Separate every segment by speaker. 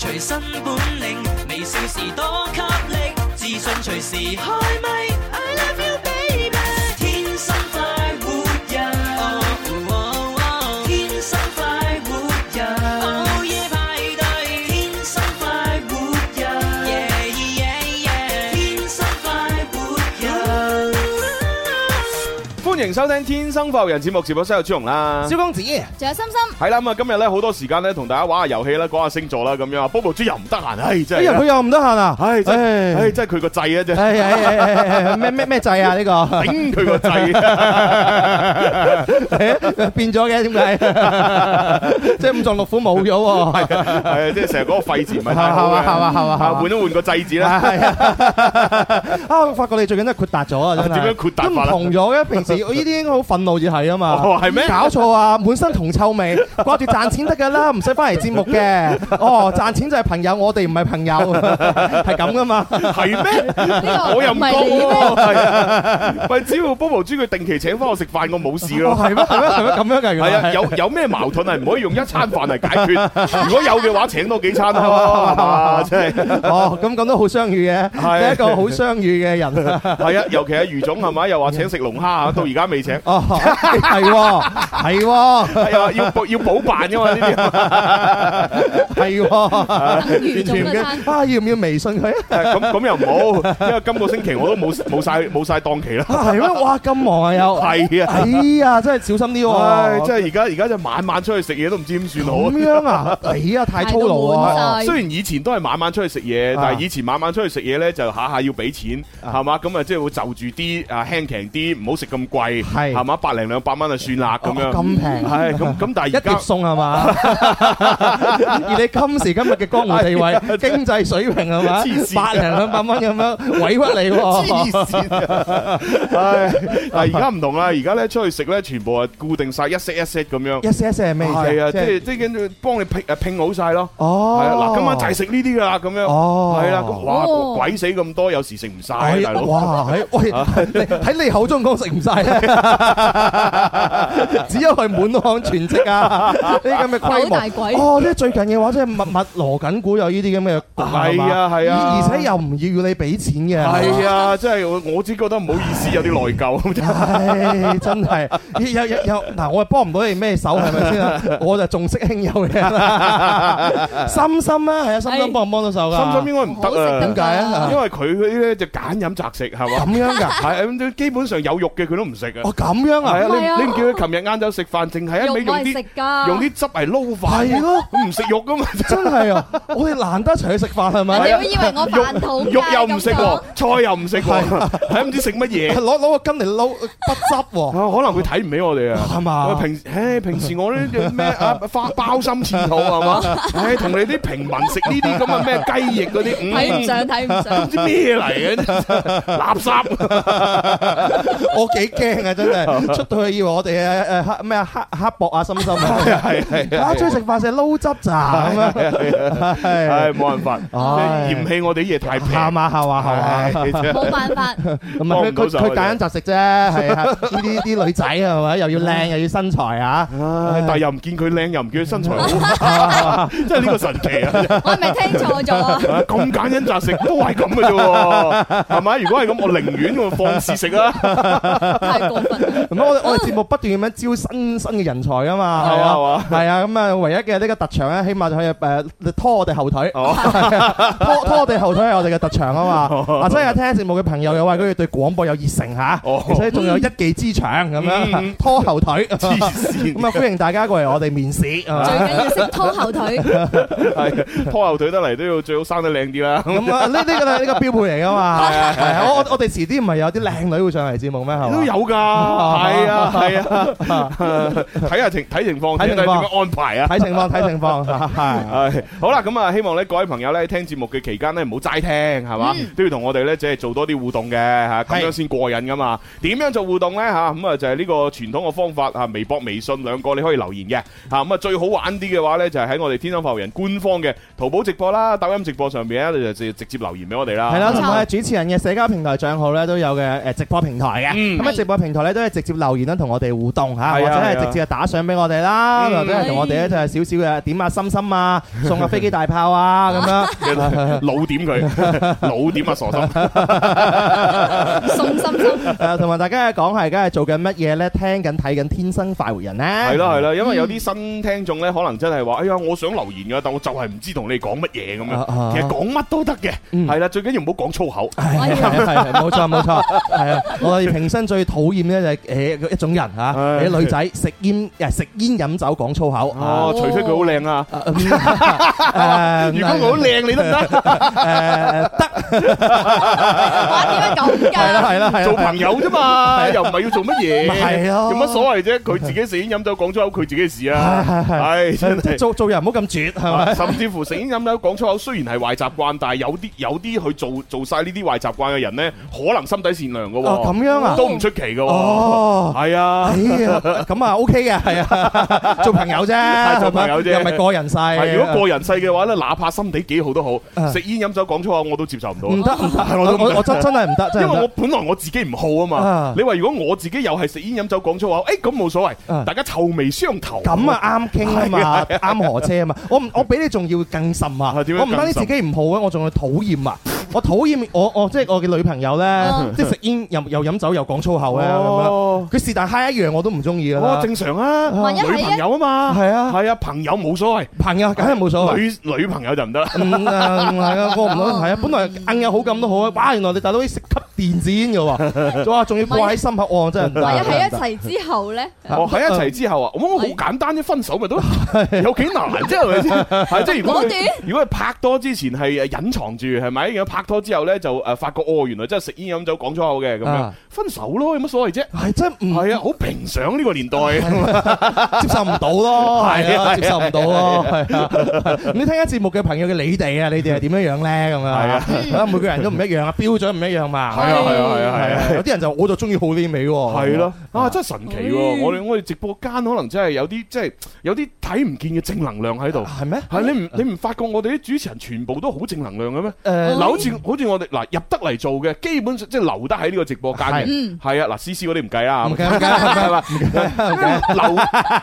Speaker 1: 本領，微笑時多給力，自信隨時開咪。I love you baby，天生快活人，哦天生快活人，哦午夜派對，天生快活人，yeah yeah yeah，天生快活人。
Speaker 2: 欢迎收聽《天生浮人》節目，直播室有朱容啦。
Speaker 3: 蕭公子，
Speaker 4: 仲有心心，
Speaker 2: 系啦，咁啊今日咧好多時間咧同大家玩下遊戲啦，講下星座啦咁樣啊。Bobo 豬又唔得閒，唉真
Speaker 3: 哎呀，佢
Speaker 2: 係，
Speaker 3: 又唔得閒啊！
Speaker 2: 唉真係，
Speaker 3: 唉
Speaker 2: 唉真係佢個掣啊
Speaker 3: 哎
Speaker 2: 啫，
Speaker 3: 呀哎呀哎呀哎呀咩咩咩制啊？呢個
Speaker 2: 頂佢個掣。
Speaker 3: 變咗嘅，點解？ 即係五臟六腑冇咗喎，係
Speaker 2: 係即係成日嗰個廢字唔
Speaker 3: 係
Speaker 2: 係太好
Speaker 3: 嘛
Speaker 2: 嘅，
Speaker 3: 係嘛係嘛
Speaker 2: 啊
Speaker 3: 係
Speaker 2: 換
Speaker 3: 嘛。
Speaker 2: 一換個掣字啦。
Speaker 3: 係啊！ 啊，我發覺你最近真係豁達咗啊！真係
Speaker 2: 點樣豁達
Speaker 3: 都唔
Speaker 2: 法啊
Speaker 3: 同咗嘅。平 時我呢啲應該好憤怒至係啊嘛。
Speaker 2: 哦係咩
Speaker 3: 搞錯啊！滿身銅臭味，掛住賺錢得㗎啦，唔使翻嚟節目嘅。哦，賺錢就係朋友，我哋唔係朋友，係咁㗎嘛。
Speaker 2: 係 咩？
Speaker 4: 呢個
Speaker 2: 我又唔
Speaker 4: 唔
Speaker 2: 覺
Speaker 4: 係你咩？
Speaker 2: 喎，係啊喂，只要 Bobo 豬佢定期請翻我食飯，我冇事㗎
Speaker 3: 哦，
Speaker 2: 咯。
Speaker 3: 係咩？係咩？係咩？咁樣㗎？原
Speaker 2: 係
Speaker 3: 來
Speaker 2: 啊，有有咩矛盾係唔可以用一餐飯嚟解 決？如果有嘅話，請多幾餐啦，係嘛？真係。
Speaker 3: 哦，咁講都好相遇嘅，你
Speaker 2: 係
Speaker 3: 一個好相遇 嘅人。
Speaker 2: 係啊，尤其係余總係咪？又話請食龍蝦 啊，到而家未請。
Speaker 3: 哦，係喎，係喎，
Speaker 2: 係啊，要補要補辦噶嘛呢啲。
Speaker 3: 係喎。
Speaker 4: 等於做嘅餐，
Speaker 3: 啊，要唔要微 信佢啊？
Speaker 2: 咁咁又唔好，因為今個星期我都冇冇晒冇晒檔期啦。
Speaker 3: 係咩？哇，咁忙啊又。
Speaker 2: 係啊，
Speaker 3: 哎呀，真係小心啲
Speaker 2: 唉，
Speaker 3: 喎。
Speaker 2: 真係而家而家就晚晚出去食嘢都唔知點算好啊
Speaker 3: 咁。樣啊？哎 呀，太粗魯啊！
Speaker 4: 大到滿晒
Speaker 2: 雖然以前都係晚晚出去食嘢，
Speaker 3: 啊
Speaker 2: 但係以前晚晚出去食嘢呢，就下下要俾錢，
Speaker 3: 啊
Speaker 2: 係嘛？咁啊，即係會就住啲啊輕強啲，唔好食咁貴，
Speaker 3: 係哦
Speaker 2: 係嘛？百零兩百蚊就算啦咁
Speaker 3: 咁
Speaker 2: 樣。
Speaker 3: 平，
Speaker 2: 係咁咁，但
Speaker 3: 一
Speaker 2: 係
Speaker 3: 碟
Speaker 2: 而家
Speaker 3: 餸係嘛？ 而你今時今日嘅江湖地 位、經濟水平係嘛
Speaker 2: 黐線？
Speaker 3: 百零兩百蚊咁樣委屈你喎。
Speaker 2: 黐線啊！唉，但係而家唔同啦，而家咧出去食咧，全部係固定晒一 set 一 set 咁樣。
Speaker 3: 一 set 一 set 係咩意思
Speaker 2: 係啊，即係
Speaker 3: 係
Speaker 2: 即係跟住幫你拼誒拼好晒咯。係
Speaker 3: 哦，
Speaker 2: 啊，嗱，今晚就係食呢啲㗎啦，咁樣。
Speaker 3: 哦
Speaker 2: 係啦，咁哇
Speaker 4: 哦
Speaker 2: 鬼死咁多，有時食唔晒，
Speaker 3: 係
Speaker 2: 大佬。
Speaker 3: 哎
Speaker 2: 啊
Speaker 3: 哇！喺喂，你喺你口中講食唔 晒，只有係滿漢全席啊！呢啲咁嘅規
Speaker 4: 九大鬼
Speaker 3: 模，哦！呢最近嘅話，真係密密羅緊股有呢啲咁嘅局
Speaker 2: 係啊係啊
Speaker 3: 而而且又唔要你俾錢嘅，
Speaker 2: 係啊，真係我我只覺得唔好意思，有啲內疚。
Speaker 3: 唉，真係有有有嗱，我係幫唔到你咩手係咪先 啊？我就重色輕友嘅啦，心心啊，係啊，心心幫唔幫到手㗎？
Speaker 2: 心心應該唔
Speaker 4: 好食
Speaker 2: 得
Speaker 4: 得
Speaker 2: 啊
Speaker 3: 點解啊
Speaker 2: 因為佢嗰啲咧就揀飲擇食係嘛，
Speaker 3: 咁樣㗎？
Speaker 2: 係咁基本上有肉嘅佢都唔食啊。
Speaker 3: 哦，咁樣
Speaker 2: 係
Speaker 3: 啊？
Speaker 4: 唔係
Speaker 2: 啊，
Speaker 4: 啊
Speaker 2: 你你唔叫佢琴日晏晝食飯，淨係一
Speaker 4: 肉我
Speaker 2: 味用
Speaker 4: 係
Speaker 2: 啲
Speaker 4: 食啊㗎，
Speaker 2: 用啲汁嚟撈飯。
Speaker 3: 係咯。
Speaker 2: 唔食肉噶嘛，
Speaker 3: 真 係啊！我哋難得一齊去食飯係咪？哎
Speaker 4: 人哋會以為我飯肚
Speaker 2: 肉
Speaker 4: 街
Speaker 2: 又唔食
Speaker 4: 咁講
Speaker 2: 喎，菜又唔食喎，係唔知食乜嘢。
Speaker 3: 攞攞個筋嚟撈不汁
Speaker 2: 啊
Speaker 3: 喎，
Speaker 2: 可能佢睇唔起我哋啊。
Speaker 3: 係
Speaker 2: 我
Speaker 3: 嘛？
Speaker 2: 平唉平時我呢啲咩啊花包心刺肚 係嘛？唉同你啲平民食呢啲咁嘅咩雞翼嗰啲，嗯
Speaker 4: 睇唔上，睇 唔上
Speaker 2: 唔。知咩嚟嘅，垃圾。
Speaker 3: 我幾驚啊！真 係出到去以為我哋誒誒黑咩啊黑黑薄啊心心啊，
Speaker 2: 係係
Speaker 3: 啊出去食飯成日撈汁咋咁樣，
Speaker 2: 唉
Speaker 3: 啊係
Speaker 2: 冇辦法，即係
Speaker 3: 唉
Speaker 2: 嫌棄我哋啲嘢太平。
Speaker 3: 下嘛下嘛
Speaker 2: 唉
Speaker 3: 下嘛，
Speaker 2: 真係
Speaker 4: 冇辦法，
Speaker 3: 啊咁啊佢佢佢揀擇食啫，係啊！呢啲啲女仔係咪又要靚又要身材啊？
Speaker 2: 唉但係又唔見佢靚，又唔見佢身 材好，真係呢個神奇啊！
Speaker 4: 我係咪聽錯 咗啊？
Speaker 2: 咁揀飲擇食都係咁嘅啫喎，係咪？如果係咁，我寧願我放肆食啊啦，
Speaker 4: 太過分啦，
Speaker 3: 咁我哋我哋節目不斷咁樣招新新嘅人才啊嘛，係啊
Speaker 2: 嘛？
Speaker 3: 係啊，咁啊唯一嘅呢個特長咧，起碼就可以誒拖我哋後腿。
Speaker 2: 哦，
Speaker 3: 拖拖我哋後腿係我哋嘅特長啊嘛！嗱，真係有聽節目嘅朋友嘅話，佢哋對廣播有熱誠嚇，
Speaker 2: 哦
Speaker 3: 而且仲有一技之長咁
Speaker 2: 嗯
Speaker 3: 樣拖後腿。咁
Speaker 2: 黐線，
Speaker 3: 啊，歡迎大家過嚟我哋面試係
Speaker 4: 最
Speaker 3: 嘛？
Speaker 4: 緊要識拖後腿，
Speaker 2: 係拖後腿得嚟都要最好生得靚啲啦。
Speaker 3: 咁啊，呢呢個呢個標配嚟噶嘛？
Speaker 2: 係啊
Speaker 3: 係啊，我我我哋遲啲唔係有啲靚女會上嚟節目咩？係
Speaker 2: 都
Speaker 3: 嘛？
Speaker 2: 有 㗎，係啊，係啊，睇下情睇情況，
Speaker 3: 睇
Speaker 2: 睇下
Speaker 3: 情況
Speaker 2: 點樣安排啊。
Speaker 3: 睇情況，睇情況嚇 係。
Speaker 2: 系好啦，咁啊，希望咧各位朋友咧聽節目嘅期間咧唔好齋聽，係嘛，都要同我哋咧即係做多啲互動嘅吓，咁
Speaker 3: 係
Speaker 2: 樣先過癮噶嘛。點樣做互動咧吓？咁啊就係呢個傳統嘅方法吓，微博、微信兩個你可以留言嘅吓。咁啊最好玩啲嘅話咧，就係喺我哋天生發育人官方嘅淘寶直播啦、抖音直播上邊咧，你就直直接留言俾我哋啦。
Speaker 3: 係啦，
Speaker 4: 冇錯
Speaker 3: 同埋主持人嘅社交平台帳號咧都有嘅誒直播平台嘅，
Speaker 2: 嗯
Speaker 3: 咁喺直播平台咧都係直接留言啦，同我哋互動嚇，或
Speaker 2: 係
Speaker 3: 者
Speaker 2: 啊係
Speaker 3: 係
Speaker 2: 啊
Speaker 3: 直接打賞俾我哋啦，
Speaker 2: 嗯
Speaker 3: 或者係同我哋咧就係少少嘅點下心心 啊，送下飛機大炮啊咁樣。
Speaker 2: 老點 佢， 老點啊傻心，
Speaker 4: 送心心，
Speaker 3: 誒，同埋大家講係而家係做緊乜嘢咧？聽緊睇緊《天生快活人》咧，
Speaker 2: 係
Speaker 3: 係
Speaker 2: 啦係啦，因為有啲新聽眾咧，可能真係話，哎呀，我想留言噶，但我就係唔知同你講乜嘢咁樣。
Speaker 3: 啊
Speaker 2: 其實講乜都得嘅，
Speaker 3: 嗯
Speaker 2: 係啦，最緊要唔好講粗口。
Speaker 4: 哎
Speaker 3: 係
Speaker 4: 呀，
Speaker 3: 係冇錯冇錯，係啊！我哋平生最討厭咧就係誒一種人嚇，
Speaker 2: 唉
Speaker 3: 啲女仔食煙誒食煙飲酒講粗口啊
Speaker 2: 哦，除非佢好靚啊，
Speaker 3: 啊嗯啊誒
Speaker 2: 如果佢好靚，你得唔得？
Speaker 3: 誒得
Speaker 4: 哇，點解 咁
Speaker 3: 係啦
Speaker 4: 㗎？
Speaker 3: 係啦係啦
Speaker 2: 做朋友啫嘛，又唔係要做乜嘢，
Speaker 3: 咪係咯
Speaker 2: 有乜所謂啫？佢自己食煙飲酒講粗口，佢自己嘅 事啊，
Speaker 3: 係係
Speaker 2: 係真
Speaker 3: 即係
Speaker 2: 係。
Speaker 3: 做做人唔好咁絕係咪？
Speaker 2: 啊甚至乎食煙飲酒講粗口，雖然係壞習慣，但係有啲有啲去做做晒呢啲壞習慣嘅人呢，可能心底善良嘅
Speaker 3: 哦
Speaker 2: 喎，
Speaker 3: 咁樣啊？
Speaker 2: 都唔出奇嘅喎。
Speaker 3: 哦。
Speaker 2: 係啊
Speaker 3: 哎，呀，咁啊 OK 嘅，係 啊，做朋友啫，
Speaker 2: 係做朋友啫
Speaker 3: 又唔係過人世。
Speaker 2: 係如果個人世嘅話呢，哪怕心地幾好都好，
Speaker 3: 啊
Speaker 2: 食煙飲酒講粗口我都接受唔到啊。
Speaker 3: 唔得唔得，
Speaker 2: 我
Speaker 3: 我
Speaker 2: 都唔
Speaker 3: 我
Speaker 2: 得
Speaker 3: 我真真係唔得，真
Speaker 2: 因
Speaker 3: 係唔
Speaker 2: 為我
Speaker 3: 得。
Speaker 2: 本來我自己唔好啊嘛
Speaker 3: 啊，
Speaker 2: 你話如果我自己又係食煙飲酒講粗口，誒咁冇所謂，
Speaker 3: 啊
Speaker 2: 大家臭味相投。
Speaker 3: 咁啊啱傾啊嘛，啱河車啊嘛，我唔我比你仲要更甚啊！
Speaker 2: 係點樣
Speaker 3: 我唔單止自己
Speaker 2: 更
Speaker 3: 唔好啊，我仲要討厭啊！我討厭我我即係我嘅女朋友咧
Speaker 4: 嗯，
Speaker 3: 即係食煙又又飲酒又講粗口咧啊咁樣，
Speaker 2: 啊哦
Speaker 3: 佢是但嗨一樣我都唔中意㗎
Speaker 2: 哦，
Speaker 3: 啦。
Speaker 2: 正常啊，
Speaker 4: 萬一係
Speaker 2: 女朋友啊嘛，
Speaker 3: 係啊，
Speaker 2: 係啊，朋友冇所謂，
Speaker 3: 朋友梗係冇所謂。
Speaker 2: 女女朋友就唔得啦。
Speaker 3: 嗯啊，係啊，過唔到係啊，本來硬有好感都好啊，哇！原來你大佬可以食吸電子煙嘅 喎，哇！仲要掛喺心口，哇！真係唔得。
Speaker 4: 萬一喺一齊之後咧，
Speaker 2: 哦，喺一齊之後啊，咁好簡單啫，分手咪都有幾難啫，係咪先？係即係如果
Speaker 4: 果斷
Speaker 2: 佢如果係拍拖之前係誒呃隱藏住係咪？然後拍拖之後咧就誒發覺哦，原來真係食煙飲酒講粗口嘅咁樣
Speaker 3: 啊，
Speaker 2: 分手咯，有乜所謂啫？
Speaker 3: 係真 唔
Speaker 2: 係啊，好平常呢個年代。
Speaker 3: 接受唔到咯，係
Speaker 2: 係啊
Speaker 3: 啊，接受唔到咯，係啊。咁你聽緊節目嘅朋友嘅你哋啊，你哋係點樣樣咧？咁樣
Speaker 2: 係
Speaker 3: 啊，每個人都唔一樣啊，標準唔一樣嘛。
Speaker 2: 係啊係啊係啊係啊
Speaker 3: 有啲人就我就中意好啲味喎。
Speaker 2: 係咯，啊真係神奇喎！
Speaker 4: 嗯
Speaker 2: 我哋我哋直播間可能真係有啲即係有啲睇唔見嘅正能量喺度。
Speaker 3: 係咩？
Speaker 2: 係你唔你唔發覺我哋啲主持人全部都好正能量嘅咩？
Speaker 3: 誒
Speaker 2: 嗱，好似好似我哋嗱入得嚟做嘅，基本上即係留得喺呢個直播間嘅，
Speaker 4: 嗯
Speaker 2: 係啊，嗱，C C 嗰啲唔計啦，
Speaker 3: 唔計唔計
Speaker 2: 係嘛， 留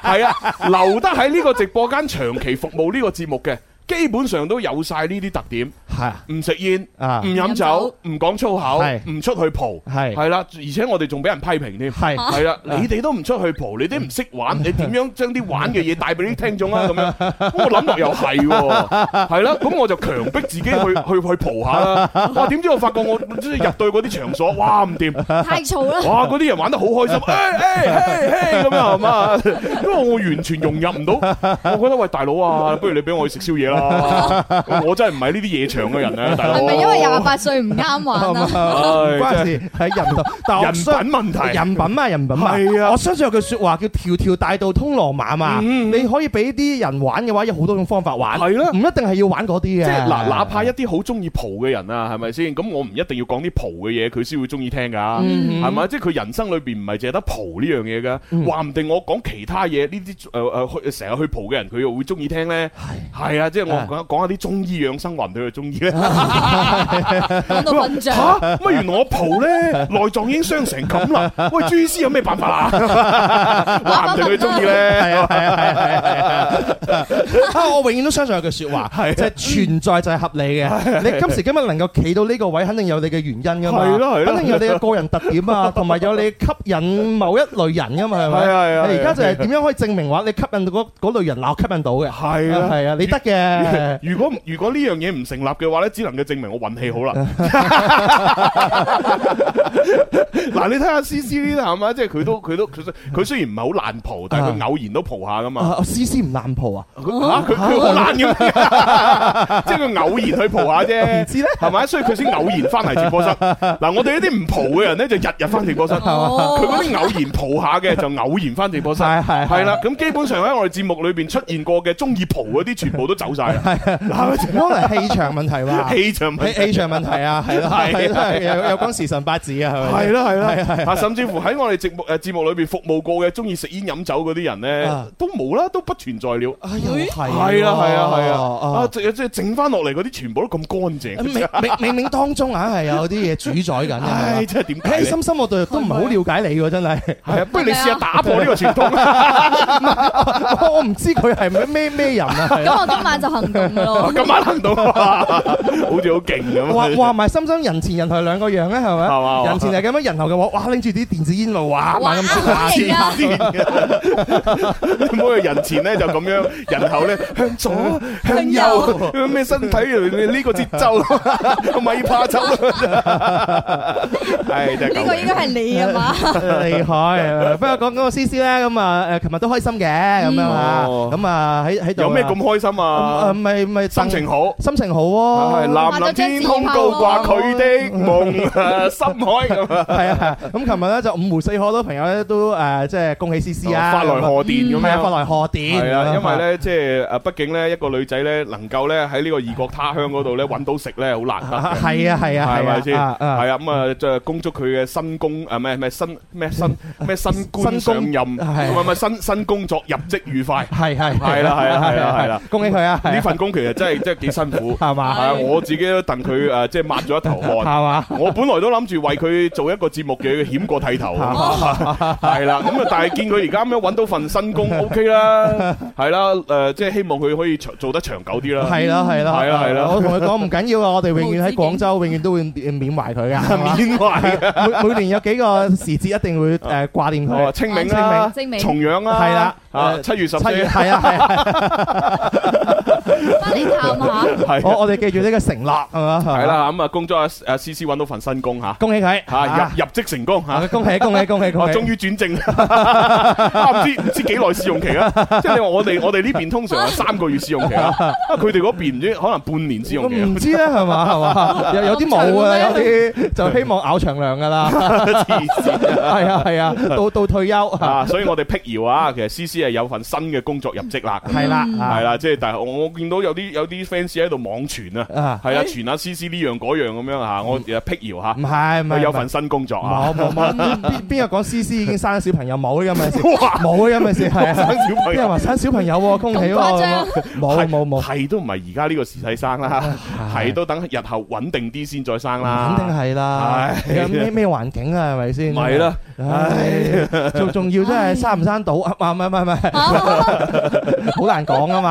Speaker 2: 係啊，留得喺呢個直播間長期服務呢個節目嘅，基本上都有晒呢啲特點，
Speaker 3: 係啊
Speaker 2: 唔食煙，
Speaker 3: 啊
Speaker 2: 唔飲
Speaker 4: 飲酒
Speaker 2: 酒，唔講粗口，
Speaker 3: 係
Speaker 2: 唔出去蒲，
Speaker 3: 係
Speaker 2: 係啦，而且我哋仲俾人批評添。
Speaker 3: 係
Speaker 2: 係啦，你哋都唔出去蒲，你哋唔識 玩，你點樣將啲玩嘅嘢帶俾啲聽眾啊？咁樣，咁我諗落又係喎，係啦，咁我就強迫自己去去去蒲下啦。哇！點知我發覺我即係入到嗰啲場所，哇唔掂，
Speaker 4: 太嘈 啦，
Speaker 2: 哇嗰啲人玩得好開 心，誒哎誒誒哎咁樣係嘛？因為我完全融入唔到，我覺得喂大佬啊，不如你俾我去食宵夜 啦，我真係唔係呢啲夜場嘅人啊，大佬。
Speaker 4: 係咪因為廿八歲唔啱 玩啊？
Speaker 2: 唉
Speaker 3: 唔關
Speaker 2: 真係
Speaker 3: 事，係人道。但我
Speaker 2: 人
Speaker 3: 相
Speaker 2: 品問題？
Speaker 3: 人品嘛，人品嘛，
Speaker 2: 係啊
Speaker 3: 我相信有句説話叫條條大道通羅馬嘛。
Speaker 2: 嗯
Speaker 3: 你可以俾啲人玩嘅話，有好多種方法玩，
Speaker 2: 係啦
Speaker 3: 唔一定係要玩嗰啲嘅。
Speaker 2: 即係嗱，哪怕一啲好中意蒲嘅人啊，係咪先？咁我唔一定要講啲蒲嘅嘢，佢先會中意聽噶，
Speaker 3: 嗯
Speaker 2: 係咪？即係佢人生裏邊唔係淨係得蒲呢樣嘢噶，話唔定我講其他嘢，呢啲誒誒去成日去蒲嘅人，佢又會中意聽咧。係啊，即係我
Speaker 3: 啊
Speaker 2: 講講下啲中醫養生，話唔定 佢中意咧。
Speaker 4: 講到瞓着，
Speaker 2: 嚇乜原來我蒲咧內臟已經傷成咁啦？喂，朱醫師有咩辦法啊？ 話唔定佢中意
Speaker 3: 係
Speaker 2: 咧。
Speaker 3: 啊係啊係啊係 啊係啊！啊，我永遠都相信有句説話，
Speaker 2: 啊
Speaker 3: 就係存在就係合理嘅。你今時今日能夠企到呢個位，肯定有你嘅原因㗎嘛。
Speaker 2: 係咯係咯
Speaker 3: 肯定有你嘅個人特點 啊，同埋有你吸引某一類人㗎嘛，係咪？
Speaker 2: 係啊係啊
Speaker 3: 你而
Speaker 2: 係啊
Speaker 3: 家就係點樣可以證明話你吸引到嗰嗰類人，嗱我吸引到嘅。
Speaker 2: 係啦，
Speaker 3: 係啊，你得 嘅。
Speaker 2: 如果如果呢樣嘢唔成立嘅話咧，只能夠證明我運氣好 啦。 嗱，你睇下 C C 呢啲係嘛，即係佢都佢都佢佢雖然唔係好爛蒲，但係佢偶然都蒲下噶嘛。
Speaker 3: 啊，C C 唔濫蒲啊？
Speaker 2: 佢嚇佢佢好爛嘅， 即係佢偶然去蒲下啫。
Speaker 3: 唔知咧
Speaker 2: 係咪？所以佢先偶然翻嚟直播室。嗱，我哋呢啲唔蒲嘅人咧，就日日翻直播室。
Speaker 4: 哦
Speaker 2: 佢嗰啲偶然蒲下嘅，就偶然翻直播室。
Speaker 3: 係係
Speaker 2: 係啦，咁基本上喺我哋節目裏邊出現過嘅中意蒲嗰啲，全部都走晒啦。
Speaker 3: 可能 係氣場問題吧？
Speaker 2: 氣場問題
Speaker 3: 氣氣場問題啊，係咯，
Speaker 2: 係
Speaker 3: 係咯，有有關時辰八字啊，係咪？
Speaker 2: 係啦係啦係啦
Speaker 3: 係係
Speaker 2: 啊，甚至乎喺我哋節目誒節目裏邊服務過嘅，中意食煙飲酒嗰啲人咧
Speaker 3: 啊，
Speaker 2: 都冇啦，都不存在了。
Speaker 3: 啊，又係
Speaker 2: 係啊，係啊，係
Speaker 3: 啊
Speaker 2: 啊，啊，即即係剩翻落嚟嗰啲，全部都咁乾淨。
Speaker 3: 明明明明當中硬啊係有啲嘢主宰緊
Speaker 2: 唉，
Speaker 3: 嘅。
Speaker 2: 真係點解
Speaker 3: 啊嘿，
Speaker 2: 咧？
Speaker 3: 心心我對都唔係好了解你喎，真係。
Speaker 2: 係啊，不如你試下打破呢個傳統啦。
Speaker 3: 我我唔知佢係咩咩咩人 啊。係啊
Speaker 4: 咁我今晚就行動噶咯。
Speaker 2: 今晚行到， 好似好勁咁。
Speaker 3: 話話埋心心人前人後兩個樣咧，係
Speaker 2: 係嘛
Speaker 3: 咪？人前係咁樣，人後嘅話，哇拎住啲電子煙咪哇猛咁食
Speaker 4: 哇
Speaker 3: 啊！
Speaker 2: 黐線 嘅，每個人前咧就咁樣，人後咧向左向右，咩身體呢個節 奏，咪怕走，
Speaker 4: 呢個應該
Speaker 2: 係真係咁。
Speaker 4: 係你啊嘛？
Speaker 3: 厲 害！不過講講個 C C 咧，咁啊誒，琴日都開心嘅咁樣啊，
Speaker 2: 哦
Speaker 3: 咁啊喺喺度啊
Speaker 2: 有咩咁開心
Speaker 3: 誒
Speaker 2: 啊？
Speaker 3: 咪咪
Speaker 2: 心情好。
Speaker 3: 心情好喎
Speaker 2: 係，藍藍天空高掛佢的夢，深海咁啊，
Speaker 3: 係啊，係咁琴日咧就五湖四海好多朋友咧都誒，即係恭喜 C C 啊，
Speaker 2: 發來賀電咁
Speaker 3: 係啊，
Speaker 2: 樣
Speaker 3: 發。來賀電，
Speaker 2: 係啊，因為咧，即係誒，畢竟咧，一個女仔咧，能夠咧喺呢個異國他鄉嗰度咧揾到食咧，好難
Speaker 3: À,
Speaker 2: 得嘅。
Speaker 3: 係啊係啊
Speaker 2: 係咪先？
Speaker 3: 係啊啊
Speaker 2: 係啊，咁啊，就恭祝佢嘅新工啊，唔係唔係新咩 新咩新官
Speaker 3: 新工
Speaker 2: 上任，唔
Speaker 3: 係
Speaker 2: 係唔係新新工作入職愉快。
Speaker 3: 係係
Speaker 2: 係啦係啦係啦係啦
Speaker 3: 恭喜佢啊！ 係啊
Speaker 2: 呢份工其實真係真係幾辛 苦，
Speaker 3: 係嘛
Speaker 2: 係啊我自己都戥佢誒，即係抹咗一頭
Speaker 3: 係
Speaker 2: 汗。
Speaker 3: 嘛，
Speaker 2: 我本來都諗住為佢做一個節目嘅，險過 剃頭， 係啦。咁啊，但係見佢而家咁樣揾到份 新工，OK 啦，係啦，誒，即係希望佢可以長做得長久啲啦。
Speaker 3: 係啦係啦
Speaker 2: 係啦係啦
Speaker 3: 我同佢講唔緊要啊，我哋永遠喺廣州，永遠都會緬懷佢噶 係嘛。
Speaker 2: 緬懷嘅
Speaker 3: 每每年有幾個時節一定會誒掛念佢。
Speaker 2: 哦清明啦
Speaker 4: 清、明
Speaker 2: 重陽啦，
Speaker 3: 係啦
Speaker 2: 啊，
Speaker 3: 誒
Speaker 2: 七月十
Speaker 3: 七月
Speaker 2: 四。
Speaker 3: 係啊係 啊，
Speaker 4: 翻嚟探下，
Speaker 2: 係
Speaker 3: 我我哋記住呢個承諾係嘛。
Speaker 2: 系
Speaker 3: 係嘛，
Speaker 2: 啦，咁啊，恭祝阿阿思思揾到份新工吓，
Speaker 3: 恭喜佢
Speaker 2: 吓入入职成功吓，
Speaker 3: 啊恭喜恭喜恭 喜
Speaker 2: 啊，
Speaker 3: 恭喜！
Speaker 2: 终于转正，啊唔知唔知几耐试用期 啦，即系你話我哋我哋呢边通常係三个月试用期啦，啊佢哋嗰边唔知可能半年试
Speaker 3: 我
Speaker 2: 用期啊
Speaker 3: 唔知咧係嘛係嘛，有有啲冇啊，有啲就希望咬長糧㗎 啦。
Speaker 2: 啊，黐线
Speaker 3: 係啊係啊，到到退休嚇
Speaker 2: 啊，所以我哋辟謠啊，其實思思係有份新嘅工作入職啦，
Speaker 3: 係啦啊
Speaker 2: 係啦，即係但係我我見到有啲有啲 fans 喺度網傳啊，
Speaker 3: 啊，
Speaker 2: 係啊，傳阿思思呢樣嗰樣咁樣啊，我誒辟謠
Speaker 3: 嗯唔
Speaker 2: 吓，
Speaker 3: 係唔
Speaker 2: 佢
Speaker 3: 係
Speaker 2: 有
Speaker 3: 唔係
Speaker 2: 份新工作啊，
Speaker 3: 冇冇冇， 邊邊個講 C C 已經生咗小朋友冇呢咁嘅事，
Speaker 2: 哇，
Speaker 3: 冇呢咁嘅事係
Speaker 2: 生
Speaker 3: 啊！
Speaker 2: 小
Speaker 3: 啲
Speaker 2: 朋
Speaker 3: 人
Speaker 2: 友
Speaker 3: 話。生小朋友喎，恭喜
Speaker 4: 咁
Speaker 3: 喎，
Speaker 4: 誇張
Speaker 3: 咁冇冇冇，
Speaker 2: 係都唔係而家呢個時勢生啦，係都等日後穩定啲先再生啦。
Speaker 3: 嗯肯定係啦
Speaker 2: 唉。
Speaker 3: 有咩咩環境啊，係咪先？
Speaker 2: 唔係啦，
Speaker 3: 唉，仲仲要真係生唔生到啊？唔係唔係唔係，
Speaker 4: Ờ,
Speaker 3: 好難講啊
Speaker 2: 唉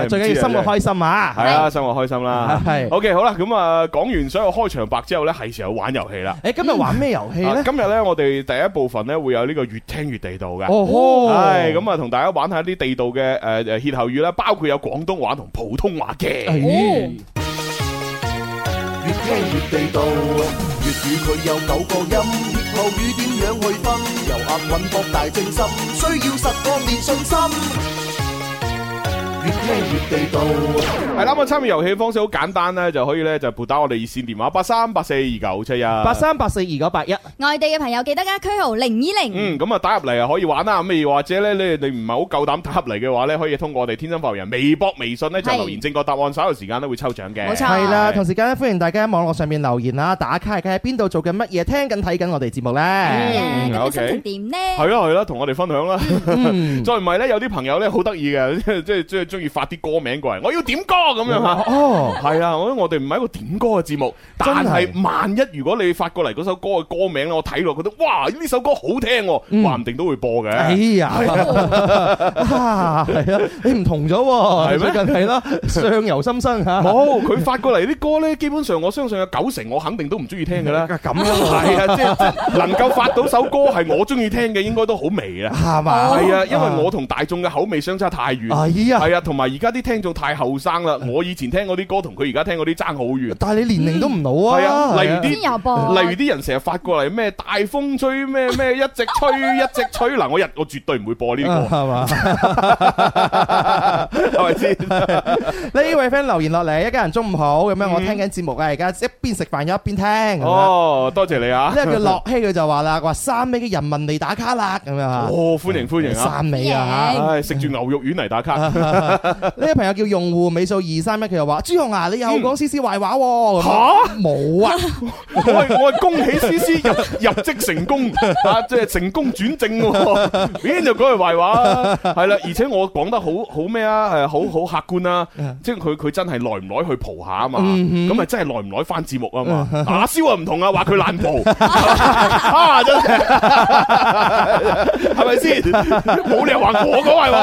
Speaker 3: 嘛。最緊要生活開心
Speaker 2: 係
Speaker 3: 啊！
Speaker 2: 啊，生活開心啦。
Speaker 3: 係。
Speaker 2: OK，好啦，咁啊，講完所有開場白之後呢，係時候玩遊戲啦。
Speaker 3: 誒，今日玩咩遊戲
Speaker 2: 啊
Speaker 3: 咧？
Speaker 2: 今日呢，我哋第一部分呢，會有呢個越聽越地道嘅。
Speaker 3: 哦吼，
Speaker 2: 係咁啊，同大家玩下啲地道嘅呃誒誒歇後語啦，包括有廣東話同普通話嘅。
Speaker 3: 哎。
Speaker 5: 越聽越地道，粵語佢有九個音，粵後語點樣去分？由押韻博大精深，需要實幹練信心。越聽越地道。
Speaker 2: 係啦，咁啊，參與遊戲方式好簡單呢，就可以呢，就撥打我哋熱線電話八三八四二九七一
Speaker 3: 八三八四二九八一，
Speaker 4: 外地嘅朋友記得加區號零二零。
Speaker 2: 嗯，咁啊打入嚟啊可以玩啦，咁又或者咧你你唔係好夠膽打入嚟嘅話咧，可以通過我哋天生發育人微博、微信咧就
Speaker 4: 係
Speaker 2: 留言正確答案，稍後時間咧會抽獎嘅。
Speaker 4: 冇錯
Speaker 3: 係啦。
Speaker 2: 係
Speaker 3: 同時間咧，歡迎大家喺網絡上面留言啦，打卡而家喺邊度做緊乜嘢，聽緊睇緊我哋節目
Speaker 4: À,
Speaker 3: 咧。
Speaker 2: 嗯
Speaker 4: 咁你
Speaker 2: OK
Speaker 4: 心情點
Speaker 2: 係
Speaker 4: 呢？
Speaker 2: 啦係啦，同我哋分享啦。
Speaker 3: 嗯
Speaker 2: 再唔係咧，有啲朋友咧好得意嘅， 即係即係中意發啲歌名過嚟，我要點歌咁樣吓。
Speaker 3: 哦，
Speaker 2: 係啊，我我哋唔係一個點歌嘅節目，但係萬一如果你發過嚟嗰首歌嘅歌名咧，我睇落覺得哇呢首歌好聽喎，
Speaker 3: 嗯
Speaker 2: 話唔定都會播嘅。
Speaker 3: 哎呀，啊係啊，你唔同咗喎，
Speaker 2: 係咩
Speaker 3: 最近係啦，上游心生 嚇，
Speaker 2: 冇，佢發過嚟啲歌咧，基本上我相信有九成我肯定都唔中意聽噶啦。
Speaker 3: 咁樣
Speaker 2: 係啊，即係能夠發到首歌係我中意聽嘅，應該都好微啦。
Speaker 3: 係嘛？
Speaker 2: 係啊，因為我同大眾嘅口味相差太遠。
Speaker 3: 哎呀，
Speaker 2: 係啊，同埋而家啲聽眾太後生啦，我以前聽嗰啲歌同佢而家聽嗰啲爭好遠。
Speaker 3: 但係你年齡都唔老啊，
Speaker 2: 係啊，例如
Speaker 4: 先
Speaker 2: 啲。
Speaker 4: 有播，
Speaker 2: 例如啲人成日發過嚟咩大風吹咩咩一直吹一直吹嗱，我日我絕對唔會播呢
Speaker 3: 啊
Speaker 2: 個，
Speaker 3: 係嘛？
Speaker 2: 係咪 先？
Speaker 3: 呢位 friend 留言落嚟，一家人中午好咁樣，我聽緊節目啊，而家一邊食飯一邊聽咁樣。
Speaker 2: 嗯哦，多謝你啊！
Speaker 3: 呢個叫樂希佢就話啦，話三尾嘅人民嚟打卡啦，咁樣嚇。
Speaker 2: 哦哦，歡迎歡迎啊！
Speaker 3: 三尾啊
Speaker 4: 歡迎
Speaker 2: 唉，食住牛肉丸嚟打卡。
Speaker 3: 呢位朋友叫用户尾數二三一，佢又話：朱紅啊，你又講 C C 壞話喎。
Speaker 2: 嗯嚇
Speaker 3: 冇啊，
Speaker 2: 我係我係恭喜思思入入職成功啊！即係成功轉正喎， 邊度講佢壞話？係啦，而且我講得好好咩啊？係好好客觀啦，
Speaker 3: 嗯
Speaker 2: 即係佢佢真係耐唔耐去蒲下啊嘛，咁咪真係耐唔耐翻節目啊嘛。
Speaker 3: 嗯
Speaker 2: 阿蕭啊唔同啊，話佢 爛蒲 啊，真係係咪先？冇理由話我講壞話，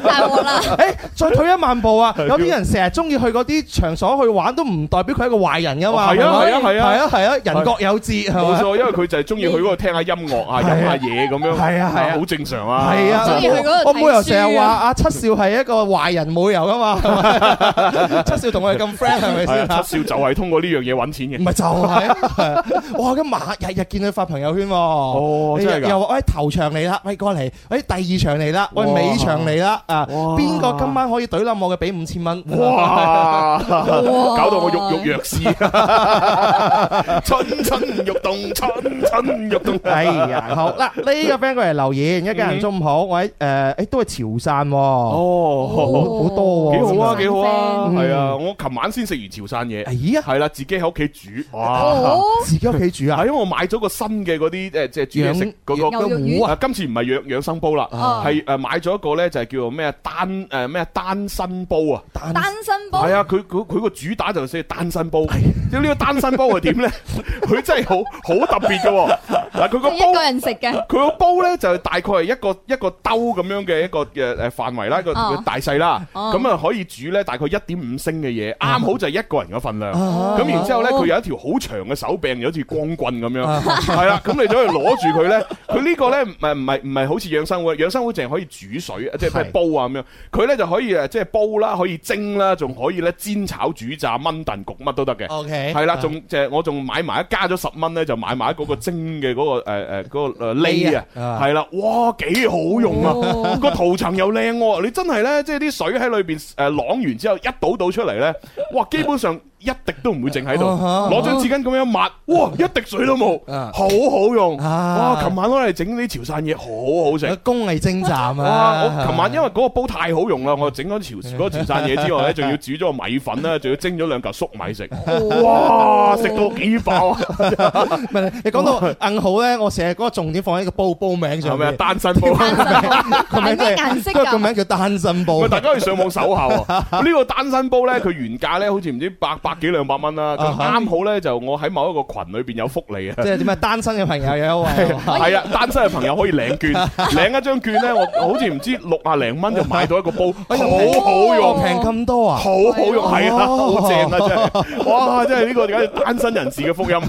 Speaker 2: 大
Speaker 4: 大
Speaker 2: 佬。
Speaker 4: 鑊啦！
Speaker 3: 誒，哎再退一萬步啊，有啲人成日中意去嗰啲場所去玩，都唔代表佢係一個壞人噶嘛。
Speaker 2: 係啊係啊係啊
Speaker 3: 係啊係啊，人各有志係
Speaker 2: 冇
Speaker 3: 咪？
Speaker 2: 錯，因為佢就係中意去嗰度聽下音樂啊，
Speaker 3: 係啊
Speaker 2: 飲下嘢咁樣，
Speaker 3: 係啊係啊
Speaker 2: 好正常啊。
Speaker 3: 係啊，
Speaker 4: 中意去嗰度睇書啊
Speaker 3: 我每由成日話阿七少係一個壞人冇由噶嘛，係咪 七少同我哋咁 friend 係咪
Speaker 2: 係
Speaker 3: 先
Speaker 2: 啊，七少就係通過呢樣嘢揾錢嘅
Speaker 3: 唔。係就係啊，哇！咁麻日日見佢發朋友圈喎，哎
Speaker 2: 哦真係㗎
Speaker 3: 又話喂頭場嚟啦，喂過嚟，喂第二場嚟啦，喂
Speaker 2: 哇
Speaker 3: 尾場嚟啦，啊
Speaker 2: 哇
Speaker 3: 邊個今晚可以懟冧我嘅俾五千蚊？！
Speaker 2: 哎哇！搞到我欲欲若試， 蠢蠢欲動，蠢蠢欲動。
Speaker 3: 哎呀，好嗱，呢個 friend 過嚟留言，一家人中午好，我喺誒誒都係潮汕喎，
Speaker 2: 哦，
Speaker 3: 好多
Speaker 2: 幾
Speaker 3: 喎，
Speaker 2: 好
Speaker 4: 真
Speaker 2: 啊，
Speaker 4: 係
Speaker 2: 幾好啊，哎
Speaker 3: friend
Speaker 2: 係啊！我琴晚先食完潮汕嘢，
Speaker 3: 咦啊，
Speaker 2: 係啦，自己喺屋企煮，哇！
Speaker 4: 哦，
Speaker 3: 自己屋企煮
Speaker 2: 係
Speaker 3: 啊，
Speaker 2: 因為我買咗個新嘅嗰啲誒，即係煮嘢食嗰個
Speaker 4: 牛肉
Speaker 3: 魚
Speaker 2: 啊，今次唔係養養生煲啦，
Speaker 4: 哦
Speaker 2: 係誒買咗一個咧，就係叫做咩啊單誒咩單身煲啊。
Speaker 3: 蛋
Speaker 4: 單身煲
Speaker 2: 係啊，佢佢佢個主打就寫單身煲，即係呢個單身煲係點 咧？佢真係好好特別嘅喎。嗱，佢個
Speaker 4: 係一個
Speaker 2: 煲。
Speaker 4: 人食嘅，
Speaker 2: 佢個煲咧就大概係一個一個兜咁樣嘅一個嘅誒範圍啦，一個
Speaker 4: 哦
Speaker 2: 大細啦，
Speaker 4: 哦
Speaker 2: 咁啊可以煮咧大概一點五升嘅嘢，啱好就係一個人嘅份量。
Speaker 3: 啊
Speaker 2: 咁然之後咧，
Speaker 4: 哦
Speaker 2: 佢有一條好長嘅手柄，好似光棍咁樣，
Speaker 3: 啊
Speaker 2: 係啦。咁你走去攞住佢咧，佢呢個咧唔係唔係唔係好似養生會，養生會淨係可以煮水，即係
Speaker 3: 係
Speaker 2: 煲啊咁樣。佢咧就可以誒呃即係煲啦，可以蒸啦，仲可以咧煎炒煮炸炆燉焗乜都得嘅。
Speaker 3: ，OK，啊
Speaker 2: 係啦，仲即係我仲買埋加咗十蚊咧，就買埋嗰個蒸嘅嗰個誒誒嗰個誒喱啊，
Speaker 3: 啊
Speaker 2: 係啦，哇幾好用啊！
Speaker 4: 哦
Speaker 2: 個塗層又靚喎，你真係咧，即係啲水喺裏邊誒啷完之後一倒倒出嚟咧，哇基本上一滴都唔會剩喺度，
Speaker 3: 啊哈
Speaker 2: 攞張紙巾咁樣抹，哇一滴水都冇，
Speaker 3: 啊
Speaker 2: 好好用！
Speaker 3: 啊
Speaker 2: 哇，琴晚攞嚟整啲潮汕嘢好好食。
Speaker 3: 工藝精湛
Speaker 2: 哇！
Speaker 3: 啊！
Speaker 2: 我琴晚因為嗰個煲太好用啦，我整咗 潮嗰個潮汕嘢之外咧，仲要煮咗個米粉啦，仲要蒸咗兩嚿粟米食， 哇！食到幾飽 啊！
Speaker 3: 唔係你講到硬好咧，我成日嗰個重點放喺個煲煲名
Speaker 2: 係
Speaker 3: 上
Speaker 2: 咪啊？啊
Speaker 3: 面。
Speaker 2: 單身煲，
Speaker 4: 係咩
Speaker 3: 個名真係
Speaker 4: 顏色
Speaker 3: 個
Speaker 4: 㗎
Speaker 3: 個名叫單身煲
Speaker 2: 咪。大家可以上網搜下 喎。呢個單身煲咧，佢原價咧好似唔知百百幾兩百蚊啦，咁
Speaker 3: 啊哈
Speaker 2: 啱好咧就我喺某一個群裏邊有福利啊！
Speaker 3: 即係點啊？單身嘅朋友有優惠喎。
Speaker 2: 係啊，單身嘅朋友可以領 券，領一張券咧，我我好似唔知六啊零蚊就買到一個煲，哎好啊好用。
Speaker 3: 平咁多啊！
Speaker 2: 好 好用，係啊，好正啊，真 係，哇，真係呢個簡直單身人士嘅 福音，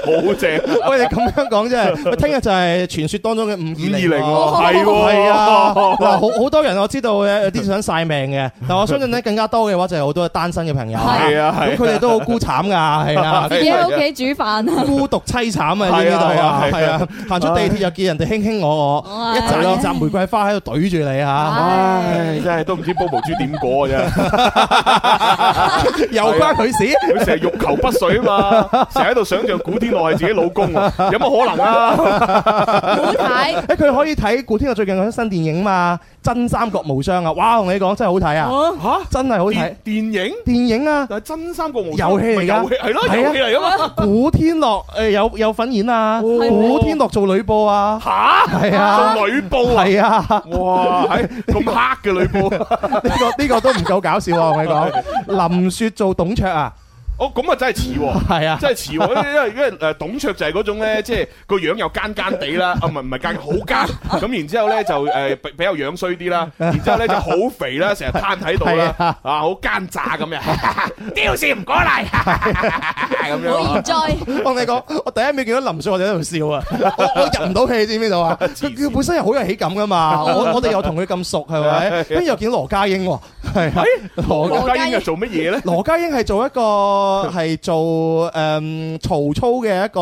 Speaker 2: 好正。
Speaker 3: 喂，你咁樣講真係，喂聽日就係傳說當中嘅五
Speaker 2: 五二零
Speaker 3: 喎。
Speaker 2: 喎，係喎，
Speaker 3: 係啊，
Speaker 2: 哦
Speaker 3: 嗱，好好多人我知道嘅，有啲想晒命嘅，但我相信咧更加多嘅話就係好多單身嘅朋友。
Speaker 2: 係啊係啊
Speaker 3: 咁佢哋都好孤慘㗎，係 啊，
Speaker 4: 自己喺屋企煮飯啊，
Speaker 3: 孤獨凄慘啊！呢
Speaker 2: 係啊
Speaker 3: 呢度啊，
Speaker 2: 係啊
Speaker 3: 係啊，行出地鐵又見人哋卿卿我我，
Speaker 4: 哇
Speaker 3: 一扎
Speaker 4: 係
Speaker 3: 一
Speaker 4: 咯
Speaker 3: 扎玫瑰花喺度懟住你啊！
Speaker 2: 唉，真係都唔知 Bobo 豬點過啊，真係，
Speaker 3: 又關佢事？
Speaker 2: 佢成日欲求不遂啊嘛，成日喺度想象古天樂係自己老公啊，有乜可能啊？
Speaker 4: 好睇。
Speaker 3: 誒佢可以睇古天樂最近嗰出新電影嘛，《真三國無雙》啊！哇，同你講真係好睇啊，
Speaker 2: 嚇，
Speaker 3: 真係好睇
Speaker 2: 電電影，
Speaker 3: 電影 啊！
Speaker 2: 但係真三國無
Speaker 3: 遊戲嚟㗎
Speaker 2: 咪遊戲係咯，
Speaker 3: 係啊
Speaker 2: 遊戲嚟㗎嘛，
Speaker 3: 古天樂誒有有份演啊，古天樂做呂布啊，
Speaker 2: 嚇，
Speaker 3: 係啊，
Speaker 2: 做女布啊，
Speaker 3: 係啊，
Speaker 2: 哇，係咁黑嘅女布，
Speaker 3: 呢個呢個都唔夠搞笑啊！我同你講，林雪做董卓啊，
Speaker 2: 哦，咁啊真係似喎。
Speaker 3: 係 啊，
Speaker 2: 真係似喎，因為因為誒董卓就係嗰 種咧，即係個樣又奸奸地啦，啊唔係唔係奸，好 奸咁，然之後咧就誒比比較樣衰啲 啦，然之後咧就好肥啦，成日攤喺度啦，
Speaker 3: 係啊
Speaker 2: 啊好奸詐咁樣， 屌事唔過 嚟
Speaker 4: 好
Speaker 2: 咁樣，
Speaker 4: enjoy，
Speaker 3: 我同你講，我第一秒見到林雪，我就喺度笑啊！我我入唔到戲，知唔知道啊？佢佢本身又好有喜感噶嘛，我我哋又同佢咁熟，係咪？跟住又見到羅家英喎，係啊，羅家
Speaker 2: 羅家英係做乜嘢咧？
Speaker 3: 羅家英係做一個係做誒、嗯曹操嘅一個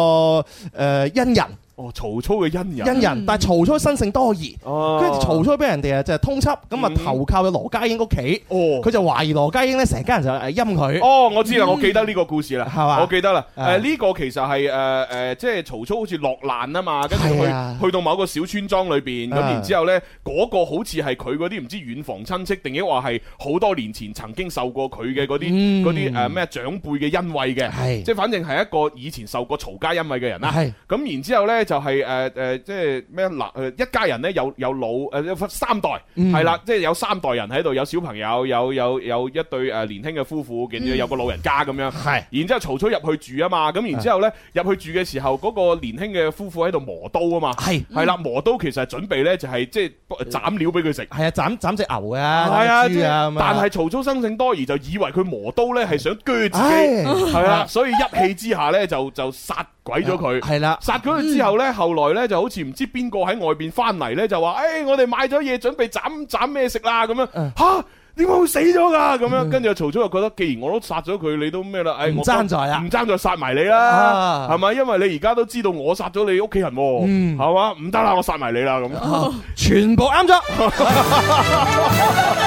Speaker 3: 誒、恩人，
Speaker 2: 哦，曹操嘅恩人，
Speaker 3: 恩人，但係曹操身性多疑，
Speaker 2: 哦，
Speaker 3: 跟住曹操俾人哋啊就係通緝，咁啊
Speaker 2: 嗯
Speaker 3: 投靠咗羅家英屋企，
Speaker 2: 哦
Speaker 3: 佢。就懷疑羅家英咧成家人就誒陰佢。
Speaker 2: 哦，我知啦，我記得呢個故事啦，
Speaker 3: 嗯係嘛
Speaker 2: 我記得啦，
Speaker 3: 啊
Speaker 2: 誒呢個其實係誒誒，即係曹操好似落難啊嘛，跟住
Speaker 3: 係
Speaker 2: 去
Speaker 3: 啊
Speaker 2: 去到某個小村莊裏邊，咁
Speaker 3: 啊
Speaker 2: 然之後呢，嗰個好似係佢嗰啲唔知遠房親戚，定抑或係好多年前曾經受過佢嘅嗰啲
Speaker 3: 嗯
Speaker 2: 嗰啲誒咩長輩嘅恩惠嘅，
Speaker 3: 係
Speaker 2: 即係反正係一個以前受過曹家恩惠嘅人啦。
Speaker 3: 係
Speaker 2: 咁然之後咧就係誒誒，即係咩嗱誒一家人咧有有老誒有三代
Speaker 3: 嗯
Speaker 2: 係啦，即係有三代人喺度，有小朋友，有有有一對誒年輕嘅夫婦，跟住
Speaker 3: 嗯
Speaker 2: 有個老人家咁樣。
Speaker 3: 係
Speaker 2: 然之後曹操入去住啊嘛，咁然之後咧入去住嘅時候，嗰個年輕嘅夫婦喺度磨刀啊嘛，
Speaker 3: 係
Speaker 2: 係啦，磨刀其實係準備咧就係即係斬料俾佢食。
Speaker 3: 係啊，斬斬只牛啊，
Speaker 2: 係啊，
Speaker 3: 斬嗯
Speaker 2: 即
Speaker 3: 隻豬啊
Speaker 2: 係
Speaker 3: 咁啊
Speaker 2: 但係曹操生性多疑，就以為佢磨刀咧係想鋸自
Speaker 3: 唉
Speaker 2: 己，係啊，所以一氣之下咧就就殺鬼咗佢。
Speaker 3: 係啦，
Speaker 2: 殺咗佢之後
Speaker 3: 嗯
Speaker 2: 呢，後來呢就好似唔知邊個喺外邊翻嚟呢，就話：，誒、哎我哋買咗嘢，準備斬斬咩食啦，咁樣
Speaker 3: 嗯
Speaker 2: 吓。點解會死咗㗎？咁樣跟住曹操就覺得，既然我都殺咗佢，你都咩啦？誒，
Speaker 3: 唔
Speaker 2: 我
Speaker 3: 爭在啊
Speaker 2: 唔爭在殺埋你啦，
Speaker 3: 啊
Speaker 2: 係咪？因為你而家都知道我殺咗你屋企人喎，
Speaker 3: 嗯哦
Speaker 2: 係嘛？唔得啦，我殺埋你啦咁。
Speaker 3: 全部啱咗，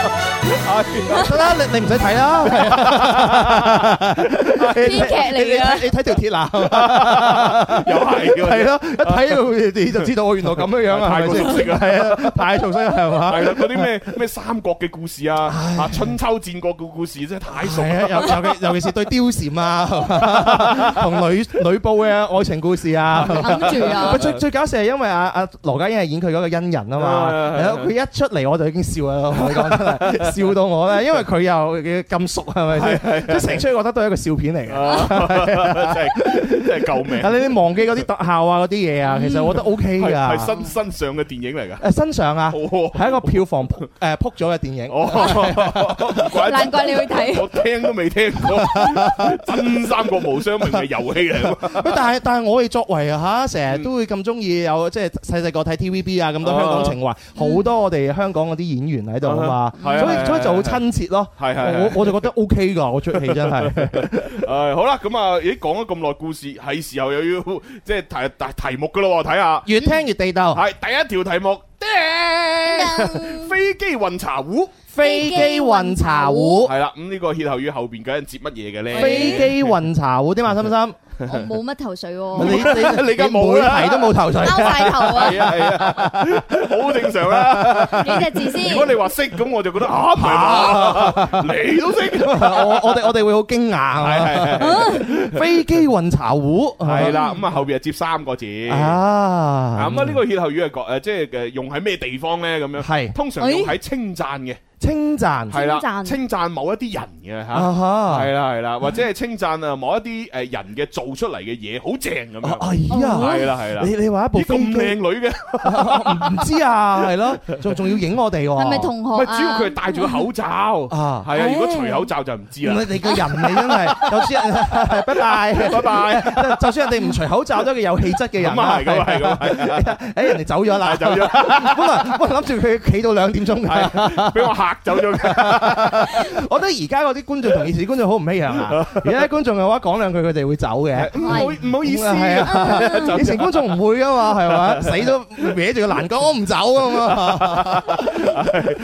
Speaker 3: 得啦，你你唔使睇 啦，
Speaker 4: 編
Speaker 3: 編
Speaker 4: 劇嚟㗎
Speaker 3: 你睇條鐵 欄
Speaker 2: 又係喎
Speaker 3: 係咯，一睇你就知道我原來咁樣樣 啊，
Speaker 2: 太過熟悉啦
Speaker 3: 係啊，太熟悉啦，係嘛
Speaker 2: 係？啦，嗰啲咩咩三國嘅故事啊，啊春秋戰國嘅故事真係太熟
Speaker 3: 係啊，
Speaker 2: 啦。
Speaker 3: 尤尤其尤其是對貂蟬啊，同女女布嘅愛情故事 啊。
Speaker 4: 揞住啊
Speaker 3: 喂！最最搞笑係因為阿阿羅家英係演佢嗰個恩人啊嘛，
Speaker 2: 係係係
Speaker 3: 係咯佢一出嚟我就已經笑啦，我同你講真 係笑到我咧，因為佢又咁熟係咪先？即係成出覺得都係一個笑片嚟嘅。
Speaker 2: 啊 真係真係救命！
Speaker 3: 啊，你啊你忘記嗰啲特效啊嗰啲嘢啊，其實我覺得 O K 㗎。
Speaker 2: 嗯係係新新上嘅電影嚟㗎。
Speaker 3: 誒新上啊，
Speaker 2: 哦
Speaker 3: 係一個票房 誒撲咗嘅電影。
Speaker 2: 哦，唔怪得
Speaker 4: 難怪你會睇
Speaker 2: 我聽都未聽過，真三國無雙明係遊戲嚟㗎嘛，
Speaker 3: 喂，但係但係我哋作為嚇，成
Speaker 2: 嗯
Speaker 3: 日都會咁中意有即係細細個睇 TVB 啊，咁多香港情懷，好多我哋香港嗰啲演員喺度啊
Speaker 2: 嗯係
Speaker 3: 嘛，
Speaker 2: 啊
Speaker 3: 所
Speaker 2: 係啊
Speaker 3: 以所以就好親切咯。
Speaker 2: 係係 係
Speaker 3: 我我就覺得 OK 㗎，我出戲真係
Speaker 2: 誒哦好啦，咁啊，咦講咗咁耐故事，係時候又要 即係題題題目㗎咯喎，睇下
Speaker 3: 越聽越地道。
Speaker 2: 係第一條題目，
Speaker 4: 啊
Speaker 2: 叮飛機運茶壺
Speaker 3: 飛機運茶壺，
Speaker 2: 係啦，咁呢個歇後語後邊究竟接乜嘢嘅咧？
Speaker 3: 哦 飛機運茶壺點啊，心心？
Speaker 4: 我冇乜頭緒
Speaker 3: 你
Speaker 4: 喎，
Speaker 3: 你
Speaker 2: 你而家冇
Speaker 3: 每
Speaker 2: 啦
Speaker 3: 題都冇
Speaker 4: 拗
Speaker 3: 頭緒。
Speaker 4: 晒頭啊！
Speaker 2: 係啊係啊，好正常啦。
Speaker 4: 幾隻字
Speaker 2: 如
Speaker 4: 先
Speaker 2: 果？你話識咁，我就覺得啊，唔係嘛，你都識。
Speaker 3: 我我哋我哋會好驚訝。
Speaker 2: 係
Speaker 4: Ờ.
Speaker 3: 飛機運茶壺
Speaker 2: 係啦，咁啊後邊係接三個字。啊
Speaker 3: 哦啊
Speaker 2: 咁啊，呢個歇後語係講誒，即係誒用喺咩地方咧？咁樣
Speaker 3: 係哎
Speaker 2: 通常用喺稱讚嘅，
Speaker 3: 稱讚
Speaker 2: 係啦，
Speaker 4: 稱讚
Speaker 2: 稱讚某一啲人嘅
Speaker 3: 啊
Speaker 2: 吓，
Speaker 3: 哈
Speaker 2: 係。啦係啦，或者係稱讚啊某一啲誒人嘅做出嚟嘅嘢好正咁
Speaker 3: 哦
Speaker 2: 樣，
Speaker 3: 哎呀！
Speaker 2: 係啦係啦，
Speaker 3: 你你話一部
Speaker 2: 咦
Speaker 3: 飛
Speaker 2: 咁靚
Speaker 3: 機
Speaker 2: 女嘅，
Speaker 3: 唔知啊，係咯，仲仲要影我哋喎，
Speaker 4: 係咪同
Speaker 2: 唔
Speaker 4: 學
Speaker 2: 係
Speaker 4: 啊？
Speaker 2: 主要佢係戴住個口罩，係
Speaker 3: 哦啊？
Speaker 2: 啊，如果
Speaker 4: 哎
Speaker 2: 除口罩就唔知啦。
Speaker 3: 你你個人嚟真係，有啲 拜
Speaker 2: 拜
Speaker 3: 拜。
Speaker 2: 拜，
Speaker 3: 就算人哋唔除口罩，都係一個有氣質嘅人
Speaker 2: 咁啊係，咁啊係，咁啊係，
Speaker 3: 誒人哋走咗啦，
Speaker 2: 走咗，
Speaker 3: 本來 我諗住佢企到兩點鐘㗎。
Speaker 2: 係俾我嚇走咗佢。
Speaker 3: 我覺得而家嗰啲觀眾同以前啲觀眾好唔一樣 啊！而家啲觀眾嘅話講兩句，佢哋會走 嘅。
Speaker 2: 唔好唔好意思
Speaker 3: 係
Speaker 2: 啊，走
Speaker 3: 以前觀眾唔會噶嘛， 係咪？死都搲住個欄杆，我唔走噶嘛。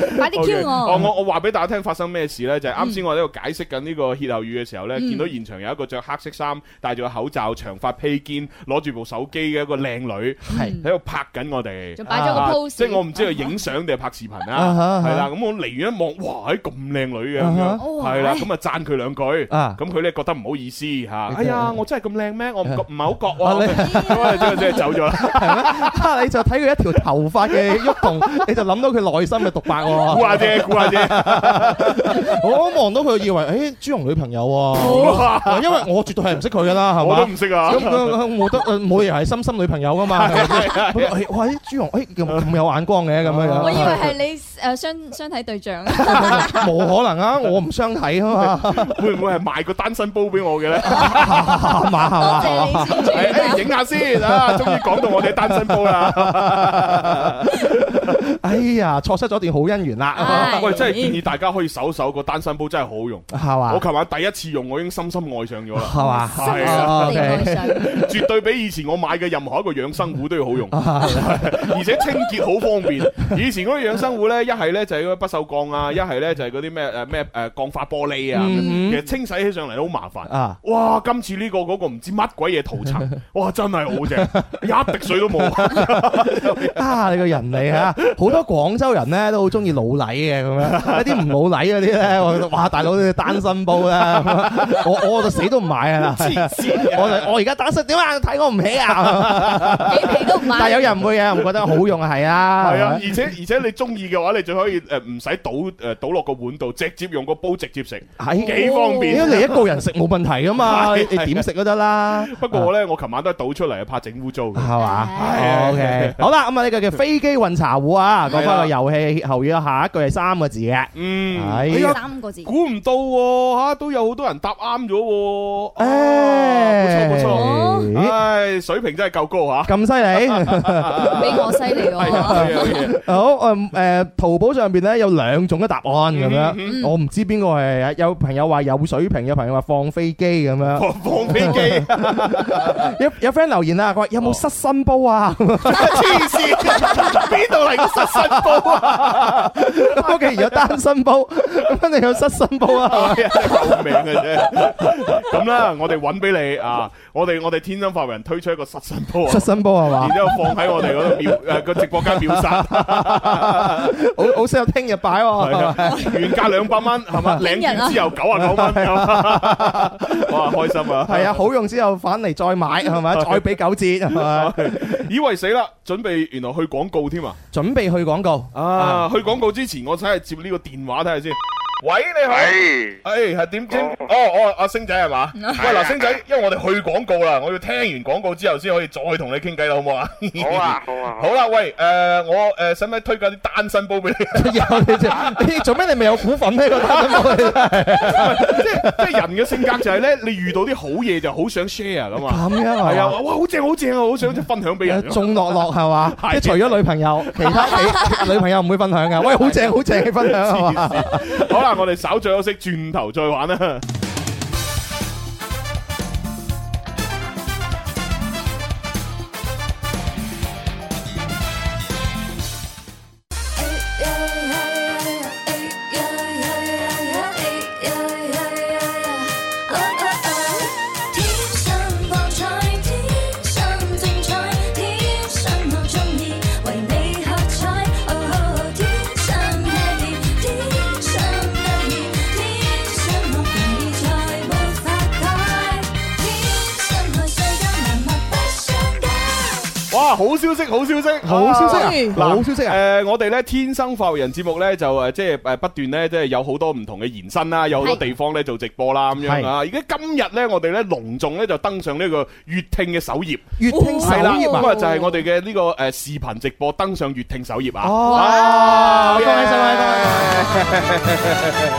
Speaker 4: 快嗯啲
Speaker 2: OK，哦
Speaker 4: Q 我！
Speaker 2: 我我話俾大家聽發生咩事呢？就係
Speaker 3: 嗯
Speaker 2: 啱先我喺度解釋緊呢個歇後語嘅時候呢，見到現場有一個着黑色衫、戴住個口罩、長髮披肩、攞住部手機嘅一個靚女，
Speaker 3: 係
Speaker 2: 喺度拍緊我哋。
Speaker 4: 嗯仲擺咗個
Speaker 2: 啊
Speaker 4: pose，
Speaker 2: 即係我唔知佢影相定係拍視頻
Speaker 3: 啊哈
Speaker 2: 啦，
Speaker 3: 啊哈
Speaker 2: 係啦，咁我離遠一望，哇，咦咁靚女嘅咁
Speaker 3: 啊
Speaker 2: 樣，
Speaker 4: 哈哇
Speaker 2: 係啦，咁啊讚佢兩句，
Speaker 3: 啊
Speaker 2: 咁佢咧覺得唔好意思嚇，
Speaker 3: 你
Speaker 2: 哎呀，
Speaker 3: 真係
Speaker 2: 我真係咁靚咩？我唔覺唔係
Speaker 3: 啊
Speaker 2: 好
Speaker 3: 你
Speaker 2: 覺喎，咁啊，即係即係走咗啦，
Speaker 3: 啊你就睇佢一條頭髮嘅喐動，你就諗到佢內心嘅獨白
Speaker 2: 估
Speaker 3: 喎。
Speaker 2: 下啫，估下啫，
Speaker 3: 我望到佢以為，誒朱紅女朋友喎，
Speaker 2: 哇
Speaker 3: 嗱因為我絕對係唔識佢噶啊啦，係
Speaker 2: 我都
Speaker 3: 嘛
Speaker 2: 唔？識啊
Speaker 3: 咁。佢我覺得誒冇嘢係心心女朋友噶嘛，係咪喂，朱紅誒咁咁有眼光嘅咁樣
Speaker 4: 我以為呃
Speaker 3: 樣。
Speaker 4: 係你誒相相睇對像。
Speaker 3: 冇可能啊！我唔相睇啊 嘛，
Speaker 2: 會唔會係賣個單身煲俾我嘅咧？
Speaker 3: 係嘛係
Speaker 4: 多
Speaker 3: 嘛
Speaker 2: 啊
Speaker 4: 謝
Speaker 3: 係嘛，
Speaker 4: 你先
Speaker 2: 誒誒哎影下先 啊！終於講到我哋單身煲啦。
Speaker 3: 哎呀，錯失咗段好姻緣啦，
Speaker 4: 係
Speaker 2: 喂，真係建議大家可以搜搜個單身煲，真係好用。
Speaker 3: 係嘛
Speaker 2: 我？琴晚第一次用，我已經深深愛上咗啦，
Speaker 3: 啊係嘛？
Speaker 2: 係
Speaker 4: 深
Speaker 3: 啊
Speaker 4: 深地愛上。
Speaker 2: 絕對比以前我買嘅任何一個養生壺都要好 用，
Speaker 3: 啊
Speaker 2: 而且清潔好方便。以前嗰啲養生壺呢，一係呢就係嗰啲不鏽鋼啊，一係呢就係嗰啲咩誒咩誒鋼化玻璃啊，
Speaker 3: 嗯
Speaker 2: 其實清洗起上嚟好麻煩。
Speaker 3: 啊！
Speaker 2: 哇！今次呢個嗰個唔知乜鬼嘢塗 層，哇！真係好正，一滴水都冇。
Speaker 3: 啊！你個人嚟啊，好多廣州人咧都好中意老禮嘅咁 樣，一啲唔老禮嗰啲咧，我覺得哇大佬你單身煲啦，我我就死都唔 買啊啦！
Speaker 2: 黐線啊
Speaker 3: 我就我而家單身點啊？睇我唔起 啊！
Speaker 4: 幾皮都唔買。
Speaker 3: 但係有人唔會嘅，唔覺得好用係啊，
Speaker 2: 係啊，
Speaker 3: 係咪
Speaker 2: 而且而且你中意嘅話，你就可以誒唔使倒誒倒落個碗度，直接用個煲直接食。
Speaker 3: 係
Speaker 2: 幾方便
Speaker 3: 因為你一個人食冇問題噶 嘛，你你點食都得啦，
Speaker 2: 不過咧，我琴晚都係倒出嚟，怕整污糟嘅。
Speaker 3: 係嘛
Speaker 2: 係
Speaker 3: ？OK，好啦，咁啊呢個叫飛機運茶壺啊，講翻
Speaker 2: 係啦
Speaker 3: 個遊戲後語啊，下一句係三個字嘅，
Speaker 2: 嗯，
Speaker 3: 哎
Speaker 2: 哎呀
Speaker 4: 三個字。
Speaker 2: 估唔到喎嚇，都有好多人答啱咗喎。
Speaker 3: 誒，
Speaker 2: 啊不錯不
Speaker 3: 咦
Speaker 2: 錯，唉，水平真係夠高嚇。
Speaker 3: 咁犀 利，
Speaker 4: 比我犀利
Speaker 2: 係啊
Speaker 4: 喎。
Speaker 2: 係啊係啊
Speaker 3: 好誒誒，淘寶上邊咧有兩種嘅答案咁
Speaker 2: 嗯
Speaker 3: 樣，我唔知邊個係，有朋友話有水平，有朋友話放飛機咁樣，
Speaker 2: 放放飛機，
Speaker 3: 有有 friend 留言啊，佢話有冇失身煲啊？
Speaker 2: 黐線，邊度嚟個失身煲啊？
Speaker 3: 咁屋企有單身煲，咁肯定有失身煲 啊！
Speaker 2: 係啊救命嘅啫！咁啦，我哋揾俾你啊！我哋我哋天生發人推出一個失身煲啊
Speaker 3: 失！身煲係嘛
Speaker 2: 然？之後放喺我哋嗰度秒誒個直播間秒殺，
Speaker 3: 好好適合聽日擺
Speaker 2: 係
Speaker 3: 喎
Speaker 2: 啊。原價兩百蚊係嘛，領
Speaker 4: 驚人啊
Speaker 2: 完之後九啊九蚊咁，哇開心啊！
Speaker 3: 係啊，好用之後返嚟再買係咪？再俾九折係咪？
Speaker 2: 以為死啦，準備原來去廣告添啊！
Speaker 3: 準備去廣告
Speaker 2: 啊，去廣告之前我睇下接呢個電話睇下先。喂，你好。誒係點點？哦哦，阿星仔係 嘛？喂嗱，星仔，因為我哋去廣告啦，我要聽完廣告之後先可以再同你傾偈啦，好唔好啊？
Speaker 6: 好啊，好啊，
Speaker 2: 好啦，喂，誒我誒使唔使推介啲單身煲俾你？
Speaker 3: 有你就你做咩？你咪有股份呢個單身煲你真係
Speaker 2: 即係即係人嘅性格就係咧， 你遇到啲好嘢就好想 share 噶嘛。
Speaker 3: 咁樣
Speaker 2: 係 啊，
Speaker 3: 係嘛？嗯
Speaker 2: 哇，好正好正啊，好想分享俾人。
Speaker 3: 仲落落係嘛？
Speaker 2: 係
Speaker 3: 即係除咗女朋友，其 他你女朋友唔會分享㗎。喂，好正好正，你分享係嘛？
Speaker 2: 好啦，我哋稍作休息，轉頭再玩 啦。
Speaker 7: 天生博彩，天生精彩，天生我中意，為你喝彩。哦，天生 happy，天生得意，天生我願意再無法改。天生愛世間，萬物不相干。
Speaker 2: 哇，好消息，好消息，
Speaker 3: 好消息啊！
Speaker 2: 嗱
Speaker 3: 好消息啊！
Speaker 2: 誒，我哋咧天生發育人節目咧就誒，即係呃誒不斷咧，即係有好多唔同嘅延伸啦，有好多
Speaker 4: 係
Speaker 2: 地方咧做直播啦咁樣啊。而家今日咧，我哋咧隆重咧就登上呢個粵聽嘅首頁，
Speaker 3: 粵聽首
Speaker 2: 係啦，
Speaker 3: 頁啊
Speaker 2: 咁！啊就係我哋嘅呢個誒視頻直播登上粵聽首頁啊。
Speaker 3: 哦，
Speaker 2: 耶
Speaker 3: 恭喜晒， 恭喜晒！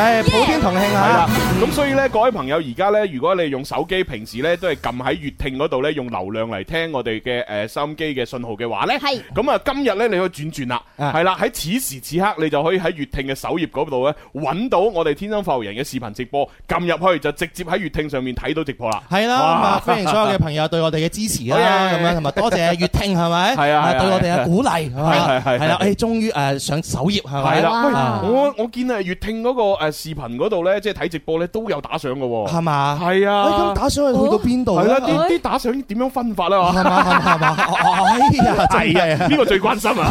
Speaker 3: 唉，普天同慶
Speaker 2: 係啦
Speaker 3: 啊！，
Speaker 2: 咁所以咧，各位朋友，而家咧，如果你用手機，平時咧都係撳喺粵聽嗰度咧，用流量嚟聽我哋嘅誒收音機嘅信號嘅話咧，
Speaker 4: 係
Speaker 2: 咁啊，今日咧你可以轉轉啦，
Speaker 3: 啊
Speaker 2: 係啦，喺此時此刻你就可以喺粵聽嘅首頁嗰度咧揾到我哋天生發育人嘅視頻直播，撳入去就直接喺粵聽上面睇到直播啦。
Speaker 3: 係啦，
Speaker 2: 哇
Speaker 3: 咁啊，歡迎所有嘅朋友對我哋嘅支持啦，
Speaker 2: 好嘢
Speaker 3: 咁樣啊同埋多謝粵聽係咪？
Speaker 2: 係啊係啊
Speaker 3: 對我哋嘅鼓勵係咪？
Speaker 2: 係係係
Speaker 3: 係啦，誒，終於誒上首頁係咪？
Speaker 2: 係啦，
Speaker 4: 哇
Speaker 2: 喂，我我見啊粵聽嗰個誒視頻嗰度咧，即係睇直播咧都有打賞嘅喎，
Speaker 3: 係嘛？
Speaker 2: 係
Speaker 3: 喂，咁
Speaker 2: 啊，哎
Speaker 3: 打上去去到邊度
Speaker 2: 係
Speaker 3: 咧
Speaker 2: 啦，？啲啲打賞點樣分法啊？
Speaker 3: 係嘛係嘛係嘛？哦哦哎呀，真係
Speaker 2: 係啊，
Speaker 3: 啊！
Speaker 2: 呢個最關心 啊！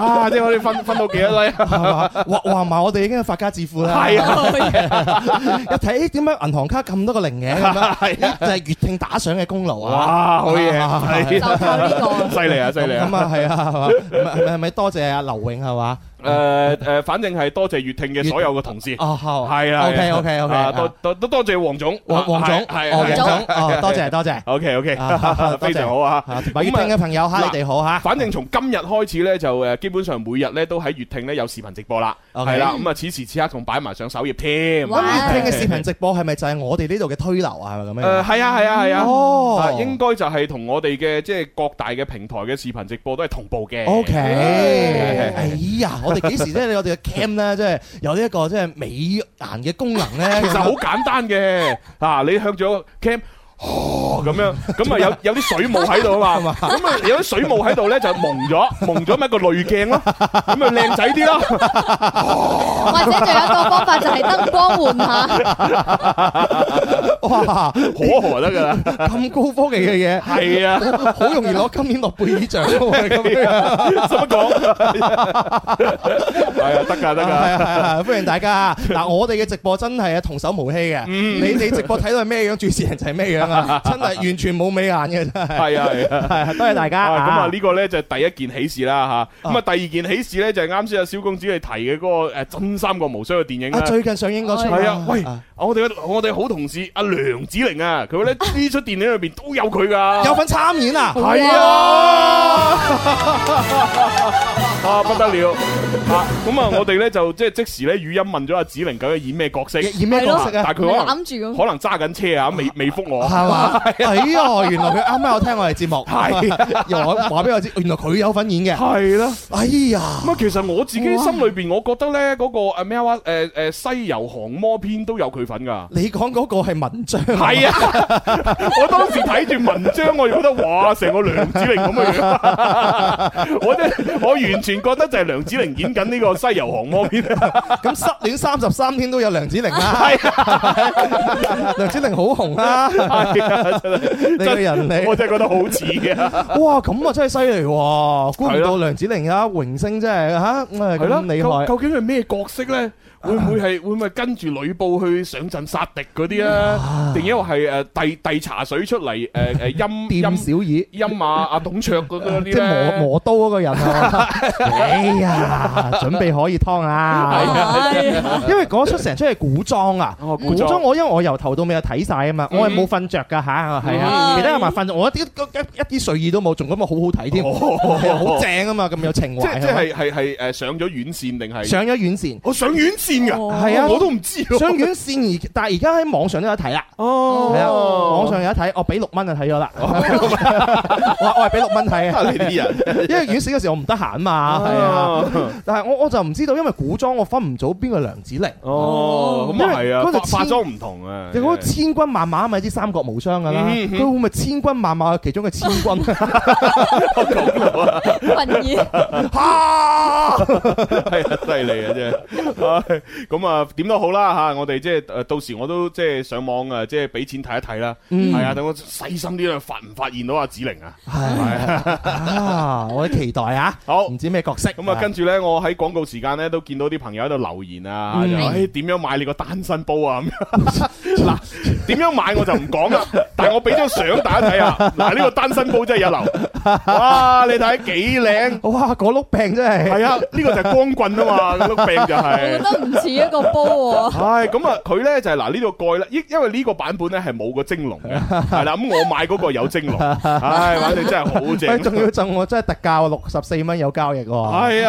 Speaker 2: 啊，即係我哋分分到幾多咧？
Speaker 3: 係嘛？話話埋我哋已經係發家致富啦！
Speaker 2: 係啊，
Speaker 3: 一睇咦點解銀行卡咁多個零嘅咁樣，
Speaker 2: 係啊，
Speaker 3: 就係粵聽打賞嘅功勞啊！
Speaker 2: 哇，好嘢，係
Speaker 4: 就靠呢個
Speaker 2: 犀利啊，犀利
Speaker 3: 咁
Speaker 2: 啊！
Speaker 3: 啊係啊，係嘛？係咪係咪多謝阿劉永係嘛？
Speaker 2: 诶诶，反正係多謝粵聽嘅所有嘅同事。
Speaker 3: 哦，好，
Speaker 2: 係啦
Speaker 3: ，OK OK
Speaker 2: 啊
Speaker 3: OK，
Speaker 2: 多多多多謝黃總，
Speaker 3: 黃黃總，
Speaker 2: 啊係
Speaker 3: 哦
Speaker 2: 係
Speaker 3: 黃總，哦，多謝多謝，
Speaker 2: O K O K，
Speaker 3: 啊多謝
Speaker 2: 非常好啊！
Speaker 3: 啊，同埋粵聽嘅朋友
Speaker 2: 嗱
Speaker 3: 嗨，你哋好嚇，
Speaker 2: 反正從今日開始咧，就誒基本上每日咧都喺粵聽咧有視頻直播啦，
Speaker 3: OK
Speaker 2: 係啦，咁啊此時此刻仲擺埋上首頁添。
Speaker 3: 咁
Speaker 4: 哇
Speaker 3: 粵聽嘅視頻直播係咪就係我哋呢度嘅推流啊？係咪咁
Speaker 2: 誒
Speaker 3: 樣？
Speaker 2: 係啊係啊係啊，
Speaker 3: 哦
Speaker 2: 啊應該就係同我哋嘅即係各大嘅平台嘅視頻直播都係同步嘅。
Speaker 3: O K，哎呀，我哋幾時咧？我哋嘅 cam 咧，即係有呢一個即係美顏嘅功能咧。
Speaker 2: 其實好簡單嘅，啊你向咗 cam。哦，咁樣，咁啊有有啲水霧喺度啊 嘛，咁啊有啲水霧喺度咧就蒙咗，蒙咗咪一個濾鏡咯，咁啊靚仔啲咯。
Speaker 4: 或者仲有一個方法就係燈光換下，
Speaker 3: 哇，
Speaker 2: 可河得噶啦，
Speaker 3: 咁高科技嘅嘢，
Speaker 2: 係啊，
Speaker 3: 好容易攞今年諾貝爾獎喎咁樣。
Speaker 2: 使乜講？係啊，得㗎得
Speaker 3: 係
Speaker 2: 㗎，
Speaker 3: 啊係啊，歡迎大家！嗱，我哋嘅直播真係啊童叟無欺嘅，
Speaker 2: 嗯
Speaker 3: 你你直播睇到係咩樣，主持人就係咩樣啊， 真係完全冇美顏嘅真係。
Speaker 2: 係啊係啊。
Speaker 3: 係多謝大家
Speaker 2: 啊咁啊
Speaker 3: 啊！
Speaker 2: 呢個咧就係第一件喜事啦吓，咁啊
Speaker 3: 啊
Speaker 2: 第二件喜事咧就係啱先阿蕭公子你提嘅嗰個誒呃真三國無雙嘅電影
Speaker 3: 啊，
Speaker 2: 啦。
Speaker 3: 最近上映嗰出
Speaker 2: 係啊，喂，我哋嘅我哋好同事阿梁子玲啊，佢咧呢出電影裏邊都有佢噶。
Speaker 3: 有份參演啊！
Speaker 2: 係啊， 啊不得了啊！咁啊，我哋咧就即係即時咧語音問咗阿子玲究竟演咩角色，
Speaker 3: 演咩角色
Speaker 2: 但
Speaker 3: 啊？
Speaker 2: 係佢可能
Speaker 4: 攬住咁。
Speaker 2: 可能揸緊車啊，未未覆我。
Speaker 3: 係 嘛？哎呀，原來佢啱啱有聽我哋節目，
Speaker 2: 啊係
Speaker 3: 又話話俾我知，原來佢有份演嘅。
Speaker 2: 係啦，
Speaker 3: 哎呀
Speaker 2: 咁，啊，其實我自己心裏邊，我覺得咧嗰個呃誒咩話誒誒《西遊降魔篇》都有佢份 㗎。
Speaker 3: 你講嗰個係文 章，
Speaker 2: 係啊， 我當時睇住文章，我就覺得哇，成個梁子玲咁嘅樣， 我真我完全覺得就係梁子玲演緊呢個《西遊降魔篇》。
Speaker 3: 咁失戀三十三天都有梁子玲啦，
Speaker 2: 啊
Speaker 3: 梁子玲好紅啦，
Speaker 2: 係啊，真係
Speaker 3: 你個人
Speaker 2: 真
Speaker 3: 你
Speaker 2: 我真係覺得好似嘅。
Speaker 3: 哇，咁啊真係犀利喎！估
Speaker 2: 係
Speaker 3: 唔
Speaker 2: 咯
Speaker 3: 到梁子玲啊，榮星真係嚇
Speaker 2: 係
Speaker 3: 咁
Speaker 2: 咯，
Speaker 3: 厲害。
Speaker 2: 究究竟係咩角色咧？會唔 會係會唔會跟住呂布去上陣殺敵嗰啲啊？定抑或係誒遞遞茶水出嚟誒誒陰
Speaker 3: 掂
Speaker 2: 陰
Speaker 3: 小耳，
Speaker 2: 陰啊阿董卓嗰嗰啲
Speaker 3: 即係磨
Speaker 2: 咧？
Speaker 3: 磨刀嗰個人 啊！哎呀，準備可以劏啊！因為嗰出成出係古裝啊，
Speaker 2: 哦古
Speaker 3: 古
Speaker 2: 裝
Speaker 3: 裝我因為我由頭到尾就睇晒啊嘛，
Speaker 2: 嗯
Speaker 3: 我係冇瞓着㗎吓，係啊，其他人話瞓，我一啲一啲睡意都冇，仲咁啊好好睇添，係啊好正啊嘛，咁有情
Speaker 2: 哦即
Speaker 3: 懷，
Speaker 2: 即係係係誒上咗院線定係？
Speaker 3: 上咗院線，
Speaker 2: 我上院線㗎，
Speaker 3: 係啊
Speaker 2: 哦我都唔知喎。
Speaker 3: 上院線而但係而家喺網上都有得睇啦。
Speaker 2: 哦
Speaker 3: 係啊，網上有得睇，我俾六蚊就睇咗啦。 我我係俾六蚊睇
Speaker 2: 啊
Speaker 3: 嘅，
Speaker 2: 你哦啲人
Speaker 3: 因為院線嘅時候我唔得閒嘛，係 啊。但係我我就唔知道，因為古裝我分唔到邊個梁子玲。
Speaker 2: 哦，咁啊係啊，
Speaker 3: 因為
Speaker 2: 化
Speaker 3: 嗰度千
Speaker 2: 化妝唔同啊。
Speaker 3: 有嗰個千軍萬馬咪啲三國無雙㗎啦，
Speaker 2: 嗯
Speaker 3: 佢
Speaker 2: 嗯
Speaker 3: 會唔會千軍萬馬其中嘅千 軍？
Speaker 2: 啊 係啊，犀利啊，真係唉咁啊，點都好啦吓，我哋即係诶，到時我都即係上網啊，即係俾錢睇一睇啦。
Speaker 3: 嗯
Speaker 2: 係啊，等我細心啲啦，發唔發現到阿子玲啊？
Speaker 3: 係啊，我哋期待啊！
Speaker 2: 好
Speaker 3: 唔知咩角色
Speaker 2: 咁啊，跟住咧，我喺廣告時間咧都見到啲朋友喺度留言啊，
Speaker 3: 嗯
Speaker 2: 就诶點樣買你個單身煲啊 咁樣。嗱，點樣買我就唔講啦，但係我俾張相大家睇下。 嗱，呢個單身煲真係一流，哇！你睇幾靚。
Speaker 3: 哇，嗰碌病真係
Speaker 2: 係啊，呢個就係光棍啊嘛，嗰碌病 就係。唉，咁啊，佢咧就係嗱呢度蓋咧，因因為呢個版本咧係冇個蒸籠嘅，係啦，咁我買嗰個有蒸籠，唉，反正真係好
Speaker 3: 佢仲
Speaker 2: 正。
Speaker 3: 要贈我真係特價六十四蚊有交易喎。
Speaker 2: 係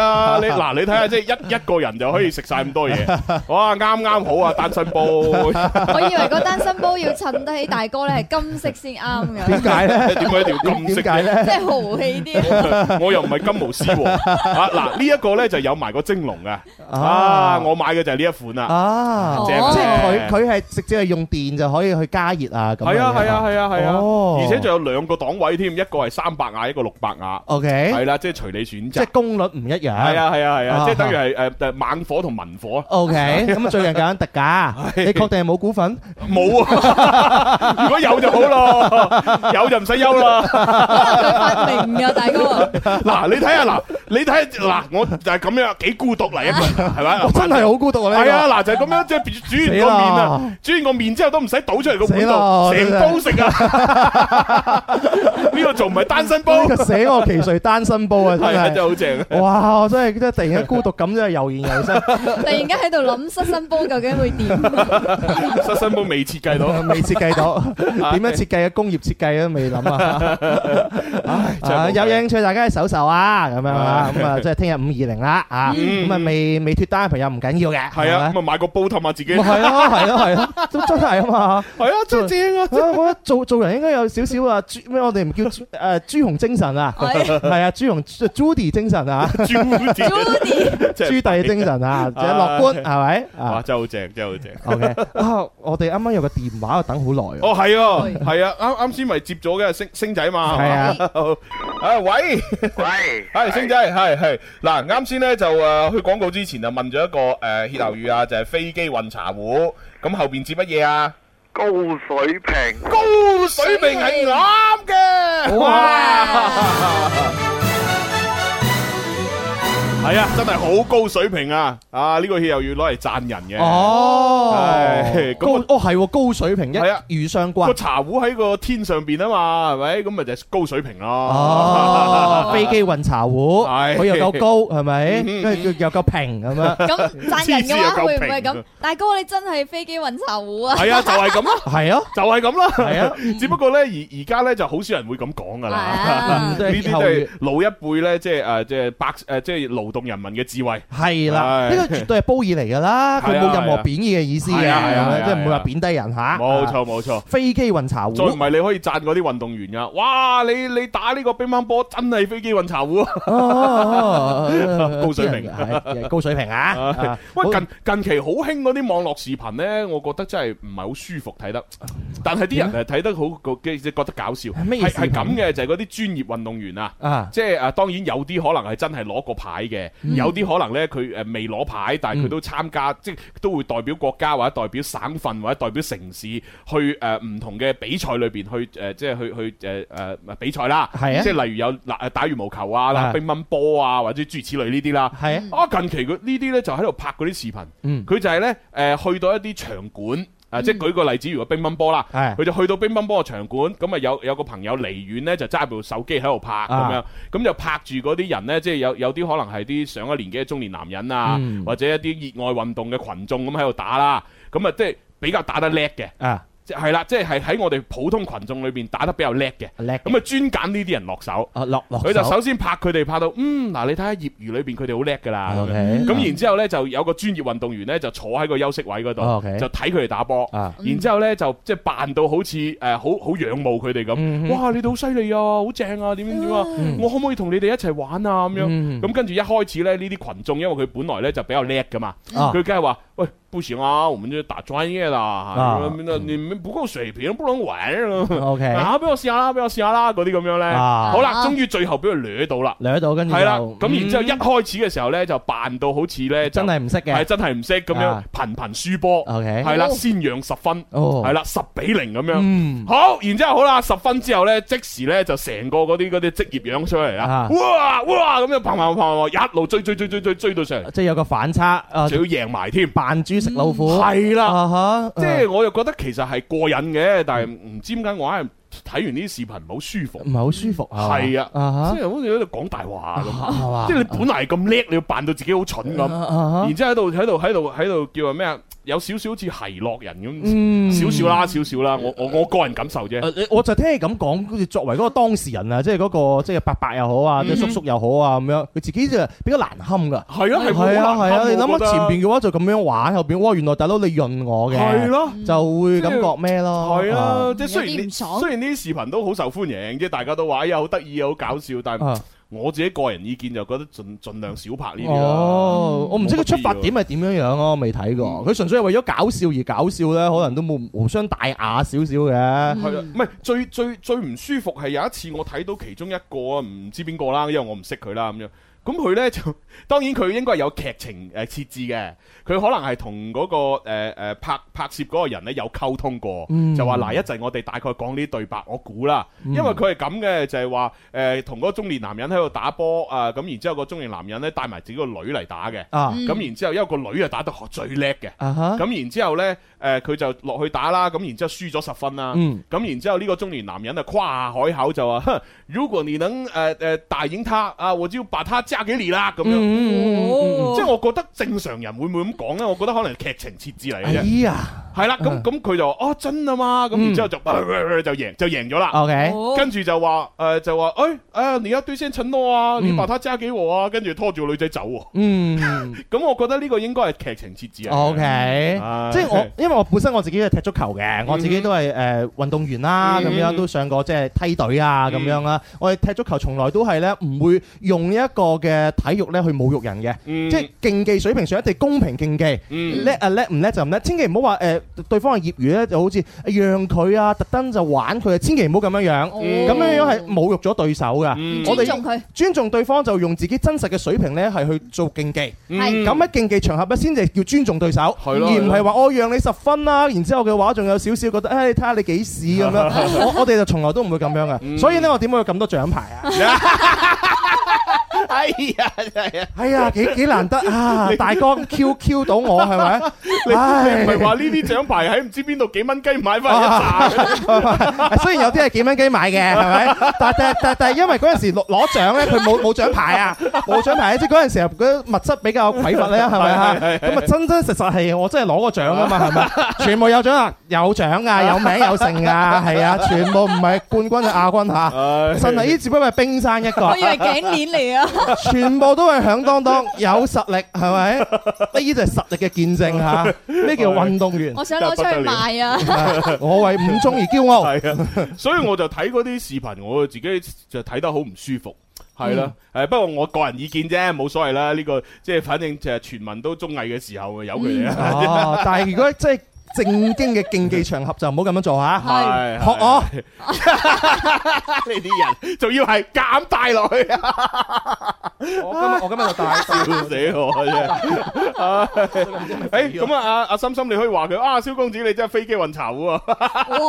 Speaker 2: 啊，你嗱你睇下，即係一一個人就可以食晒咁多嘢，哇，啱啱好啊，單身煲，
Speaker 4: 我以為個單身煲要襯得起大哥咧係金色先啱
Speaker 3: 點
Speaker 4: 嘅，
Speaker 3: 解咧？
Speaker 2: 點解一定要金色
Speaker 3: 點解
Speaker 2: 嘅？
Speaker 3: 咧
Speaker 4: 即？係豪氣啲。
Speaker 2: 我又唔係金毛 獅王啊！嗱，呢一個咧就有埋個蒸籠嘅，啊，我買嘅就係呢一款啦。
Speaker 3: 啊，
Speaker 4: 哦
Speaker 3: 即係佢佢係直接係用電就可以去加熱啊，咁樣
Speaker 2: 係啊，係啊，係啊，係啊，
Speaker 3: 哦
Speaker 2: 而且仲有兩個檔位添，一個係三百瓦，一個六百瓦。係
Speaker 3: ，OK，
Speaker 2: 啦，即係隨你選
Speaker 3: 即
Speaker 2: 擇
Speaker 3: 係。功率唔一樣，
Speaker 2: 係啊係啊係啊，
Speaker 3: 啊
Speaker 2: 即係等於係誒誒猛火同文火，
Speaker 3: ，OK，咁啊最近揀特價，你確定係冇股份？
Speaker 2: 冇啊！ 如果有就好咯，有就唔使憂啦。
Speaker 4: 可能佢發明㗎，大哥。
Speaker 2: 嗱，你睇下嗱，你睇嗱，我就係咁樣，幾孤獨嚟一個人， 係咪？
Speaker 3: 我真係好孤獨啊！呢個
Speaker 2: 系啊，，嗱就係咁樣，即係煮完
Speaker 3: 死
Speaker 2: 個
Speaker 3: 啦
Speaker 2: 面啊，煮完個面之後都唔使倒出嚟個
Speaker 3: 死啦
Speaker 2: 碗度，成煲食啊！ 呢個仲唔係單身煲？
Speaker 3: 呢個死我其誰單身煲啊！真
Speaker 2: 係啊，真
Speaker 3: 係
Speaker 2: 係。好正。
Speaker 3: 哇！我真係真係突然間孤獨感真係油然而生，
Speaker 4: 突然間喺度諗失身煲究竟會點？
Speaker 2: 失身煲未 設計到，
Speaker 3: 未設 計到點樣設計嘅工業設計都未諗啊！
Speaker 2: 唉真係
Speaker 3: 啊
Speaker 2: 冇
Speaker 3: 有
Speaker 2: 計
Speaker 3: 興趣大家去搜搜啊，咁樣啊，咁啊即係聽日五二零啦啊，
Speaker 2: 嗯
Speaker 3: 咁啊未未脱單嘅朋友唔緊要嘅，
Speaker 2: 係啊，
Speaker 3: 咪
Speaker 2: 咁啊買個煲氹下自己。
Speaker 3: 咪係咯係咯係咯，都真係啊嘛！
Speaker 2: 係啊，真係正啊！
Speaker 3: 啊我覺得做做人應該有少少啊朱咩，我哋唔叫朱 誒朱紅精神 啊，
Speaker 4: 係
Speaker 3: 係啊朱紅 Judy 精神啊，
Speaker 2: 朱
Speaker 4: Judy，
Speaker 3: 朱棣精神 啊，即係樂觀係咪
Speaker 2: 哇，
Speaker 3: 啊
Speaker 2: 真係好正，真係好正。
Speaker 3: ？OK 啊，我哋啱啱有個電話等好耐啊，
Speaker 2: 哦，係啊，係啊，啱啱先咪接咗嘅星星仔嘛，
Speaker 3: 係啊
Speaker 2: 係嘛，啊喂。
Speaker 6: 喂，
Speaker 2: 系星仔，系系嗱，啱先咧就诶去廣告之前就問咗一個诶歇後語啊，就係飛機運茶壺，咁後边接乜嘢啊？
Speaker 6: 高水平，
Speaker 2: 高水平係啱嘅，
Speaker 4: 哇！
Speaker 2: 係啊，真係好高水平啊！啊，呢個歇後語攞嚟讚人嘅。
Speaker 3: 哦
Speaker 2: 係，
Speaker 3: 高
Speaker 2: 咁啊
Speaker 3: 哦係喎，高水平一
Speaker 2: 係啊
Speaker 3: 語相
Speaker 2: 個
Speaker 3: 關。
Speaker 2: 茶壺喺個天上邊啊嘛，係咪？咁咪就係高水平咯。
Speaker 3: 哦，飛機運茶壺，
Speaker 2: 係
Speaker 3: 佢又夠高係咪？
Speaker 2: 嗯
Speaker 3: 跟住又夠平咁樣，
Speaker 4: 咁讚人嘅話會唔會
Speaker 2: 黐線又夠平
Speaker 4: 咁？大哥你真係飛機運茶壺啊！
Speaker 2: 係啊，就係咁啦，
Speaker 3: 係啊，
Speaker 2: 就係咁啦。
Speaker 3: 係啊，
Speaker 2: 只不過咧，而而家咧就好少人會咁講噶啦。
Speaker 4: 啊
Speaker 3: 嗯都
Speaker 2: 呢
Speaker 3: 係
Speaker 2: 啲
Speaker 3: 歇
Speaker 2: 都
Speaker 3: 後
Speaker 2: 係
Speaker 3: 語。
Speaker 2: 老一輩咧，即係誒，即係百誒，即係勞動人民嘅智慧。
Speaker 3: 係啦，
Speaker 2: 係
Speaker 3: 呢個絕對係褒義嚟㗎啦，佢
Speaker 2: 係啊
Speaker 3: 冇任何貶義嘅意思嘅，
Speaker 2: 係啊係啊係啊
Speaker 3: 即係唔會話貶低人嚇。
Speaker 2: 冇
Speaker 3: 啊，
Speaker 2: 錯冇錯，
Speaker 3: 飛機運茶
Speaker 2: 再
Speaker 3: 壺
Speaker 2: 唔係你可以讚嗰啲運動員噶。哇！你你打呢個乒乓波真係飛機運茶壺啊！
Speaker 3: 哦
Speaker 2: 高水平
Speaker 3: 啲人係高水平啊！啊
Speaker 2: 喂，
Speaker 3: 好
Speaker 2: 近近期好興嗰啲網絡視頻咧，我覺得真係唔係好舒服睇得，但係啲人係睇得好個即係覺得搞笑。
Speaker 3: 咩意
Speaker 2: 係
Speaker 3: 思
Speaker 2: 係咁嘅，就係嗰啲專業運動員啊。
Speaker 3: 啊，
Speaker 2: 即係啊，當然有啲可能係真係攞過牌嘅，有啲可能呢，佢誒未攞牌，但係佢
Speaker 3: 嗯
Speaker 2: 都參加，即係都會代表國家或者代表省份或者代表城市去誒唔同嘅比賽裏邊去誒，即係去去誒誒比賽啦。
Speaker 3: 係啊
Speaker 2: 即係例如有嗱打羽毛球啊、
Speaker 3: 啊
Speaker 2: 乒乓波啊，或者諸如此類呢啲啦。
Speaker 3: 係啊，
Speaker 2: 啊，近期佢呢啲呢，就喺度拍嗰啲視頻，
Speaker 3: 嗯，
Speaker 2: 佢就係呢，誒去到一啲場館。啊！即係舉個例子，如果乒乓波啦，
Speaker 3: 係
Speaker 2: 佢就去到乒乓波嘅場館，咁啊有有個朋友離遠咧就揸部手機喺度拍咁樣
Speaker 3: 啊，
Speaker 2: 咁就拍住嗰啲人咧，即係有有啲可能係啲上一年紀嘅中年男人啊，
Speaker 3: 嗯
Speaker 2: 或者一啲熱愛運動嘅群眾咁喺度打啦，咁啊即係比較打得叻嘅，
Speaker 3: 啊
Speaker 2: 即係啦，即係係喺我哋普通群眾裏邊打得比較叻嘅，
Speaker 3: 叻
Speaker 2: 咁啊專揀呢啲人落手。
Speaker 3: 啊落落
Speaker 2: 佢就
Speaker 3: 手
Speaker 2: 首先拍佢哋拍到，嗯嗱，你睇下業餘裏邊佢哋好叻噶啦，咁
Speaker 3: OK，
Speaker 2: 樣咁然之後呢，就有個專業運動員呢，就坐喺個休息位嗰度，
Speaker 3: 哦 OK
Speaker 2: 就睇佢哋打波。
Speaker 3: 啊
Speaker 2: 然之後呢，就即係扮到好似誒好好仰慕佢哋咁，
Speaker 3: 嗯
Speaker 2: 哇！你哋好犀利啊，好正啊，點點點啊，
Speaker 3: 嗯
Speaker 2: 我可唔可以同你哋一齊玩啊？咁樣
Speaker 3: 嗯
Speaker 2: 咁跟住一開始呢，呢啲群眾因為佢本來呢就比較叻噶嘛，
Speaker 3: 啊
Speaker 2: 佢梗係話：喂，不行啊，我們就打專業啦
Speaker 3: 啊，
Speaker 2: 那你們不夠水平，不能玩啊。
Speaker 3: OK
Speaker 2: 啊，俾我試下啦，俾我試下啦，嗰啲咁樣呢。
Speaker 3: 啊
Speaker 2: 好啦，終於最後俾佢掠到啦，
Speaker 3: 掠到跟住
Speaker 2: 係啦。
Speaker 3: 就
Speaker 2: 咁然之後一
Speaker 3: 嗯
Speaker 2: 開始嘅時候呢，就扮到好似呢，就
Speaker 3: 真係唔識
Speaker 2: 係
Speaker 3: 嘅
Speaker 2: 真係唔識咁樣
Speaker 3: 啊
Speaker 2: 頻頻輸波，
Speaker 3: OK
Speaker 2: 係啦，
Speaker 4: 哦
Speaker 2: 先讓十分，
Speaker 3: 哦
Speaker 2: 係啦，十比零咁樣。
Speaker 3: 嗯
Speaker 2: 好，然之後好啦，十分之後呢，即時呢，就成個嗰啲嗰啲職業樣出嚟啦
Speaker 3: 啊，
Speaker 2: 哇哇咁樣砰砰砰砰，一路追追追追追追到上嚟，
Speaker 3: 即係有個反差啊
Speaker 2: 仲要贏埋添，
Speaker 3: 扮豬食老虎
Speaker 2: 係啦。
Speaker 3: 啊
Speaker 2: 即係我又覺得其實係過癮嘅，但係唔知點解我係睇完呢啲視頻唔好舒服
Speaker 3: 唔，係好舒服啊
Speaker 2: 係啊
Speaker 3: 啊
Speaker 2: 即係好似喺度講大話咁。
Speaker 3: 係嘛
Speaker 2: 即係你本來係咁叻，你要扮到自己好蠢咁，
Speaker 3: 啊
Speaker 2: 然之後喺度喺度喺度喺度叫話咩啊？有少少好似奚落人
Speaker 3: 嗯呃
Speaker 2: 咁，少少啦，少少啦。我我我個人感受啫。
Speaker 3: 誒你我就聽你咁講，好似作為嗰個當事人啊，即係嗰個即係伯伯又好啊，
Speaker 2: 嗯
Speaker 3: 即係叔叔又好啊咁樣，佢自己就比較難堪噶。
Speaker 2: 係啊，係
Speaker 3: 係啊係啊，你諗下前
Speaker 2: 邊
Speaker 3: 邊嘅話就咁樣玩，後邊哇原來大佬你潤我嘅，哦
Speaker 2: 係咯，
Speaker 3: 就會感覺咩咯？
Speaker 2: 係啊，即係雖然
Speaker 4: 有啲
Speaker 2: 呢
Speaker 4: 唔爽
Speaker 2: 雖然呢啲視頻都好受歡迎，即係大家都話哎呀好得意啊，好搞笑，但係
Speaker 3: 啊，
Speaker 2: 我自己個人意見就覺得盡盡量少拍呢啲啦。
Speaker 3: 哦，我唔知佢出發點係點樣樣咯，未睇過。佢純粹係為咗搞笑而搞笑咧，可能都冇無傷大雅少少嘅。
Speaker 2: 係啊，唔係最最最唔舒服係有一次我睇到其中一個啊，唔知邊個啦，因為我唔識佢啦咁樣。咁佢呢，就 當然佢應該係有劇情誒設置嘅，佢可能係同嗰個誒、呃呃拍拍攝嗰個人呢有溝通過，
Speaker 3: 嗯
Speaker 2: 就話嗱一陣我哋大概講呢啲對白，我估啦，因為佢係咁嘅，就係話誒同嗰個中年男人喺度打波啊，咁然之後個中年男人呢帶埋自己個女嚟打嘅，
Speaker 3: 啊
Speaker 4: 嗯
Speaker 2: 咁然之後因為個女啊打得最叻嘅。
Speaker 3: 啊哈，
Speaker 2: 咁然之後呢，誒、呃佢就落去打啦，咁然之後輸咗十分啦。
Speaker 3: 嗯
Speaker 2: 咁然之後呢個中年男人啊，誇下海口就話：哼，如果你能誒誒、呃打贏他啊，我就要把他嫁給你啦。
Speaker 3: 嗯
Speaker 2: 咁樣，
Speaker 4: 哦
Speaker 2: 即係我覺得正常人會唔會咁講呢？我覺得可能係劇啊情設置嚟
Speaker 3: 哎
Speaker 2: 嘅啫。
Speaker 3: 呀
Speaker 2: 係啦，咁
Speaker 3: 嗯
Speaker 2: 咁佢就話：哦，真啊嘛。咁
Speaker 3: 嗯啊
Speaker 2: 然之後就、呃就贏就贏咗啦。
Speaker 3: ，OK，
Speaker 4: 哦
Speaker 2: 跟住就話誒、呃就話誒誒，你一堆先襯我啊，你把他嫁給我啊，跟住拖住個女仔走喎。
Speaker 3: 嗯
Speaker 2: 咁我覺得呢個應該係劇情設置嚟嘅。
Speaker 3: 哦，OK。
Speaker 2: 唉
Speaker 3: 即係我，因為我本身我自己係踢足球嘅，我自己都係誒運動員啦，咁樣
Speaker 2: 嗯
Speaker 3: 都上過即係梯隊啊，咁樣啦。我哋踢足球從來都係咧唔會用一個嘅體育咧去侮辱人嘅，
Speaker 2: 嗯
Speaker 3: 即係競技水平上一定公平競技。
Speaker 2: 嗯
Speaker 3: 叻啊叻唔叻就唔叻，千祈唔好話誒對方係業餘咧，就好似讓佢啊，特登就玩佢啊，千祈唔好咁樣樣，
Speaker 2: 哦
Speaker 3: 咁樣樣係侮辱咗對手噶。
Speaker 2: 嗯
Speaker 3: 我哋
Speaker 4: 尊重佢，
Speaker 3: 尊重對方就用自己真實嘅水平咧係去做競技，
Speaker 2: 嗯
Speaker 3: 咁喺競技場合咧先至叫尊重對手，
Speaker 2: 係
Speaker 3: 而
Speaker 2: 咯
Speaker 3: 唔係話我讓你十分啦，然之後嘅話仲有少少覺得誒睇下你幾屎咁樣， 我我哋就從來都唔會咁樣
Speaker 2: 嗯
Speaker 3: 嘅，所以呢，我點會有咁多獎牌啊？
Speaker 2: 哎呀，真係啊！
Speaker 3: 哎呀幾幾難得 啊！大哥 QQ 到我係咪？
Speaker 2: 你
Speaker 3: 唉
Speaker 2: 唔係話呢啲獎牌喺唔知邊度幾蚊雞買翻嚟一扎 嘅？
Speaker 3: 啊雖然有啲係幾蚊雞買嘅， 係咪？但但但但係因為嗰陣時攞攞獎咧，佢 冇冇獎牌啊，冇獎牌，即係嗰陣時候嗰啲物質比較匱乏咧， 係咪啊？咁啊真真實實係我真係攞過獎啊嘛，係咪？ 全部有獎啊，有獎 啊，有名有姓啊，係啊，全部唔係冠軍就啊亞軍 嚇，
Speaker 2: 唉
Speaker 3: 真係呢只不過係冰山一角
Speaker 4: 我以，為頸鏈嚟啊，
Speaker 3: 全部都係響當當，有實力係 咪？呢就係實力嘅見證嚇， 呢叫運動員，
Speaker 4: 我想攞出去賣啊，
Speaker 3: 我為五中而驕傲。
Speaker 2: 係啊，所以我就睇嗰啲視頻，我自己就睇得好唔舒服。係啦，誒不過我個人意見啫，冇所謂啦。呢個即係反正就係全民都綜藝嘅時候，由佢哋啦。
Speaker 3: 哦，但係如果即係正經嘅競技場合就唔好咁樣做吓。
Speaker 2: 係
Speaker 3: 學哦我，
Speaker 2: 呢啲人，仲要係減帶落去啊！
Speaker 3: 我今日我今日就大
Speaker 2: 笑死我真係。唉誒咁啊，阿阿心心，你可以話佢啊，蕭公子你真係飛機運啊籌 喎，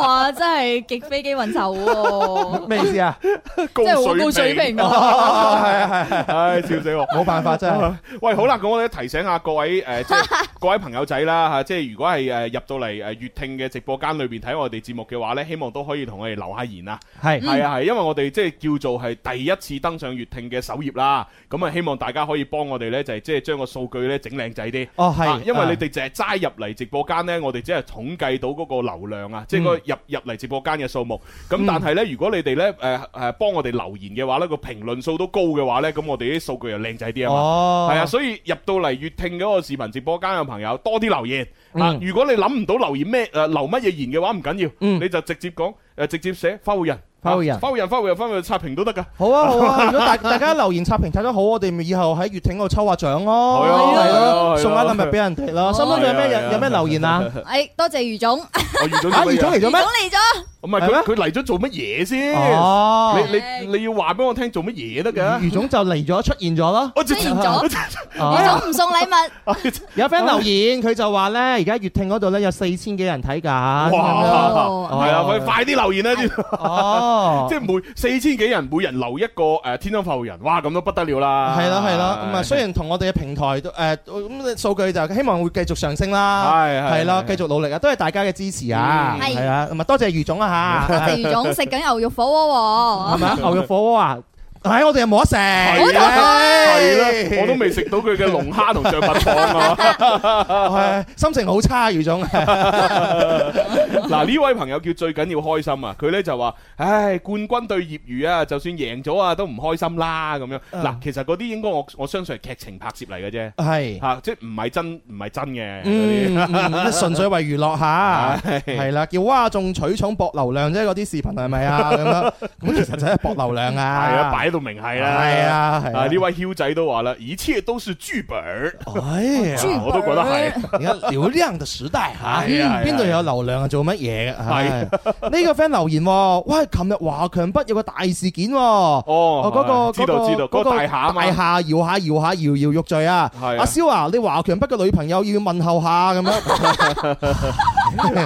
Speaker 4: 哇，真係極飛機運籌喎，
Speaker 3: 咩意思啊？
Speaker 4: 真係好高水平啊，
Speaker 3: 係啊係啊，
Speaker 2: 唉，笑死我！
Speaker 3: 冇辦法 真係。
Speaker 2: 喂，好啦，咁我哋提醒下各位誒、呃即係各位朋友仔啦嚇，即係如果係誒入到嚟誒粵聽嘅直播間裏邊睇我哋節目嘅話呢，希望都可以同我哋留下言啊。
Speaker 3: 係
Speaker 2: 係啊係，因為我哋即係叫做係第一次登上粵聽嘅首頁啦，咁啊希望大家可以幫我哋呢，就係即係將個數據呢整靚仔啲。
Speaker 3: 哦
Speaker 2: 啊
Speaker 3: 係，
Speaker 2: 因為你哋淨係齋入嚟直播間呢，我哋只係統計到嗰個流量啊，即係個入入嚟直播間嘅數目。咁但係呢，如果你哋呢，誒誒幫我哋留言嘅話呢，個評論數都高嘅話呢，咁我哋啲數據又靚仔啲啊嘛。
Speaker 3: 哦
Speaker 2: 係啊，所以入到嚟粵聽嗰個視頻直播間嘅朋友，多啲留言啊！
Speaker 3: 嗯
Speaker 2: 如果你諗唔到留言咩誒留乜嘢言嘅話，唔緊要，
Speaker 3: 嗯
Speaker 2: 你就直接講誒直接寫花匯人，
Speaker 3: 花卉人
Speaker 2: 啊花匯人，花匯人，花匯人刷屏都得 㗎。
Speaker 3: 好啊好啊！如果大大家留言刷屏睇得好，我哋咪以後喺月挺嗰度抽下獎咯，
Speaker 2: 係啊係啊係啊
Speaker 3: 送下禮物俾人哋咯。心諗仲有咩
Speaker 2: 係啊係啊
Speaker 3: 有有咩留言啊？
Speaker 4: 誒，多謝余總，
Speaker 2: 我預咗
Speaker 3: 啊，
Speaker 2: 做
Speaker 3: 余
Speaker 2: 乜
Speaker 3: 總
Speaker 2: 嘢？
Speaker 3: 嚟
Speaker 4: 余
Speaker 3: 咗
Speaker 4: 總
Speaker 3: 咩？
Speaker 4: 嚟咗，
Speaker 2: 唔係
Speaker 3: 係咩
Speaker 2: 佢佢嚟咗做乜嘢先？
Speaker 3: 哦，
Speaker 2: 你你你要話俾我聽做乜嘢得㗎？
Speaker 3: 余總就嚟咗出現咗咯。
Speaker 2: 我直
Speaker 4: 出現 咗，
Speaker 3: 哦
Speaker 4: 余總唔送禮物，
Speaker 3: 有 friend 留言，佢就話咧，而家粵聽嗰度咧有四千幾人睇緊。
Speaker 2: 哇！係啊，快
Speaker 3: 哦
Speaker 2: 快啲留言啦！啲
Speaker 3: 哦
Speaker 2: 即，係每四千幾人，每人留一個誒天津浮人，哇！咁都不得了啦。
Speaker 3: 係咯係咯，咁啊雖然同我哋嘅平台都誒咁數據就希望會繼續上升啦，
Speaker 2: 係係
Speaker 3: 係咯，
Speaker 2: 係
Speaker 3: 繼續努力啊，都係大家嘅支持啊，
Speaker 2: 嗯
Speaker 4: 係
Speaker 3: 係啊，咁啊多謝余總 啊
Speaker 4: 多
Speaker 3: 嚇，
Speaker 4: 謝余總食緊牛肉火鍋
Speaker 3: 係
Speaker 4: 喎，
Speaker 3: 咪啊牛肉火鍋啊？唉，我哋又冇得食，
Speaker 2: 係
Speaker 4: 啦
Speaker 3: 啊
Speaker 2: 係啦，我都未食到佢嘅龍蝦同象拔蚌 啊！
Speaker 3: 係心情好差，余總，
Speaker 2: 嗱呢位朋友叫最緊要開心啊！佢呢就話：，唉，冠軍對業餘啊，就算贏咗啊，都唔開心啦咁樣。
Speaker 3: 嗯
Speaker 2: 嗱，其實嗰啲應該我我相信係劇情拍攝嚟嘅啫，
Speaker 3: 係，
Speaker 2: 吓，即係唔係真唔係真嘅嗰
Speaker 3: 嗯，嗯純粹為娛樂下，
Speaker 2: 啲。係
Speaker 3: 係啦，叫嘩眾取寵博流量啫，嗰啲視頻係咪啊？咁樣，咁其實就係博流量啊，
Speaker 2: 係啊，擺喺到明係啦。
Speaker 3: 係啊係啊
Speaker 2: 啊呢位囂仔都話啦，一切都是劇本兒。
Speaker 3: 哎呀，
Speaker 4: 劇
Speaker 2: 我都覺得係
Speaker 4: 本
Speaker 3: 而家流量嘅時代嚇，嗯
Speaker 2: 係啊係啊
Speaker 3: 邊度有流量啊？做乜嘢嘅？唉呢個 friend 留言喎，喂，琴日華強北有個大事件喎。哦，
Speaker 2: 哦
Speaker 3: 嗰個
Speaker 2: 知道知道，嗰個大廈啊嘛
Speaker 3: 大廈搖下搖下搖搖欲墜啊！
Speaker 2: 係啊
Speaker 3: 阿蕭啊，你華強北嘅女朋友要問候下 咁樣，
Speaker 2: 係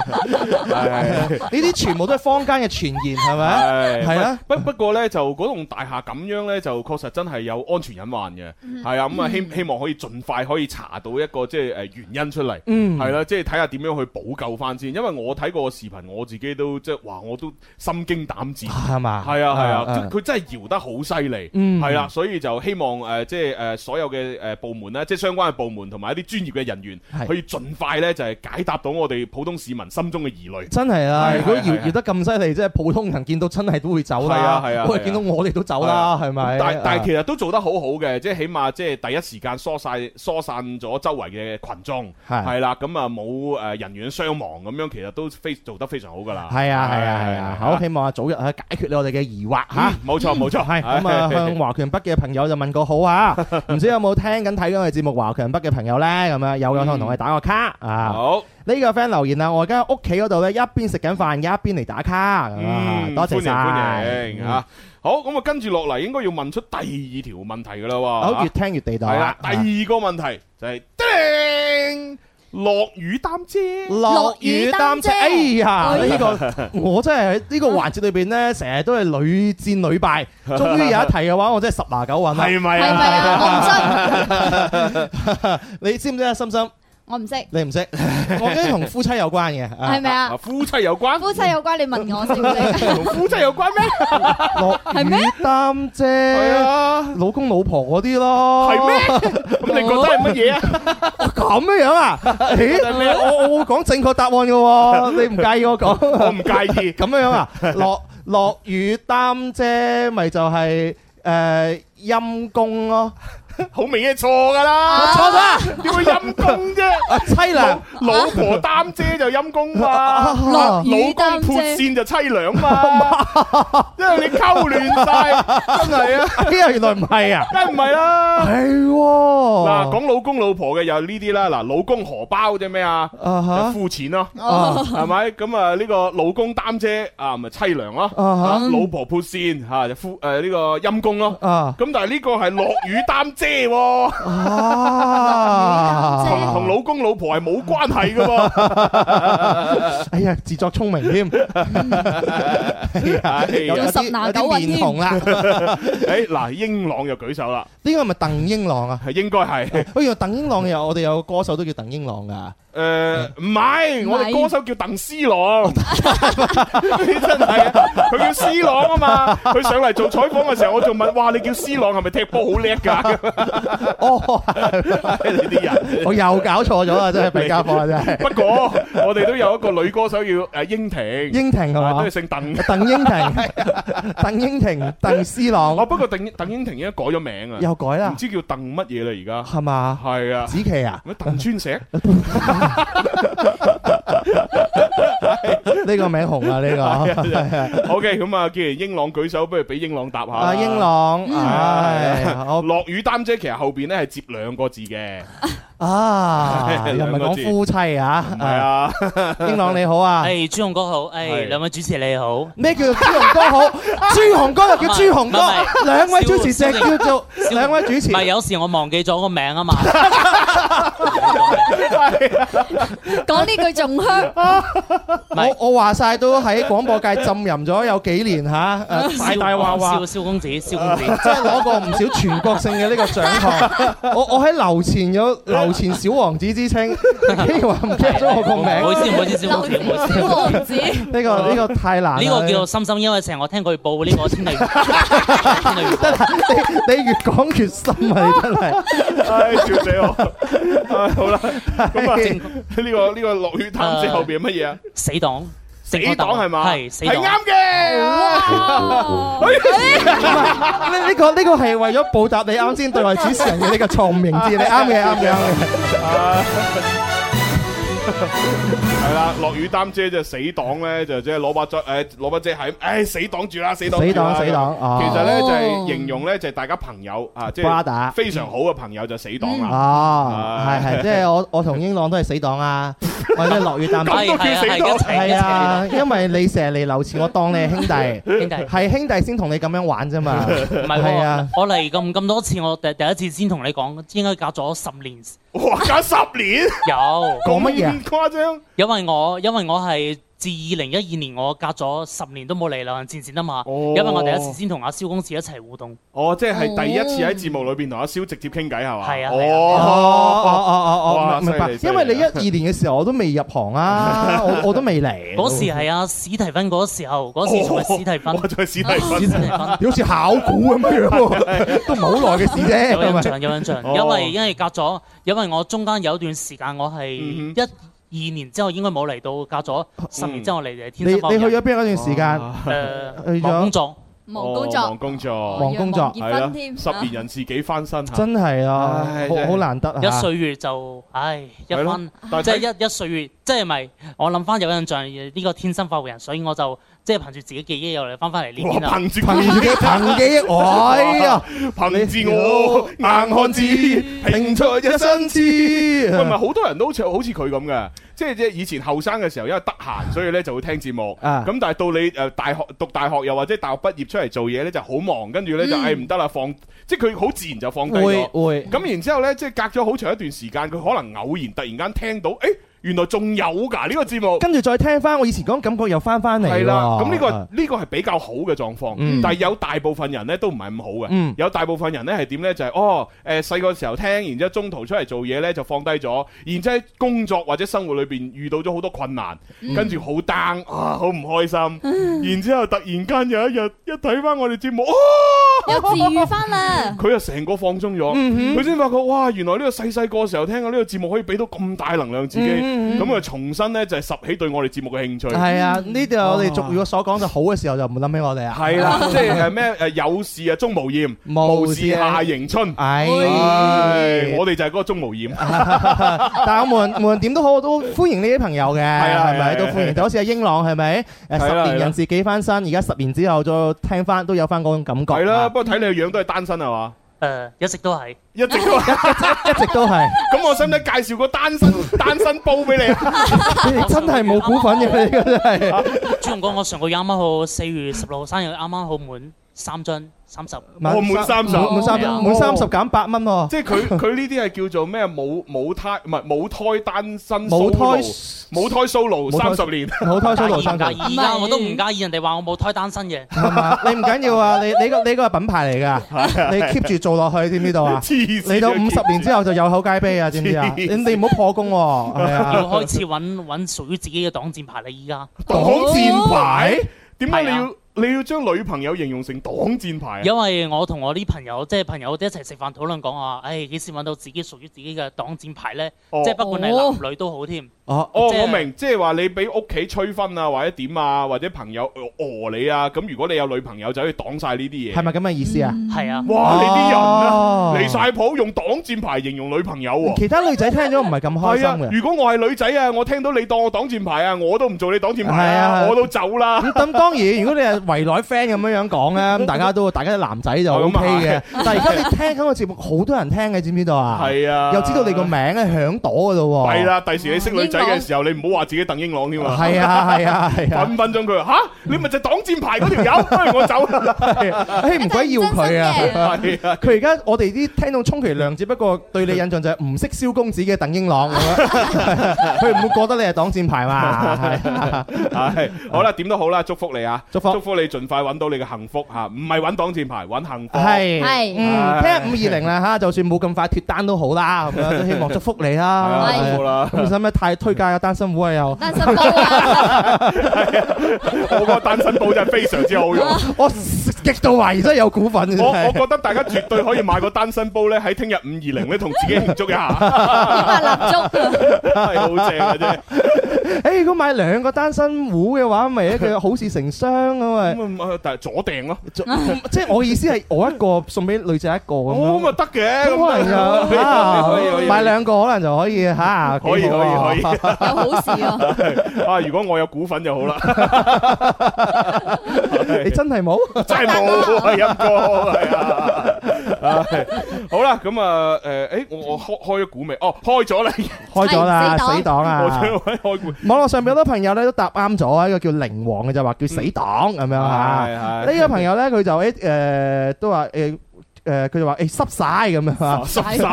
Speaker 2: 啊
Speaker 3: 呢啲全部都係坊間嘅傳言係咪？
Speaker 2: 係
Speaker 3: 係啊
Speaker 2: 不不過呢，就嗰棟大廈咁樣呢，就確實真係有安全隱患嘅，係啊，咁啊希希望可以盡快可以查到一個即係誒原因出嚟，
Speaker 3: 嗯
Speaker 2: 係啦，即係睇下點樣去補救翻先，因為我睇過個視頻，我自己都即係哇，我都心驚膽戰。
Speaker 3: 係嘛？
Speaker 2: 係啊係啊，佢佢真係搖得好犀利，
Speaker 3: 嗯
Speaker 2: 係啦，所以就希望誒即係誒所有嘅誒部門咧，即係相關嘅部門同埋一啲專業嘅人員
Speaker 3: 係，
Speaker 2: 可以盡快咧就係解答到我哋普通市民心中嘅疑慮。
Speaker 3: 真係啊！
Speaker 2: 係
Speaker 3: 如果
Speaker 2: 係
Speaker 3: 搖
Speaker 2: 係
Speaker 3: 搖得咁犀利，即係普通人見到真係都會走
Speaker 2: 係啊
Speaker 3: 啦。
Speaker 2: 係啊
Speaker 3: 喂
Speaker 2: 係啊
Speaker 3: 見到我哋都走啦，係咪？
Speaker 2: 但但係
Speaker 3: 啊
Speaker 2: 其實都做得好好嘅，即係起碼即係第一時間疏晒疏散咗周圍嘅群眾，
Speaker 3: 係
Speaker 2: 係啦，咁啊冇誒人員傷亡咁樣，其實都非做得非常好㗎啦。
Speaker 3: 係啊係啊係啊！好嗯希望啊早日去解決你我哋嘅疑惑
Speaker 2: 嚇
Speaker 3: 嚇。，
Speaker 2: 嗯冇錯 冇錯，
Speaker 3: 係咁啊，向華強北嘅朋友就問個好啊！ 唔知有冇聽緊睇緊我哋節目華強北嘅朋友呢？咁啊，有有可能同我哋打個卡啊！
Speaker 2: 好，
Speaker 3: 呢個 friend 留言啊，我而家屋企嗰度呢，一邊食緊飯，一邊嚟打卡咁啊
Speaker 2: 嗯，
Speaker 3: 多謝
Speaker 2: 歡迎歡
Speaker 3: 晒嗯
Speaker 2: 迎！嚇。好，咁啊跟住落嚟應該要問出第二條問題㗎啦喎。
Speaker 3: 嗯好，
Speaker 2: 嚇
Speaker 3: 越聽越地道
Speaker 2: 係啦
Speaker 3: 啊，！
Speaker 2: 第二個問題就係叮，落雨擔遮。
Speaker 3: 落雨擔遮，哎呀！
Speaker 4: 哎
Speaker 3: 呢個我真係喺呢個環節裏邊呢，成日都係屢戰屢 敗。終於有一題嘅話，我真係十拿九穩啦！
Speaker 2: 咪
Speaker 4: 係咪啊？
Speaker 3: 你知唔知啊，心心？
Speaker 4: 我唔識，我唔識，
Speaker 3: 你唔識， 我覺得同夫妻有關嘅。啊
Speaker 4: 係咪啊？
Speaker 2: 夫妻有關，
Speaker 4: 夫妻有關，你問我識唔 識？
Speaker 2: 同夫妻有關咩？
Speaker 3: 落雨擔
Speaker 2: 係
Speaker 3: 遮，
Speaker 2: 啊，
Speaker 3: 老公老婆嗰啲咯，
Speaker 2: 係咩？咁你覺得係乜嘢啊？
Speaker 3: 咁樣樣 啊？咦，我我會講正確答案嘅喎，你唔介意我講？
Speaker 2: 我唔介意。
Speaker 3: 咁樣樣啊？落落雨擔遮，咪就係誒陰公咯，
Speaker 2: 好明顯係錯噶啦，
Speaker 3: 錯咗啊！
Speaker 2: 點會陰公 啫？
Speaker 3: 啊凄涼
Speaker 2: 老婆擔遮就陰公嘛，
Speaker 4: 落
Speaker 2: 老
Speaker 4: 雨
Speaker 2: 公
Speaker 4: 擔
Speaker 2: 潑
Speaker 4: 遮，
Speaker 2: 線就凄涼嘛， 因為你溝亂晒，真係啊，
Speaker 3: 哎呀，原來唔係啊，
Speaker 2: 梗係唔係啦。
Speaker 3: 係
Speaker 2: 嗱，
Speaker 3: 喎，
Speaker 2: 講老公老婆嘅又呢啲啦，嗱，老公荷包啫咩啊？
Speaker 3: 啊
Speaker 2: 就
Speaker 3: 哈
Speaker 2: 膚淺咯，
Speaker 3: 啊
Speaker 2: 係咪？咁啊呢個老公擔遮啊，咪凄涼咯，
Speaker 3: 啊哈
Speaker 2: 啊老婆潑線吓就夫誒呢個陰公咯。
Speaker 3: 啊
Speaker 2: 咁但係呢個係落雨擔遮喎。
Speaker 3: 啊！
Speaker 2: 同同老公老婆係冇關 係噶喎，
Speaker 3: 哎呀，自作聰明添，
Speaker 2: 哎呀
Speaker 3: 有啲
Speaker 4: 十拿九啊
Speaker 3: 有啲
Speaker 4: 穩
Speaker 3: 面紅啦。
Speaker 2: 誒嗱，英朗就舉手啦，
Speaker 3: 呢個係咪鄧英朗啊？
Speaker 2: 係應該係
Speaker 3: 哎呀，鄧英朗又我哋有個歌手都叫鄧英朗啊噶，
Speaker 2: 誒唔係，我哋
Speaker 4: 唔係
Speaker 2: 歌手叫鄧思朗， 真係啊，佢叫思朗啊嘛，佢上嚟做採訪嘅時候，我仲問：哇，你叫思朗係咪踢波好叻㗎？
Speaker 3: 哦，
Speaker 2: 你啲人。
Speaker 3: 我又搞錯咗啦，真 係弊家伙啊，真係。
Speaker 2: 不過我哋都有一個女歌手叫誒英婷，
Speaker 3: 英婷係
Speaker 2: 啊
Speaker 3: 嘛
Speaker 2: 都係？啊姓鄧。
Speaker 3: 鄧 英婷、鄧英婷、鄧思
Speaker 2: 哦，
Speaker 3: 朗
Speaker 2: 不過鄧鄧英婷已經改咗名啊，
Speaker 3: 又改啦
Speaker 2: 唔，知叫鄧乜嘢啦
Speaker 3: 係嘛？
Speaker 2: 而家，係啊。
Speaker 3: 子琪啊，
Speaker 2: 乜 鄧川石？
Speaker 3: 呢個名紅啊，呢個
Speaker 2: 係啊 OK，咁啊，既然英朗舉手，不如俾英朗答下啦
Speaker 3: 啊英朗，
Speaker 2: 嗯
Speaker 3: 唉，
Speaker 8: 哦
Speaker 3: 我
Speaker 2: 落雨擔遮，其實後邊咧係接兩個字嘅，
Speaker 3: 啊又唔係講夫妻
Speaker 2: 唔
Speaker 3: 啊，
Speaker 2: 係，啊，
Speaker 3: 英朗你好啊。
Speaker 8: 誒，哎朱紅哥好，誒，
Speaker 2: 係
Speaker 8: 兩位主持你好，
Speaker 3: 咩叫做朱紅哥 好？朱紅哥又叫朱紅
Speaker 8: 唔係唔
Speaker 3: 哥，
Speaker 8: 係
Speaker 3: 兩位主持
Speaker 8: 笑
Speaker 3: 就叫做
Speaker 8: 笑
Speaker 3: 兩位主持
Speaker 8: 唔。係有時我忘記咗個名啊嘛，
Speaker 4: 講呢句仲香，
Speaker 8: 唔係
Speaker 3: 我我話晒都喺廣播界浸淫咗有幾年 吓，誒大大話話
Speaker 8: 蕭，蕭公子，蕭公子，
Speaker 3: 即係攞過唔少全國性嘅呢個獎 項。我我喺樓前有樓前小王子之稱，竟然話唔記得咗我個
Speaker 8: 唔好
Speaker 3: 名，
Speaker 8: 意思，唔好意思，蕭
Speaker 4: 劉
Speaker 8: 公子，唔好意思。
Speaker 4: 小王子，
Speaker 3: 呢個呢個太難啦。
Speaker 8: 呢個叫做心心，因為成日我聽佢報呢個天氣，天氣
Speaker 3: 得啦， 你你越講越深啊！你真 係
Speaker 2: 唉，笑死我！唉好啦，咁 啊，呢個呢個落雨擔遮後邊係乜嘢啊？
Speaker 8: 死黨，死
Speaker 2: 死黨係嘛？
Speaker 8: 係死
Speaker 2: 係
Speaker 8: 黨，
Speaker 2: 啱嘅。
Speaker 4: 哇
Speaker 3: 呢呢個呢個係為咗報答你啱先對我主持人嘅呢個錯誤認知，你啱嘅啱嘅啱嘅。
Speaker 2: Hãy subscribe cho kênh Ghiền Mì Gõ Để không bỏ lỡ 系啦，落雨擔遮就死擋咧，就即係攞把遮，诶攞把遮係，诶死擋住啦，死擋
Speaker 3: 死
Speaker 2: 住啦
Speaker 3: 黨死黨哦
Speaker 2: 其實咧就係
Speaker 4: 哦
Speaker 2: 形容咧就係大家朋友啊，即
Speaker 3: Brother
Speaker 2: 係非常好嘅朋友就死黨啦。
Speaker 3: 哦，係係，即係我我同英朗都係死黨 啊，或者落雨擔
Speaker 2: 咁都叫
Speaker 8: 係啊
Speaker 2: 死黨
Speaker 8: 係一齊一
Speaker 3: 係啊，
Speaker 8: 齊，
Speaker 3: 因為你成日嚟留錢，我當你係兄 弟，
Speaker 8: 兄弟。
Speaker 3: 係兄弟先同你咁樣玩啫嘛。
Speaker 8: 唔係
Speaker 3: 係啊
Speaker 8: 喎，我嚟咁咁多次，我第第一次先同你講，應該隔咗十年。
Speaker 2: 哇，搞十年，
Speaker 8: 有，
Speaker 3: 講乜嘢啊
Speaker 2: 咁誇張？
Speaker 8: 因為我因為我係自二零一二年我隔咗十年都冇嚟流行前線啊嘛，
Speaker 2: 哦
Speaker 8: 因為我第一次先同阿蕭公子一齊互動，
Speaker 2: 哦，即係第一次喺節目裏边同阿蕭直接傾偈係嘛？
Speaker 8: 係啊係啊
Speaker 3: 哦哦
Speaker 2: 哦，
Speaker 3: 哦
Speaker 2: 哇
Speaker 3: 哦，明明白
Speaker 2: 犀利，犀利
Speaker 3: 因為你 一二年嘅時候我都未入行啊，我我都未嚟。
Speaker 8: 嗰時係阿史提芬嗰時候，嗰時仲
Speaker 3: 哦
Speaker 8: 係史 提芬
Speaker 2: 我，再史提芬
Speaker 8: 史提芬。
Speaker 3: 你好似考古咁樣喎，都唔係好耐嘅事啫，
Speaker 8: 有
Speaker 3: 係
Speaker 8: 印
Speaker 3: 咪？
Speaker 8: 象，有印象，
Speaker 2: 哦
Speaker 8: 因為因為隔咗，因為我中間有一段時間我係
Speaker 2: 嗯
Speaker 8: 一二年之後應該冇嚟到，隔咗十年之後嚟嚟天
Speaker 3: 你
Speaker 8: 生
Speaker 3: 你去咗邊一段時間？去咗
Speaker 8: 誒忙呃工作，
Speaker 4: 忙工
Speaker 2: 哦哦忙
Speaker 4: 作，
Speaker 2: 工作，
Speaker 3: 忙工作
Speaker 4: 忙結婚添，
Speaker 2: 十年人事幾翻身吓。
Speaker 3: 真係啊
Speaker 2: 唉，真係
Speaker 3: 好好難得啊！
Speaker 8: 一歲月就唉一
Speaker 2: 係咯
Speaker 8: 分。
Speaker 2: 但
Speaker 8: 即
Speaker 2: 係
Speaker 8: 係
Speaker 2: 睇
Speaker 8: 一一歲月，即係咪？我諗翻有印象呢個天生發福人，所以我就即係憑住自己記憶又嚟翻翻嚟
Speaker 2: 哇
Speaker 8: 啊呢邊啦。
Speaker 2: 憑住
Speaker 3: 憑 自己憑記憶，哎呀，
Speaker 2: 憑自我硬漢子， 拼出一身
Speaker 3: 知
Speaker 2: 喂，唔係好多人都好似好似佢咁嘅，即係即係以前後生嘅時候，因為得閒，所以咧就會聽節目。
Speaker 3: 啊
Speaker 2: 咁但係到你誒大學讀大學又或者大學畢業出嚟做嘢咧，就好忙，跟住咧就哎誒唔得啦，放即係佢好自然就放低
Speaker 3: 嗯會
Speaker 2: 咗。
Speaker 3: 會
Speaker 2: 咁然之後咧，即係隔咗好長一段時間，佢可能偶然突然間聽到，誒原來仲有㗎呢個節目。
Speaker 3: 跟住再聽翻我以前講感覺又翻翻嚟喎
Speaker 2: 係啦，咁呢個呢個係比較好嘅狀況，
Speaker 3: 嗯
Speaker 2: 但係有大部分人呢都唔係咁好嘅
Speaker 3: 嗯，
Speaker 2: 有大部分人呢係點呢？就係哦，誒細個時候聽，然之後中途出嚟做嘢呢就放低咗，然之後喺工作或者生活裏邊遇到咗好多困難，
Speaker 3: 嗯
Speaker 2: 跟住好 down 啊，好唔開心，然之後突然間有一日一睇翻我哋節目，哦
Speaker 4: 有治愈翻 啦。
Speaker 2: 佢就成個放鬆咗，
Speaker 3: 嗯
Speaker 2: 佢先發覺哇，原來呢個細細個時候聽嘅呢個節目可以俾到咁大能量自己，
Speaker 3: 嗯嗯嗯
Speaker 2: 咁啊重新呢就係拾起對我哋節目嘅興趣。
Speaker 3: 係啊，呢度我哋俗語所講就好嘅時候就唔會諗起我哋啊。
Speaker 2: 系啦，即系诶咩诶有事啊鍾無艷，
Speaker 3: 無
Speaker 2: 無事
Speaker 3: 事啊
Speaker 2: 夏迎春。
Speaker 3: 唉，
Speaker 2: 唉，我哋就係嗰個鍾無艷，
Speaker 3: 啊但係我無論無論點都好，我都歡迎呢啲朋友嘅，
Speaker 2: 啦
Speaker 3: 係
Speaker 2: 係啦
Speaker 3: 咪？都歡
Speaker 2: 係啦
Speaker 3: 迎，就好似阿英朗係咪？誒
Speaker 2: 係啦
Speaker 3: 十
Speaker 2: 係
Speaker 3: 年
Speaker 2: 啦
Speaker 3: 人自己翻身，而家十年之後再聽翻都有翻嗰種感覺。
Speaker 2: 係啦。不過睇你個樣都係單身係嘛，
Speaker 8: 誒，呃一直都係。
Speaker 2: 一直都 係。
Speaker 3: 一直 都係，
Speaker 2: 咁我使唔使介紹個單身單身煲俾你啊？
Speaker 3: 你哋真係冇股份嘅，你哋真係。
Speaker 8: 朱紅哥，我上個月啱啱好四月十六號生日，啱啱好滿三樽三十。
Speaker 2: 我滿三十啊
Speaker 3: 滿三
Speaker 8: 哦
Speaker 3: 滿三十減八蚊喎。
Speaker 2: 即係 佢佢呢啲係叫做咩冇冇胎唔係冇胎單身
Speaker 3: 冇胎
Speaker 2: solo，冇胎 solo
Speaker 3: 冇胎
Speaker 2: 三十年，
Speaker 3: 好胎
Speaker 8: 介
Speaker 3: 收
Speaker 8: 意
Speaker 3: 到
Speaker 8: 唔
Speaker 3: 三十，
Speaker 8: 介意啊？我都唔介意人哋話我冇胎單身嘅。
Speaker 3: 係嘛你唔緊要 啊！你你個你個係品牌嚟㗎，你 keep 住做落去，知唔知 道啊？
Speaker 2: 黐線。
Speaker 3: 你到五十年之後就有口皆碑啊，知唔知啊？
Speaker 2: 黐
Speaker 3: 你
Speaker 2: 線
Speaker 3: 你唔好破功 喎，係
Speaker 8: 要
Speaker 3: 啊！
Speaker 8: 開始揾揾屬於自己嘅擋箭牌啦！依家，
Speaker 2: 擋箭牌，點解你
Speaker 8: 係
Speaker 3: 啊
Speaker 2: 要你要將女朋友形容成擋箭牌啊？
Speaker 8: 因為我同我啲朋友，即係朋友一齊食飯討論講話，唉，幾時揾到自己屬於自己嘅擋箭牌咧？
Speaker 2: 哦
Speaker 8: 即係不管係男女都好添。
Speaker 3: 哦，
Speaker 2: 哦，
Speaker 8: 即係
Speaker 2: 我明，即係話你俾屋企催婚啊，或者點啊，或者朋友餓你啊，咁如果你有女朋友就可以擋晒呢啲嘢。
Speaker 3: 係咪咁嘅意思啊？
Speaker 2: 嗯
Speaker 8: 係啊，
Speaker 2: 哇！你啲人啊
Speaker 3: 哦，
Speaker 2: 離晒譜，用擋箭牌形容女朋友喎。
Speaker 3: 其他女仔聽咗唔係咁 開
Speaker 2: 係
Speaker 3: 心
Speaker 2: 啊，
Speaker 3: 嘅。
Speaker 2: 如果我係女仔啊，我聽到你當我擋箭牌啊，我都唔做你擋箭牌
Speaker 3: 係啊
Speaker 2: 啊，我都走啦。
Speaker 3: 咁咁當然，如果你係圍內 friend 咁樣樣講 咧，咁大家都大家都男仔就
Speaker 2: 哦
Speaker 3: O
Speaker 2: 咁
Speaker 3: K
Speaker 2: 啊
Speaker 3: 嘅。但係而家你聽緊個節目，好多人聽嘅，知唔知道啊？
Speaker 2: 係啊，
Speaker 3: 又知道你個名咧響朵嘅咯喎。
Speaker 2: 係，啦，第時你識女仔嘅時候，你唔好話自己鄧英朗添啊。
Speaker 3: 係啊，係啊，係啊。
Speaker 2: 分分鐘佢話吓，你咪就係擋箭牌嗰條友，不如我走 啦。
Speaker 3: 哎誒唔鬼要佢啊！
Speaker 2: 係啊，
Speaker 3: 佢而家我哋啲聽眾充其量，只不過對你印象就係唔識蕭公子嘅鄧英朗咁樣，佢唔會覺得你係擋箭牌嘛？係
Speaker 2: 係好啦，點都好啦，祝福你啊！
Speaker 3: 祝福
Speaker 2: 祝福你盡快揾到你嘅幸福嚇，唔係揾擋箭牌，揾幸福。
Speaker 3: 係
Speaker 4: 係
Speaker 3: 嗯，聽五二零啦嚇，就算冇咁快脱單都好啦，咁樣都希望祝福你
Speaker 2: 係
Speaker 3: 啦。
Speaker 2: 啊，
Speaker 4: 係
Speaker 2: 好啦。
Speaker 3: 咁使唔使太推介啊？單身會啊又，
Speaker 4: 單身煲啊，
Speaker 2: 我個單身保真係非常 之好用。
Speaker 3: 我極度懷疑真係有股份嘅真
Speaker 2: 我我
Speaker 3: 係。
Speaker 2: 覺得大家絕對可以買個單身煲咧，喺聽日五二零咧同自己慶祝一下，
Speaker 4: 點啊蠟燭，
Speaker 2: 係好正嘅啫。
Speaker 3: 誒，如果買兩個單身糊嘅話，咪一個好事成雙咁咪。
Speaker 2: 咁啊，但係左訂咯，
Speaker 3: 即係我意思係我一個送俾女仔一個咁
Speaker 2: 哦咁
Speaker 3: 樣
Speaker 2: 啊，得嘅，
Speaker 3: 咁可能就
Speaker 2: 咁
Speaker 3: À,
Speaker 2: 啊可以可以可
Speaker 3: 啊
Speaker 2: 以
Speaker 3: 買兩個可能就可以嚇，
Speaker 2: 可以
Speaker 3: 幾好啊
Speaker 2: 可以 可以。
Speaker 4: 有好事啊！
Speaker 2: 啊！如果我有股份 就好啦，
Speaker 3: 你真係冇？
Speaker 2: 真係冇啊，陰哥係啊，唉好啦，咁啊，誒，誒，我我開開咗股未？哦，開咗啦，
Speaker 3: 開咗啦，
Speaker 4: 係
Speaker 3: 死
Speaker 4: 死黨
Speaker 3: 黨
Speaker 2: 我
Speaker 3: 啊！
Speaker 2: 想開股，
Speaker 3: 網絡上面好多朋友咧都答啱咗啊，一個叫靈王嘅就話叫死黨咁樣
Speaker 2: À,
Speaker 3: 嚇。啊呢個朋友咧佢就誒誒都話誒誒佢就話誒濕晒咁樣嚇。
Speaker 2: 啊 濕晒，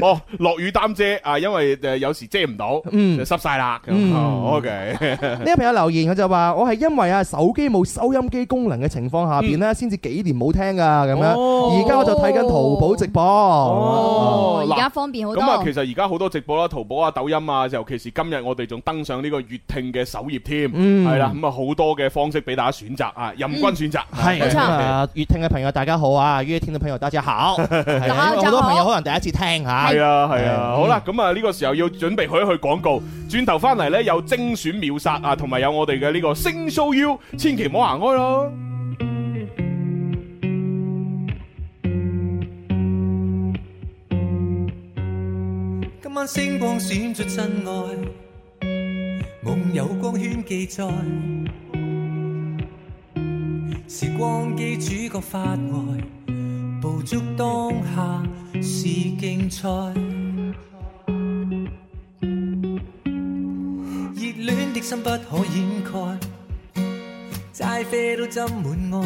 Speaker 2: 哦，落雨擔遮啊，因為誒有時遮唔到，
Speaker 3: 嗯
Speaker 2: 就濕晒啦。咁
Speaker 3: 嗯
Speaker 2: 哦，OK，
Speaker 3: 呢位朋友留言佢就話：我係因為啊手機冇收音機功能嘅情況下邊咧，先至幾年冇聽噶咁樣。而家我就睇緊淘寶直播。Ờ.
Speaker 2: 哦
Speaker 4: 哦，而家方便好多。
Speaker 2: 咁啊，其實而家好多直播啦，淘寶啊、抖音啊，尤其是今日我哋仲登上呢個粵聽嘅首頁添，
Speaker 3: 嗯
Speaker 2: 係啦，咁啊好多嘅方式俾大家選擇啊，任君選擇。
Speaker 3: 係
Speaker 4: 冇錯
Speaker 3: 啊！粵聽嘅朋友大家好啊，粵聽嘅朋友大家 好，係啊因為好多朋友可能第一次聽嚇。
Speaker 2: 係啊，係啊，
Speaker 3: 嗯
Speaker 2: 好啦，咁啊呢個時候要準備去一去廣告，轉頭翻嚟呢，有精選秒殺啊，同埋有我哋嘅呢個星 show U，千祈唔好行開咯。
Speaker 1: 今晚星光閃出真愛，夢有光圈記載，時光機主角發呆，捕捉當下是競賽。熱戀的心不可掩蓋，齋啡都斟滿愛，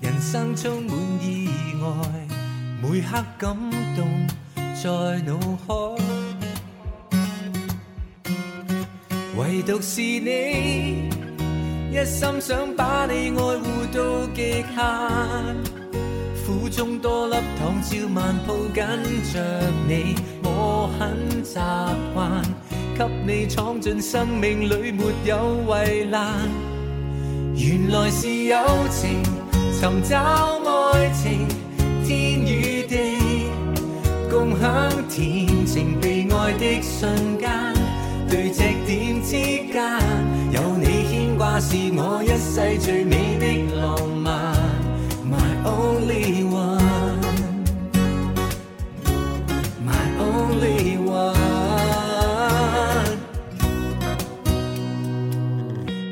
Speaker 1: 人生充滿意外。每刻感動在腦海，唯獨是你，一心想把你愛護到極限，苦中多粒糖照萬抱緊着你，我很習慣，給你闖進生命裏沒有圍欄。原來是友情，尋找愛情，天與地，共享甜情被愛的瞬間。對隻點之間，有你牽掛是我一世最美的浪漫。My only one，My only one。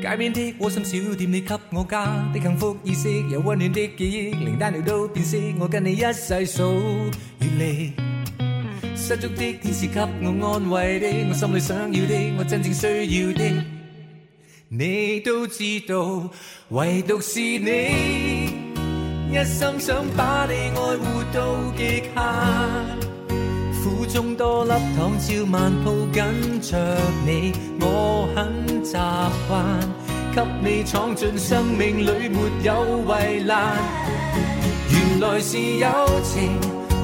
Speaker 1: 街邊的窩心小店，你給我家的幸福意識，有溫暖的記憶，令單調都變色。我跟你一世數月曆，失足的天使給我安慰的，我心裏想要的，我真正需要的，你都知道，唯獨是你，一心想把你愛護到極限。苦中多粒糖，照萬抱緊着你，我很習慣，給你闖進生命裏沒有圍欄。原來是友情，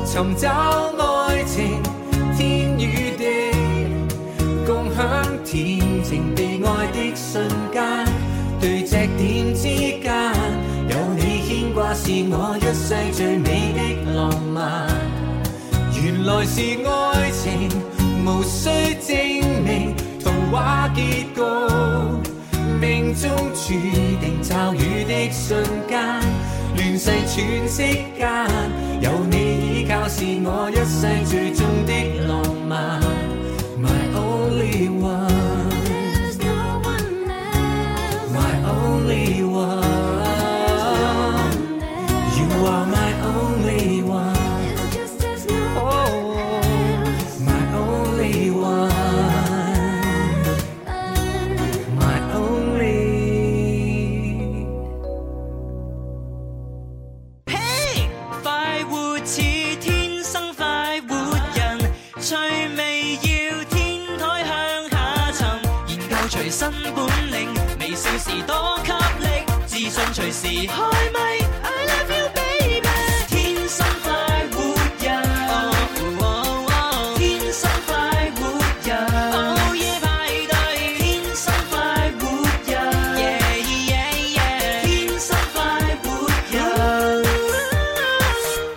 Speaker 1: 尋找愛情，天與地。共享甜情被愛的瞬間，對隻點之間，有你牽掛是我一世最美的浪漫。原來是愛情，無需證明，童話結局，命中注定驟雨的瞬間，亂世喘息間，有你依靠是我一世最終的浪漫。My only one,
Speaker 7: There's no one else.
Speaker 1: my only one. You are my only one.
Speaker 7: It's just there's no
Speaker 1: Oh, my only one,
Speaker 7: one.
Speaker 1: my only. 快活似天生快活人，趣味要天台向下沉，研究隨身本領，微笑時多給力，自信隨時開咪。I love you baby，天生快活人，哦哦天生快活人，午夜派對，天生快活人，yeah yeah yeah，天生快活人。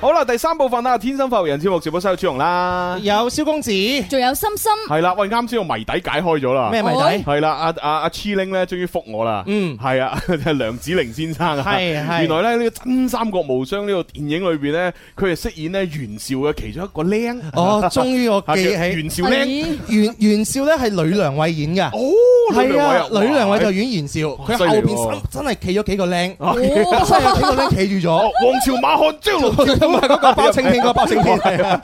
Speaker 2: 好啦，啦，第三部分啦，天生發育人節目直播室有朱紅啦，
Speaker 3: 有蕭公子咩
Speaker 4: 仲有心心，
Speaker 2: 係啦，喂，啱先個謎底解開咗啦，
Speaker 3: 迷
Speaker 4: 哎
Speaker 3: 底？
Speaker 2: 係啦，阿阿阿 c h i l i n g 咧，終於覆我啦，
Speaker 3: 嗯
Speaker 2: 係啊， 梁子玲先生啊，
Speaker 3: 係係
Speaker 2: 原來咧呢個《真三國無雙》呢個電影裏邊咧，佢係飾演咧袁紹嘅其中一個僆，
Speaker 3: 哦，終於我
Speaker 2: 啊
Speaker 3: 記
Speaker 2: 叫
Speaker 3: 起
Speaker 2: 袁紹僆，
Speaker 4: 咦
Speaker 3: 袁袁紹咧係呂良偉演㗎。
Speaker 2: 哦，
Speaker 3: 係啊，
Speaker 2: 呂
Speaker 3: 呂良偉就
Speaker 2: 哇
Speaker 3: 演袁紹，
Speaker 2: 哇
Speaker 3: 佢
Speaker 2: 犀
Speaker 3: 後
Speaker 2: 利
Speaker 3: 邊
Speaker 2: 喎
Speaker 3: 真真係企咗幾個靚，
Speaker 2: 啊
Speaker 3: 真係有幾個僆企住
Speaker 2: 哦
Speaker 3: 咗。，
Speaker 2: 王朝馬漢張龍
Speaker 3: 咁啊，嗰個包青天，嗰個包青 天係啊，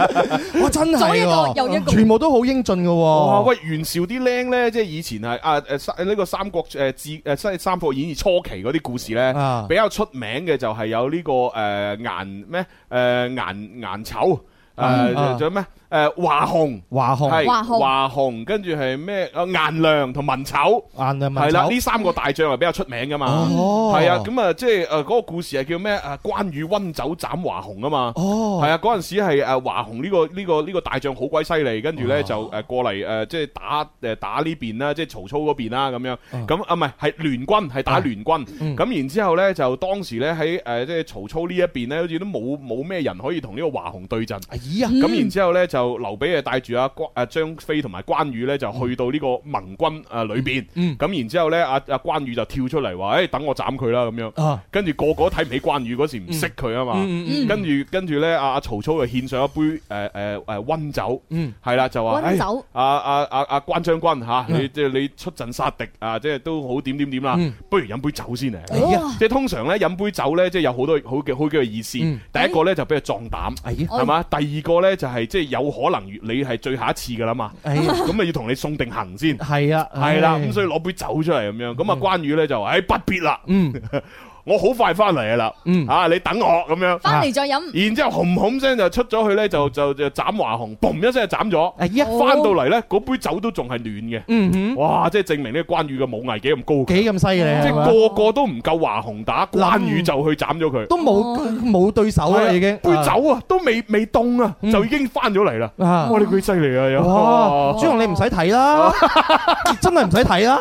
Speaker 3: 哇，真
Speaker 4: 左一
Speaker 3: 係
Speaker 4: 個右一
Speaker 3: 喎，
Speaker 4: 個
Speaker 3: 全部都好英俊嘅
Speaker 2: 哇！
Speaker 3: 喎。
Speaker 2: 喂，袁紹啲僆咧，即係以前係啊誒三呢個三國誒志誒即係三國演義初期嗰啲故事咧
Speaker 3: 啊，
Speaker 2: 比較出名嘅就係有呢個誒顏咩誒顏顏丑
Speaker 3: 嗯
Speaker 2: 誒
Speaker 3: 啊
Speaker 2: 仲有咩誒華雄
Speaker 3: 華雄、
Speaker 2: 係
Speaker 4: 華雄
Speaker 2: 華雄，跟住係咩啊顏良同文醜
Speaker 3: 顏良、文
Speaker 2: 係啦，
Speaker 3: 醜
Speaker 2: 呢，三個大將係比較出名噶嘛。
Speaker 3: 哦，
Speaker 2: 係啊，咁啊，即係誒嗰個故事係叫咩？啊，關羽温酒斬華雄啊嘛。
Speaker 3: 哦，
Speaker 2: 係啊，嗰陣時係誒華雄呢個呢個呢個大將好鬼犀利，跟住
Speaker 3: 哦
Speaker 2: 咧就誒過嚟誒即係打誒打呢邊啦，即係曹操嗰邊啦咁樣。咁啊唔係係聯軍，係打聯軍。
Speaker 3: 哦嗯
Speaker 2: 咁然之後咧就當時咧喺誒即係曹操呢一邊咧，好似都冇冇咩人可以同呢個華雄對陣。
Speaker 3: 咦哎呀，
Speaker 2: 咁然之後咧就劉備啊帶住阿關啊張飛同埋關羽咧就去到呢個盟軍啊裏邊。
Speaker 3: 嗯
Speaker 2: 咁然之後咧阿阿關羽就跳出嚟話：，誒等我斬佢啦咁樣。
Speaker 3: 啊，
Speaker 2: 跟住個個都睇唔起關羽嗰時唔識佢啊嘛。
Speaker 3: 嗯嗯
Speaker 2: 跟住跟住咧，阿阿曹操就獻上一杯誒誒誒温酒，
Speaker 3: 嗯，
Speaker 2: 係啦，就話
Speaker 4: 溫
Speaker 2: 哎
Speaker 4: 酒
Speaker 2: 阿阿阿阿關將軍嚇，你即係你出陣殺敵啊，即係都好點點點啦
Speaker 3: 嗯，
Speaker 2: 不如飲杯酒先嚟。啊
Speaker 3: 哎呀
Speaker 4: 哇
Speaker 2: 即係通常咧飲杯酒咧，即係有好多好嘅好幾個意思。
Speaker 3: 嗯
Speaker 2: 第一個咧就俾佢壯膽，
Speaker 3: 哎呀，
Speaker 2: 係嘛？第二個咧就係即係有可能你係最後一次㗎啦嘛，
Speaker 3: 哎呀，
Speaker 2: 咁啊要同你送定行先。
Speaker 3: 係啊，
Speaker 2: 係啦，
Speaker 3: 唉
Speaker 2: 咁所以攞杯酒出嚟咁樣，咁啊關羽咧就話：，唉，不必啦，
Speaker 3: 嗯
Speaker 2: 我好快翻嚟㗎啦，
Speaker 3: 嗯
Speaker 2: 啊，你等我咁樣。
Speaker 4: 翻嚟再飲，
Speaker 2: 然之後紅紅聲就出咗去咧，就就就斬華雄，嘣一聲就斬咗。
Speaker 3: 哎呀，
Speaker 2: 翻到嚟咧，嗰杯酒都仲係暖嘅。
Speaker 3: 嗯哼，
Speaker 2: 哇！即係證明呢個關羽嘅武藝幾咁高強，
Speaker 3: 幾咁犀利啊
Speaker 2: 即
Speaker 3: 係
Speaker 2: 係
Speaker 3: 咪
Speaker 2: 個個都唔夠華雄打，關羽就去斬咗佢。
Speaker 3: 都冇冇對手
Speaker 2: 係
Speaker 3: 啦，
Speaker 2: 啊
Speaker 3: 已經
Speaker 2: 杯酒啊，都未未凍啊，
Speaker 3: 嗯
Speaker 2: 就已經翻咗嚟啦。
Speaker 3: 啊
Speaker 2: 哇！。你佢犀利啊，
Speaker 3: 哇！
Speaker 2: 有
Speaker 3: 朱紅你唔使睇啦，真係唔使睇啦。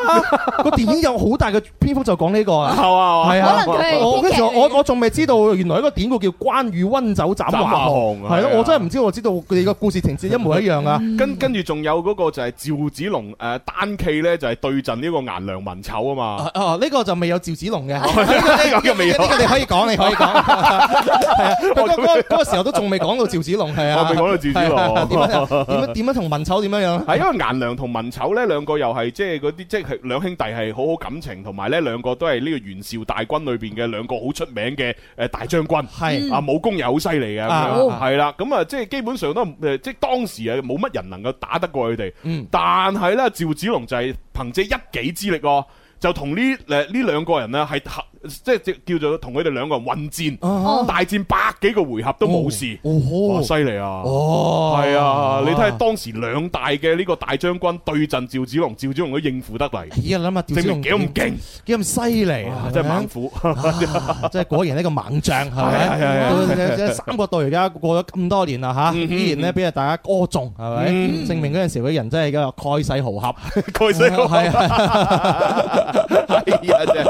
Speaker 3: 個電影有好大嘅篇幅就講呢個啊。
Speaker 2: 係嘛？
Speaker 3: 係 啊
Speaker 4: 可能佢係
Speaker 3: 我
Speaker 4: 編
Speaker 3: 跟
Speaker 4: 劇
Speaker 3: 住我
Speaker 4: 嚟嘅
Speaker 3: 我仲未知道原來一個典故叫關羽温酒斬
Speaker 2: 斬
Speaker 3: 華
Speaker 2: 華
Speaker 3: 雄，
Speaker 2: 雄
Speaker 3: 係
Speaker 2: 係啊
Speaker 3: 咯，我真哦係唔知道，我知道佢哋個故事情節一模一樣啊。
Speaker 2: 跟跟住仲有嗰個就係趙子龍誒單騎咧，就係對陣呢個顏良文醜啊嘛。
Speaker 3: 啊哦，呢個就未有趙子 龍嘅，呢
Speaker 2: 呢個未有哦
Speaker 3: 個你可以講，你可以 講。係啊，佢嗰嗰嗰個時候都仲未講到趙子龍，係啊，
Speaker 2: 我哦未講到趙子龍
Speaker 3: 係 啊 點樣點樣點樣同文醜點樣樣？
Speaker 2: 係因為顏良同文醜咧兩個又係即係嗰啲即係兩兄弟係好好感情，同埋咧兩個都係呢個袁紹大軍裏邊嘅兩個好出名嘅誒大將軍。
Speaker 3: 係
Speaker 2: 啊，武功又好犀利嘅，咁
Speaker 3: 嗯啊
Speaker 2: 樣係啦，咁啊，即係基本上都誒，即係當時啊，冇乜人能夠打得過佢哋。
Speaker 3: 嗯
Speaker 2: 但係咧，趙子龍就係憑借一己之力喎，就同呢誒呢兩個人呢係合即係叫做同佢哋兩個人混戰，
Speaker 3: 哦
Speaker 2: 大戰百幾個回合都冇事，哇，
Speaker 3: 哦
Speaker 2: 犀利啊！
Speaker 3: 哦，
Speaker 2: 系啊，你睇下當時兩大嘅呢個大將軍對陣趙子龍，趙子龍都應付得嚟，
Speaker 3: 咦啊諗下趙
Speaker 2: 證
Speaker 3: 子
Speaker 2: 明
Speaker 3: 龍
Speaker 2: 幾咁勁，
Speaker 3: 幾咁犀利
Speaker 2: 哇
Speaker 3: 啊！
Speaker 2: 真係
Speaker 3: 咪
Speaker 2: 猛虎。
Speaker 3: 啊 真係果然呢個猛將係
Speaker 2: 係啊係係
Speaker 3: 咪？到三國到而家過咗咁多年啦吓，依然咧俾大家歌頌係咪？
Speaker 2: 嗯
Speaker 3: 證明嗰陣時嘅人真係個蓋世豪俠，
Speaker 2: 蓋世豪
Speaker 3: 係
Speaker 2: 哎呀真係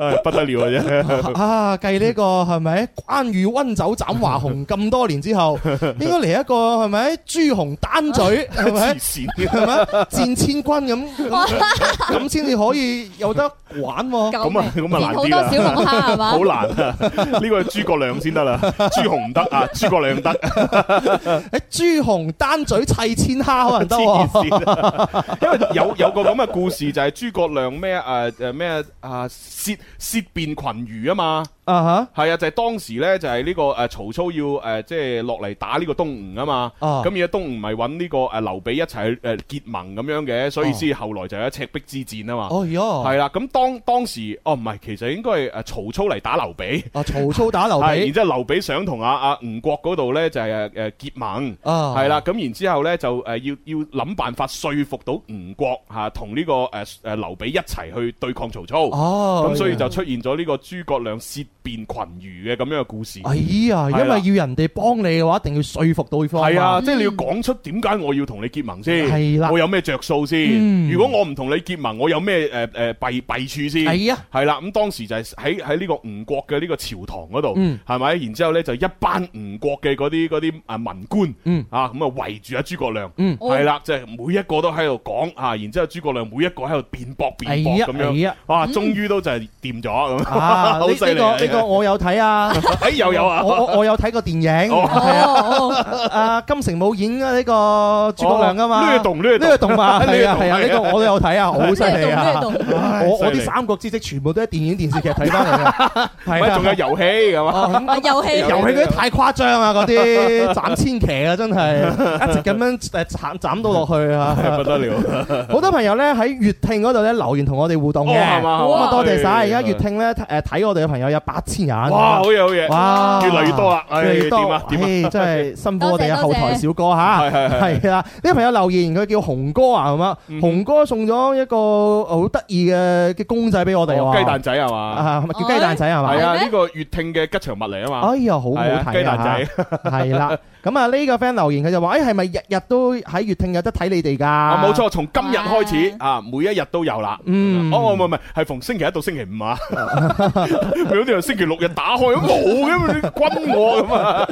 Speaker 2: 唉不得了啊！啫，
Speaker 3: 啊啊！計呢個係咪關羽温酒斬華雄咁多年之 後，應該嚟一個係咪朱紅單嘴係咪
Speaker 2: 黐？線
Speaker 3: 係咪戰千軍咁咁咁先至可以有得玩 喎？
Speaker 4: 救命
Speaker 2: 咁啊咁啊難啲啦
Speaker 4: 好多小龍蝦係嘛
Speaker 2: 好？難啊！呢個係諸葛亮先得啦，朱紅唔得啊，諸葛亮得，
Speaker 3: 誒朱紅單嘴砌千蝦可能得
Speaker 2: 黐
Speaker 3: 喎。
Speaker 2: 線啊！因為有有個咁嘅故事就係諸葛亮咩誒誒咩啊舌舌辯群儒啊嘛。
Speaker 3: 啊哈！
Speaker 2: 係啊，就係、當時咧，就係、呢個誒曹操要誒、呃即係落嚟打呢個東吳啊嘛。
Speaker 3: 啊
Speaker 2: 咁而家東吳咪揾呢個誒劉備一齊去誒結盟咁樣嘅，所以先後來就有赤壁之戰啊嘛。
Speaker 3: 哦喲，
Speaker 2: 係啦，咁當當時哦唔係，其實應該係誒曹操嚟打劉備，
Speaker 3: 啊！曹操打劉
Speaker 2: 係然
Speaker 3: 備
Speaker 2: 之後劉備想同阿阿吳國嗰度咧就係誒誒結盟。
Speaker 3: 啊，
Speaker 2: 係啦，咁然之後咧就誒呃要要諗辦法說服到吳國嚇同呢個呃誒誒劉備一齊去對抗曹操。
Speaker 3: 哦，
Speaker 2: 咁所以就出現咗呢個諸葛亮舌遍群儒嘅咁樣嘅故事。
Speaker 3: 哎呀，因為要人哋幫你嘅話，一定要說服對方。
Speaker 2: 係啊，即係你要講出點解我要同你結盟先，
Speaker 3: 係啦
Speaker 2: 我有咩着數先？
Speaker 3: 嗯
Speaker 2: 如果我唔同你結盟，我有咩誒誒弊弊處先？
Speaker 3: 係啊，
Speaker 2: 係啦，咁當時就係喺喺呢個吳國嘅呢個朝堂嗰度，
Speaker 3: 嗯
Speaker 2: 係咪？然之後咧就一班吳國嘅嗰啲嗰啲啊文官，
Speaker 3: 嗯
Speaker 2: 啊咁啊圍住阿諸葛亮，
Speaker 3: 嗯
Speaker 2: 係啦，即係每一個都喺度講啊，然之後諸葛亮每一個喺度辯駁辯駁
Speaker 3: 係啊
Speaker 2: 咁
Speaker 3: 係
Speaker 2: 樣
Speaker 3: 啊，
Speaker 2: 哇，終於都就係掂咗咁，
Speaker 3: 啊，呢
Speaker 2: 好犀
Speaker 3: 呢
Speaker 2: 利
Speaker 3: 個
Speaker 2: 啊！
Speaker 3: 呢個我有睇啊，
Speaker 2: 哎又有啊
Speaker 3: 我， 我我有睇過電影，
Speaker 2: 哦
Speaker 3: 係啊，啊金城武演呢個諸葛亮噶嘛，
Speaker 2: 哦呢個動呢個動
Speaker 3: 呢個動嘛，
Speaker 2: 呢個
Speaker 3: 係啊
Speaker 2: 動
Speaker 3: 係啊，
Speaker 2: 係啊
Speaker 3: 呢個我都有睇啊，好犀利
Speaker 4: 呢
Speaker 3: 啊
Speaker 4: 個動呢！
Speaker 3: 我我
Speaker 2: 犀利
Speaker 3: 啲三國知識全部都喺電影電視劇睇翻嚟嘅，
Speaker 2: 喂
Speaker 3: 係啊，
Speaker 2: 仲有遊戲咁啊。
Speaker 3: 哦咁
Speaker 4: 啊遊戲
Speaker 3: 遊戲嗰啲太誇張啊！嗰 啲斬千騎啊，真係一直咁樣誒斬斬到落去
Speaker 2: 不
Speaker 3: 啊！
Speaker 2: 得了，
Speaker 3: 好多朋友咧喺粵聽嗰度咧留言同我哋互動嘅，
Speaker 2: 哦係嘛
Speaker 3: 咁
Speaker 2: 係嘛
Speaker 3: 啊多謝晒！而
Speaker 2: 係
Speaker 3: 家粵聽咧誒睇我哋嘅朋友有八千人，
Speaker 2: 哇！好嘢，好嘢，
Speaker 3: 哇
Speaker 2: 越嚟越多啦，唉
Speaker 3: 越嚟越多
Speaker 2: 點啊，點啊，
Speaker 3: 唉真係辛苦我哋嘅後
Speaker 4: 多謝
Speaker 3: 台小哥嚇，
Speaker 2: 係係係
Speaker 3: 係啦！呢個朋友留言佢叫紅哥啊，咁啊，
Speaker 2: 嗯
Speaker 3: 紅哥送咗一個好得意嘅嘅公仔俾我哋喎，
Speaker 2: 哦雞蛋仔係嘛？
Speaker 3: 啊，係咪叫雞蛋仔係嘛？
Speaker 2: 係
Speaker 4: 係
Speaker 2: 啊，
Speaker 4: 咩
Speaker 2: 呢個粵聽嘅吉祥物嚟啊嘛。
Speaker 3: 哎呀，好好
Speaker 2: 係啊
Speaker 3: 睇
Speaker 2: 雞蛋
Speaker 3: 啊
Speaker 2: 仔，
Speaker 3: 係啦，咁啊呢個 friend 留言佢就話：，誒係咪日日都喺粵聽有得睇你哋㗎？
Speaker 2: 啊
Speaker 3: 啊
Speaker 2: 冇，錯，從今日開始啊，每一日都有啦。
Speaker 3: 哎嗯
Speaker 2: 哦，唔係唔係，係逢星期一到星期五啊。 佢好似由星期六日打開咁冇嘅，你軍我 咁啊。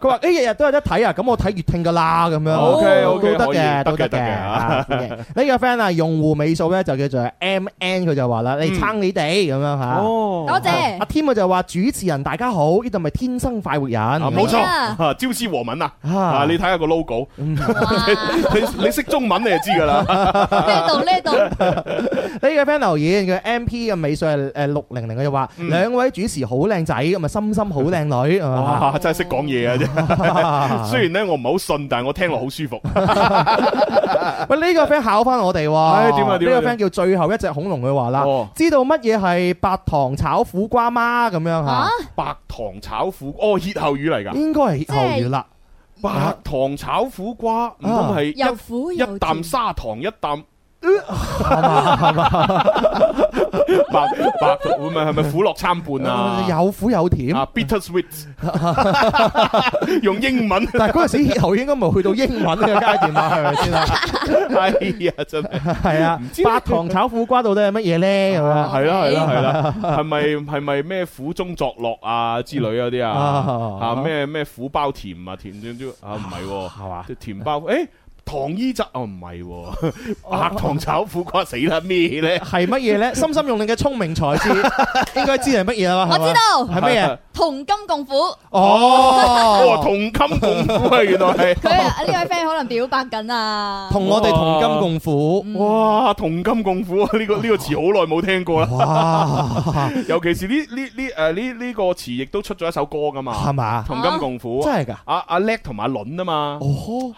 Speaker 3: 佢話：，誒日日都有得睇啊，咁我睇粵聽㗎啦，咁樣。哦
Speaker 2: OK，OK，
Speaker 3: 都
Speaker 2: 可以
Speaker 3: 得嘅，
Speaker 2: 得嘅
Speaker 3: 都得
Speaker 2: 得
Speaker 3: 嘅
Speaker 2: 嘅
Speaker 3: 啊。歡迎呢個 friend 啊，用戶尾數咧就叫做 M N，佢就話啦：，你撐你哋咁樣嚇。
Speaker 2: 嗯哦
Speaker 4: 多 謝
Speaker 3: 阿，添佢就話主持人大家好，呢度咪天生快活人。
Speaker 2: 啊，冇錯，
Speaker 4: 係啊
Speaker 2: 啊朝思和敏啊，啊
Speaker 3: 啊，
Speaker 2: 你睇下個 logo，
Speaker 4: 哇
Speaker 2: 你你識中文你就知㗎啦。
Speaker 4: 呢度呢度
Speaker 3: 呢個 friend 留言佢 M P 嘅尾數係誒六零零，佢就話
Speaker 2: 嗯
Speaker 3: 兩位主持好靚仔，咁啊心心好靚女。咁啊
Speaker 2: 哇，真係識講嘢啊！啫。 雖然咧我唔係好信，但係我聽落好舒服。
Speaker 3: 喂，呢個 friend 考翻我哋
Speaker 2: 唉
Speaker 3: 喎，
Speaker 2: 點啊點啊
Speaker 3: 呢個 friend 叫最後一隻恐龍，佢話啦
Speaker 2: 哦，
Speaker 3: 知道乜嘢係白糖炒苦瓜嗎？咁樣
Speaker 4: 啊
Speaker 3: 嚇，
Speaker 2: 白糖炒苦，哦，歇後語嚟㗎。
Speaker 3: 應該係歇後語啦。
Speaker 2: 白糖炒苦瓜唔通
Speaker 3: 啊
Speaker 2: 係
Speaker 4: 又
Speaker 2: 一
Speaker 4: 苦又甜
Speaker 2: 一啖砂糖一 啖，白白會唔係係咪苦樂參半啊？
Speaker 3: 呃有苦有甜，
Speaker 2: 啊，bitter sweet，用英文
Speaker 3: 但係嗰陣時歇後語應該冇去到英文嘅階段 啦，係咪先啊？
Speaker 2: 係啊，真係
Speaker 3: 係啊
Speaker 2: 唔知，咧
Speaker 3: 白糖炒苦瓜到底係乜嘢咧？咁樣
Speaker 2: 啊係啦係啦係啦，係咪係咪咩苦中作樂啊之類嗰啲啊？啊
Speaker 3: 啊
Speaker 2: 咩咩苦包甜啊甜甜甜啊唔係喎
Speaker 3: 係嘛？
Speaker 2: 即係甜包誒糖衣汁哦唔係喎，白糖炒苦瓜死啦咩咧？
Speaker 3: 係乜嘢 咧？深深用你嘅聰明才智，應該知係乜嘢啦嘛？
Speaker 4: 我
Speaker 3: 係嘛
Speaker 4: 知道
Speaker 3: 係乜嘢？
Speaker 4: 同甘共苦，
Speaker 2: 哦，
Speaker 3: 哦，
Speaker 2: 同甘共苦啊，原來係。
Speaker 4: 佢啊呢位 friend 可能表白緊啊，
Speaker 3: 同我哋同甘共苦。
Speaker 2: 哇，同甘共苦啊！呢、個呢、個詞好耐冇聽過啦，哦
Speaker 3: 哇，
Speaker 2: 尤其是呢呢呢誒呢呢個詞，亦都出咗一首歌噶
Speaker 3: 係
Speaker 2: 嘛，
Speaker 3: 嘛？
Speaker 2: 同甘共苦。啊
Speaker 3: 真係㗎？
Speaker 2: 阿阿叻同埋阿倫啊嘛，
Speaker 3: 哦，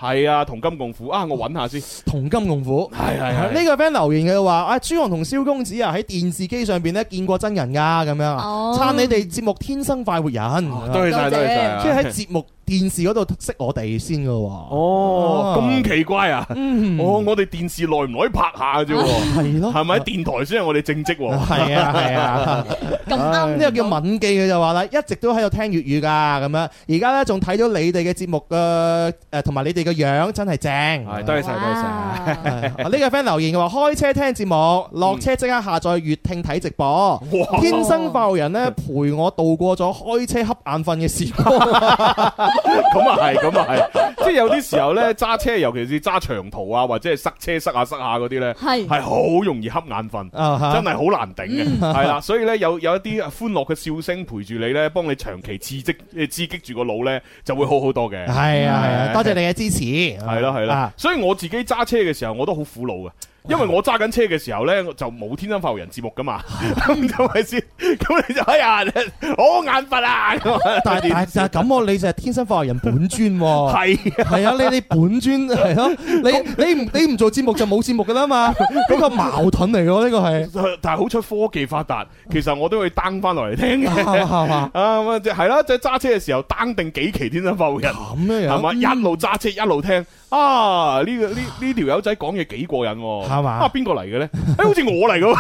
Speaker 2: 係啊，同甘共苦啊！我揾下先，係
Speaker 3: 同甘共苦。
Speaker 2: 係係
Speaker 3: 呢個 friend 留言嘅話，啊朱紅同蕭公子啊喺電視機上邊咧見過真人㗎咁樣啊，
Speaker 4: 哦
Speaker 3: 撐你哋節目《天生快活人》，
Speaker 2: 哦多謝晒，
Speaker 4: 多謝
Speaker 2: 啊多謝晒。
Speaker 3: 即係喺節目電視嗰度識我哋先㗎喎。
Speaker 2: 哦，咁奇怪啊！
Speaker 3: 嗯
Speaker 2: 哦，我哋電視耐唔耐拍下嘅啫喎，
Speaker 3: 係咯，
Speaker 2: 係咪？電台先係我哋正職喎。
Speaker 3: 係啊係 啊。
Speaker 4: 咁啱
Speaker 3: 呢個叫敏記佢就話啦，一直都喺度聽粵語㗎咁樣，而家咧仲睇到你哋嘅節目嘅誒，同埋你哋嘅樣真係正。
Speaker 2: 係，多謝晒，多謝晒。
Speaker 4: 哇
Speaker 3: 係啊呢個 friend 留言嘅話，開車聽節目，落車即刻下載粵聽睇直播。
Speaker 2: 哇
Speaker 3: 天生快活人咧陪我度過咗開車瞌眼瞓嘅時光。
Speaker 2: 咁啊係，咁啊係，即係有啲時候咧揸車，尤其是揸長途啊，或者係塞車塞下塞下嗰啲咧，
Speaker 4: 係
Speaker 2: 係好容易瞌眼瞓。
Speaker 3: 啊哈
Speaker 2: 真係好難頂嘅，係啦，所以咧有有一啲歡樂嘅笑聲陪住你咧，幫你長期刺激誒刺激住個腦咧，就會好好多嘅。
Speaker 3: 係啊係
Speaker 2: 係
Speaker 3: 啊，多謝你嘅支持。
Speaker 2: 係
Speaker 3: 係
Speaker 2: 啦係啦，，所以我自己揸車嘅時候我都好苦惱嘅，因為我揸緊車嘅時候咧就冇天生發育人節目 噶嘛，咁係咪先？咁你就哎呀，你好眼瞓啊！咁 啊
Speaker 3: 但但但係咁喎，你就係天生快活人本尊喎。
Speaker 2: 係
Speaker 3: 係 啊，你你本尊係咯，你你唔你唔做節目就冇節目噶啦嘛，呢個矛盾嚟嘅呢個係，
Speaker 2: 但係好彩科技發達，其實我都會 down 翻落嚟聽
Speaker 3: 係
Speaker 2: 嘅。
Speaker 3: 嘛係嘛，
Speaker 2: 啊，咁啊即係係啦，即係揸車嘅時候 down 定幾期天生發 育人。
Speaker 3: 咁樣
Speaker 2: 係
Speaker 3: 樣
Speaker 2: 嘛？一路揸車一路聽啊！呢個呢呢條友仔講嘢幾過癮喎，
Speaker 3: 係嘛
Speaker 2: 啊邊個嚟嘅咧？誒好似我嚟嘅喎，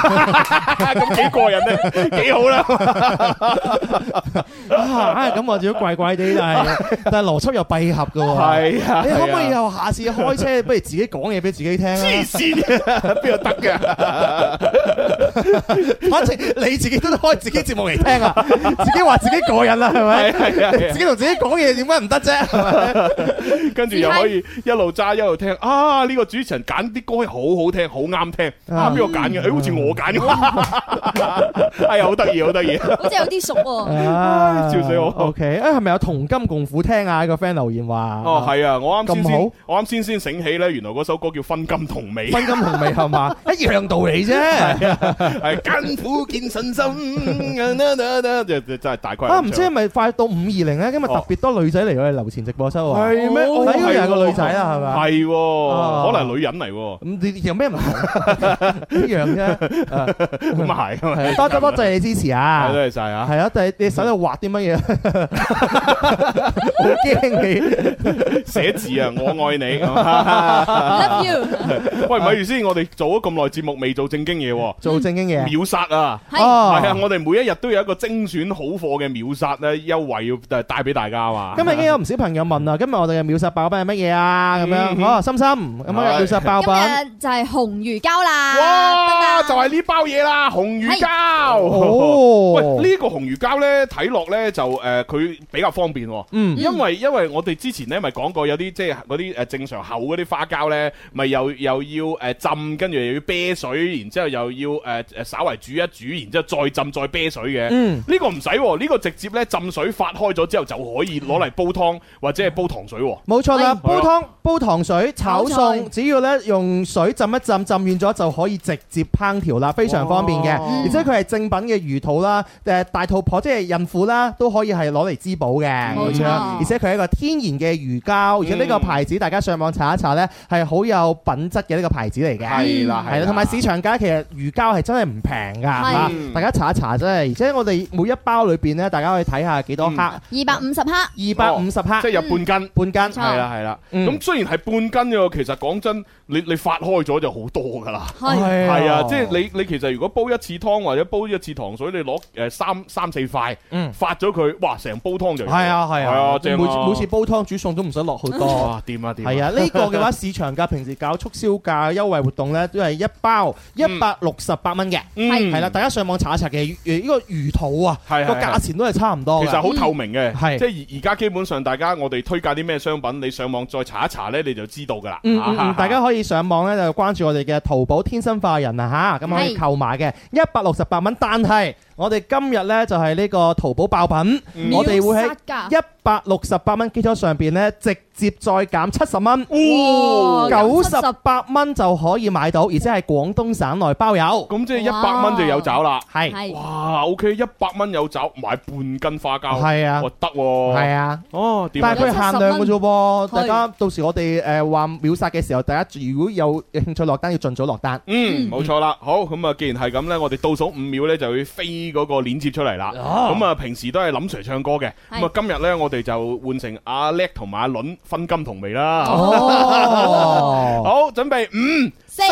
Speaker 2: 咁幾過癮咧，幾好啦！
Speaker 3: 啊，咁我如果怪怪地， 但係但係邏輯又閉合嘅喎。
Speaker 2: 係啊，
Speaker 3: 你可唔可以
Speaker 2: 係啊
Speaker 3: 又下次開車，不如自己講嘢俾自己 聽啊
Speaker 2: 黐線啊嘅，邊度得 嘅？
Speaker 3: 反正你自己都開自己節目嚟 聽啊，自己話自己過癮啦，係
Speaker 2: 係
Speaker 3: 咪？
Speaker 2: 係啊係
Speaker 3: 自
Speaker 2: 啊，
Speaker 3: 己同自己講嘢點解唔得啫？係咪
Speaker 2: 跟住又可以一路揸一路聽啊！呢個主持人揀啲歌好好聽，好啱聽，啊邊個揀
Speaker 3: 嗯
Speaker 2: 嘅？誒好似我揀嘅， 哎呀好得意好得意！
Speaker 3: 啊
Speaker 4: 好似有啲熟喎。
Speaker 3: 唉
Speaker 2: 笑死我
Speaker 3: OK，啊係咪有同甘共苦聽啊？個 friend 留言話
Speaker 2: 哦，係啊！我啱先
Speaker 3: 咁
Speaker 2: 先
Speaker 3: 好，
Speaker 2: 我啱先先醒起咧，原來嗰首歌叫《分金同味》，
Speaker 3: 分金同味係嘛，一樣道理啫。
Speaker 2: 係艱苦 見啊信心，就就哦真係大概
Speaker 3: 啊，唔知係咪快到五二零咧？今日特別多女仔嚟我哋樓前直播室喎。
Speaker 2: 係咩？
Speaker 3: 哦
Speaker 2: 哦
Speaker 3: 呢個又係個女仔啦，係咪？
Speaker 2: 係喎，
Speaker 3: 啊
Speaker 2: 可能係女人嚟喎，
Speaker 3: 咁你有咩唔同？一樣啫。
Speaker 2: 咁啊係，
Speaker 3: 係多多多謝你支持啊！
Speaker 2: 多謝晒啊！
Speaker 3: 係啊，但係你手度畫啲乜嘢？ 好驚你！
Speaker 2: 寫字啊，我愛啊
Speaker 4: Love
Speaker 2: 你。
Speaker 4: you，
Speaker 2: 喂，咪住先，我哋做咗咁耐節目，未做正經嘢喎，
Speaker 3: 做正經嘢。哦
Speaker 2: 秒殺啊！
Speaker 3: Ờ,
Speaker 4: 係
Speaker 2: 係啊，，我哋每一日都有一個精選好貨嘅秒殺咧優惠要帶俾大家啊嘛。
Speaker 3: 今日已經有唔少朋友問啊啦，今日我哋嘅秒殺爆品係乜嘢啊？咁
Speaker 2: 嗯
Speaker 3: 樣，
Speaker 2: 哼
Speaker 3: 哦，心心，咁啊，
Speaker 2: 係
Speaker 3: 秒殺爆品，
Speaker 4: 今日就係紅魚膠啦，
Speaker 2: 哇，
Speaker 4: 得啦
Speaker 2: 就係呢包嘢啦，紅魚膠。 喂，
Speaker 3: 哦，
Speaker 2: 呢個紅魚膠呢，睇落呢就誒，佢比較方便喎。
Speaker 3: 嗯，
Speaker 4: Ừ.
Speaker 2: 因為因為我哋之前咧咪講過有啲即係嗰啲誒正常厚嗰啲花膠咧，咪又又要誒浸，跟住又要啤水，然之後又要誒誒稍為煮一煮，然之後再浸再啤水嘅。
Speaker 3: 嗯
Speaker 2: 呢個唔使喎，呢個直接咧浸水發開咗之後就可以攞嚟煲湯或者係煲糖水喎。
Speaker 3: 冇錯
Speaker 2: 哎
Speaker 3: 啦，
Speaker 4: 係
Speaker 3: 煲湯、煲糖水、炒
Speaker 4: 炒菜
Speaker 3: 餸，只要咧用水浸一浸，浸軟咗就可以直接烹調啦，非常方便嘅。
Speaker 2: 哇
Speaker 3: 而且佢係正品嘅魚肚啦，誒大肚婆即係孕婦啦，都可以係攞嚟滋補嘅。
Speaker 4: 冇錯
Speaker 3: 咁樣而且佢係一個天然嘅魚
Speaker 2: 嗯
Speaker 3: 膠，而且呢個牌子大家上網查一查呢，係好有品質嘅呢個牌子嚟嘅。
Speaker 2: 係啊啦，
Speaker 3: 係啦，同埋市場價其實魚膠係真係唔平㗎，嚇
Speaker 2: 嗯
Speaker 3: 大家查一查真係。而且我哋每一包裏邊呢，大家可以睇下幾多克，
Speaker 2: 嗯
Speaker 3: 二
Speaker 4: 二百五十克，
Speaker 3: 百五十克
Speaker 2: 即係有半斤。
Speaker 3: 半斤。
Speaker 4: 錯
Speaker 2: 哦係啦係啦，
Speaker 3: 啊嗯
Speaker 2: 咁雖然係半斤嘅，其實講真，你你發開咗就好多㗎啦。
Speaker 4: 係
Speaker 2: 係啊，即係你你其實如果煲一次湯或者煲一次糖水，你攞誒三三四塊，
Speaker 3: 嗯
Speaker 2: 發咗佢，哇！成煲湯就有
Speaker 3: 係啊係
Speaker 2: 係啊
Speaker 3: 啊，
Speaker 2: 正
Speaker 3: 每
Speaker 2: 啊
Speaker 3: 每次煲湯煮餸都唔使落好多。
Speaker 2: 哇掂啊掂
Speaker 3: 係啊，呢個嘅話市場價平時搞促銷價優惠活動呢，都係一包一百六十八蚊嘅，
Speaker 2: 嗯
Speaker 3: 係啦，大家上網查一查嘅，呃呢個魚肚啊，
Speaker 2: 係係
Speaker 3: 個
Speaker 2: 係
Speaker 3: 價錢都係差唔多
Speaker 2: 其實
Speaker 3: 嘅。
Speaker 2: 好透明嘅，
Speaker 3: 嗯係
Speaker 2: 即係而而家基本上大家我哋推介啲咩商品，你上網再查一查咧，你就知道㗎啦。
Speaker 3: 嗯
Speaker 2: 啊
Speaker 3: 嗯
Speaker 2: 哈
Speaker 3: 嗯，
Speaker 2: 哈
Speaker 3: 大家可以上網咧就關注我哋嘅淘寶天生化人啊吓，咁可以
Speaker 4: 係
Speaker 3: 購買嘅一百六十八蚊。但係我哋今日呢，就係呢個淘寶爆品，
Speaker 2: 嗯
Speaker 3: 我哋會喺
Speaker 4: 秒殺㗎
Speaker 3: 一百六十八蚊基礎上邊呢，直接再減七十蚊。
Speaker 4: 哇
Speaker 3: 九十八蚊就可以買到，而且係廣東省內包郵。
Speaker 2: 咁即係一百蚊就有找啦。
Speaker 3: 係
Speaker 4: 係
Speaker 2: 哇，OK，一百蚊有找買半斤花膠，
Speaker 3: 係啊
Speaker 2: 哇得喎，
Speaker 3: 係啊，
Speaker 2: 哦，點啊
Speaker 3: 但係佢係限量嘅啫噃。
Speaker 4: 係
Speaker 3: 大家到時我哋誒話秒殺嘅時候，大家如果有興趣落單，要盡早落單。
Speaker 2: 嗯，冇錯啦。好，咁啊，既然係咁呢，我哋倒數五秒呢，就會飛嗰個鏈接出嚟啦。咁啊，平時都係林 Sir 唱歌嘅，
Speaker 4: 係
Speaker 2: 咁啊，今日呢，我哋就換成阿叻同埋阿倫分金同味啦。
Speaker 3: 哦，
Speaker 2: 好，準備五、
Speaker 4: 四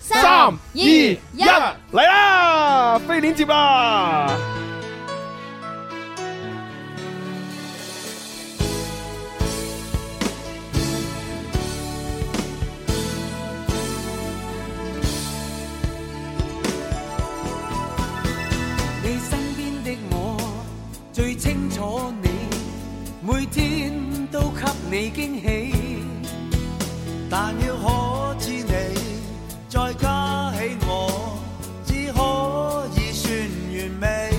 Speaker 4: 三
Speaker 2: 三、二、
Speaker 4: 二
Speaker 2: 一，
Speaker 4: 一
Speaker 2: 嚟啦，飛鏈接啦！
Speaker 9: 你身邊的我最清楚你，每天都給你驚喜。但要可知你再加起我，只可以算完美。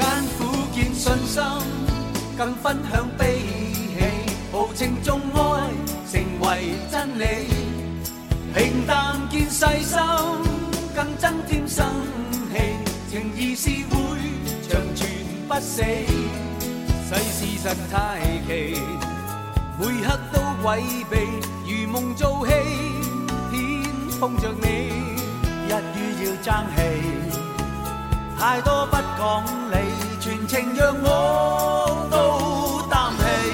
Speaker 9: 艱苦見信心，更分享悲喜，豪情中愛成為真理。平淡見細心，更增添生氣。情意是會長存不死，世事實太奇，每刻都詭秘，如夢做戲，偏碰着你，一於要爭氣。太多不講理，全程讓我都擔起。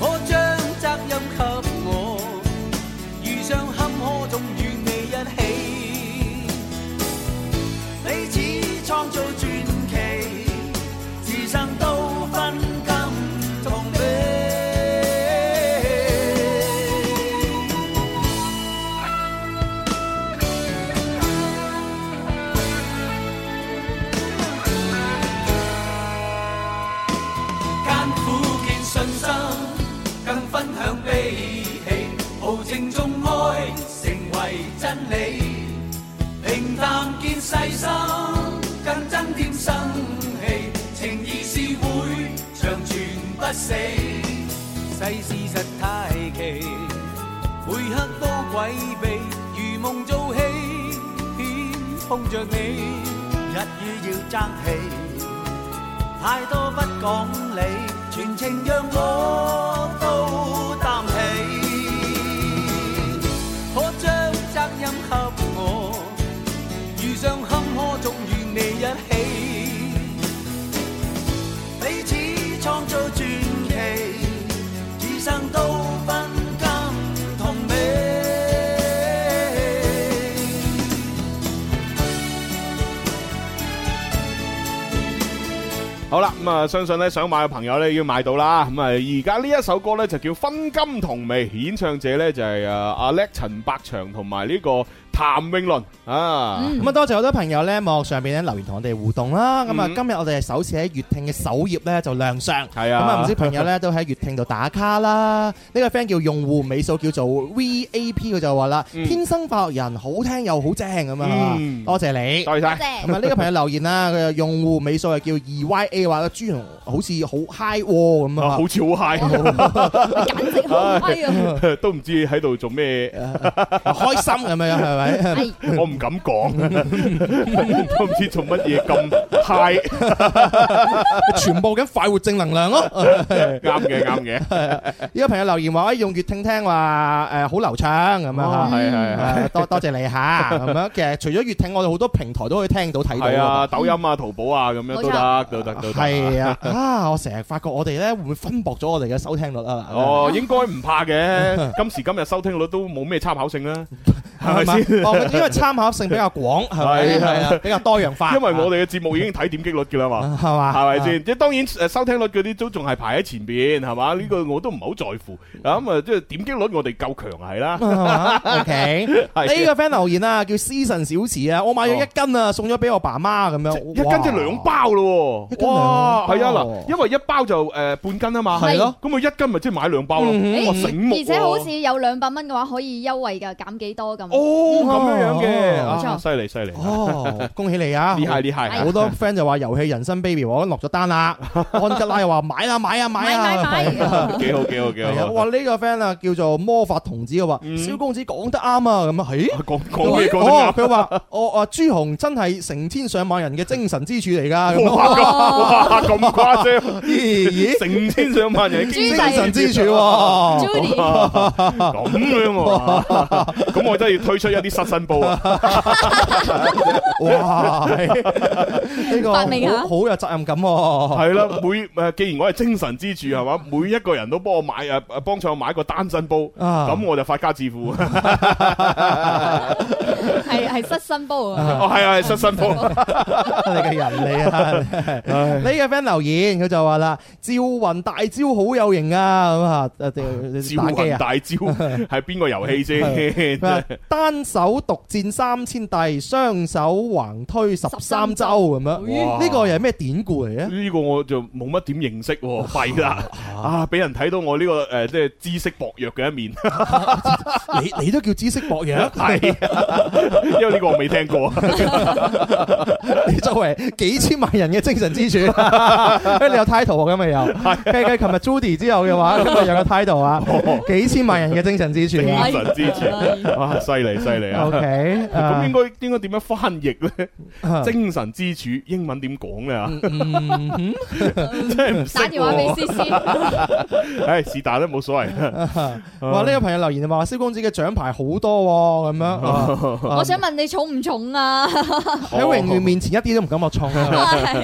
Speaker 9: 我將責任給
Speaker 1: 心，更分享悲喜，豪情中愛成為真理，平淡見細心，更增添生氣，情意是會長存不死，世事實太奇。每刻都詭秘，如夢做戲，偏碰着你，日與要爭氣，太多不講理，全情讓我都擔起。可將責任給我，遇上坎坷仲與你一起，彼此創造傳奇。此生都分甘同味。
Speaker 2: 好啦，咁啊，相信咧想買嘅朋友咧已經買到啦。咁啊，而家呢一首歌咧就叫《分金同味》，演唱者咧就係誒阿叻、陳百祥同埋呢個譚詠麟啊。
Speaker 4: Ừ.
Speaker 3: 咁啊，多謝好多朋友咧，網絡上邊咧留言同我哋互動啦。咁啊
Speaker 2: 嗯，
Speaker 3: 今日我哋係首次喺粵聽嘅首頁咧就亮相。
Speaker 2: 係
Speaker 3: 咁
Speaker 2: 啊
Speaker 3: 啊，唔少朋友咧都喺粵聽度打卡啦。呢個 friend 叫用戶尾數叫做 VAP，佢就話啦：
Speaker 2: 嗯
Speaker 3: 天生化學人，好聽又好正咁樣啊
Speaker 2: 嗯！
Speaker 3: 多謝你。
Speaker 2: 多謝
Speaker 4: 多
Speaker 2: 晒。
Speaker 4: 謝
Speaker 3: 咁。啊，呢個朋友留言啦，佢就用戶尾數係叫 2YA，話朱紅好似好 high 喎咁
Speaker 2: 啊
Speaker 3: 啊
Speaker 2: 好。似好 high，
Speaker 4: 簡直好威啊！
Speaker 2: 都唔知喺度做 咩，
Speaker 3: 開心咁樣係咪？
Speaker 4: 係
Speaker 2: 我唔敢講， 都唔知做乜嘢咁 high，
Speaker 3: 全部嘅快活正能量咯。
Speaker 2: 啱嘅啱嘅，
Speaker 3: 呢個朋友留言話：，哎，用粵聽聽話誒好流暢咁樣
Speaker 2: 哦
Speaker 3: 嚇。
Speaker 2: 係係係。
Speaker 3: 誒多多謝你嚇咁樣。其實除咗粵聽，我哋好多平台都可以聽到睇到。
Speaker 2: 系啊，，抖音啊、淘寶啊咁樣
Speaker 4: 冇
Speaker 2: 都得，都得，都得。
Speaker 3: 係啊，啊！我成日發覺我哋咧會唔會分薄咗我哋嘅收聽率啊？
Speaker 2: 哦，應該唔 怕嘅，今時今日收聽率都冇咩參考性啦，係咪
Speaker 3: 嘛
Speaker 2: 先？
Speaker 3: 哦，因為參考性比較廣，係咪？
Speaker 2: 係啊
Speaker 3: 係啊，啊比較多樣化。
Speaker 2: 因為我哋嘅節目已經睇點擊率嘅啦嘛。
Speaker 3: 係嘛，
Speaker 2: 係咪先？即係當然誒，收聽率嗰啲都仲係排喺前邊，係
Speaker 3: 嗯
Speaker 2: 嘛？呢個我都唔係好在乎。啊咁啊，即係點擊率我哋夠強係
Speaker 3: 嗯
Speaker 2: 啦。
Speaker 3: O K，
Speaker 2: 係
Speaker 3: 呢個 friend 留言啊，叫思神小池啊，我買咗一斤啊，送咗俾我爸媽咁樣，
Speaker 2: 一斤即係兩包咯
Speaker 3: 一
Speaker 2: 喎，
Speaker 3: 斤兩包
Speaker 2: 哇，係啊嗱，因為一包就誒半斤啊嘛，
Speaker 3: 係咯，
Speaker 2: 咁佢一斤咪即係買兩包咯，
Speaker 3: 嗯
Speaker 2: 哇
Speaker 4: 誒
Speaker 2: 醒目喎，
Speaker 4: 而且好似有兩百蚊嘅話，可以優惠㗎，減幾多咁。
Speaker 2: 哦咁樣樣嘅，
Speaker 3: 哦
Speaker 2: 啊犀利犀利，
Speaker 3: 哦，恭喜你 啊！
Speaker 2: 厲害厲害，
Speaker 3: 好多 friend 就話遊戲人生 baby，我落咗單啦。安吉拉又話買啊買啊買
Speaker 4: 買買
Speaker 3: 啊！
Speaker 4: 買！
Speaker 2: 幾好幾好幾
Speaker 3: 係啊，
Speaker 2: 好。
Speaker 3: 哇！呢個 friend 啊叫做魔法童子嘅話，
Speaker 2: 嗯
Speaker 3: 蕭公子講得啱啊咁啊，咦？
Speaker 2: 講講咩講得
Speaker 3: 哦
Speaker 2: 啱？
Speaker 3: 佢話我啊朱紅真係成千上萬人嘅精神支柱嚟㗎，咁啊
Speaker 2: 哇哇咁誇張，
Speaker 3: 咦咦，
Speaker 2: 成千上萬人
Speaker 4: 豬
Speaker 3: 精
Speaker 4: 仔
Speaker 3: 神支柱
Speaker 4: 朱
Speaker 3: 喎。
Speaker 2: 咁
Speaker 4: Judy，
Speaker 2: 樣喎， 咁我真係要推出一啲失身煲啊！
Speaker 3: 哇！係呢個
Speaker 4: 發明下
Speaker 3: 好好有責任感喎。
Speaker 2: 係啦，每誒，既然我係精神支柱係嘛，每一個人都幫我買誒誒，幫襯我買個單身煲，
Speaker 3: 啊
Speaker 2: 咁我就發家 致富。哦，
Speaker 4: 係係失身煲啊！
Speaker 2: 係啊，係失 身煲。
Speaker 3: 你嘅人嚟啊！呢個 friend 留言佢就話啦：趙雲大招好有型啊！咁啊，誒
Speaker 2: 招
Speaker 3: 打機
Speaker 2: 雲
Speaker 3: 啊！
Speaker 2: 大招係邊個遊戲
Speaker 3: 咩
Speaker 2: 先？
Speaker 3: 啊單手獨戰三千帝，雙手橫推十三州咁樣，
Speaker 2: 哇
Speaker 3: 呢個又係咩典故嚟嘅？
Speaker 2: 呢個我就冇乜點認識
Speaker 3: 哦
Speaker 2: 喎，弊啦！啊，俾人睇到我呢個誒，即係知識薄弱嘅一面，
Speaker 3: 你你都叫知識薄弱，
Speaker 2: 係啊，因為呢個我未聽過。
Speaker 3: 你 作為幾千萬人嘅精神 支柱，誒你有 title 啊，今日又計計琴日 Judy 之後嘅 話，今日有個 title 啊，
Speaker 2: 哦
Speaker 3: 幾千萬人嘅精神 支柱啊
Speaker 4: 哎
Speaker 2: 精神支柱，哇，犀利犀 利啊！
Speaker 3: ，OK，
Speaker 2: 咁應
Speaker 3: 啊
Speaker 2: 該應該點樣翻譯咧？
Speaker 3: 啊
Speaker 2: 精神支柱英文點講咧？啊
Speaker 3: 嗯哼
Speaker 2: 真係唔識
Speaker 4: 打電話俾
Speaker 2: 喎。
Speaker 4: 思思，
Speaker 3: 嗯
Speaker 2: 唉，是但啦，冇所謂。
Speaker 3: 啊
Speaker 2: 嗯
Speaker 3: 哇！呢個朋友留言話：蕭公子嘅獎牌好多喎，咁 樣
Speaker 2: 哦
Speaker 3: 啊。
Speaker 4: 我想問你重唔重啊？
Speaker 3: 喺榮譽面前一啲都唔感覺重 啊，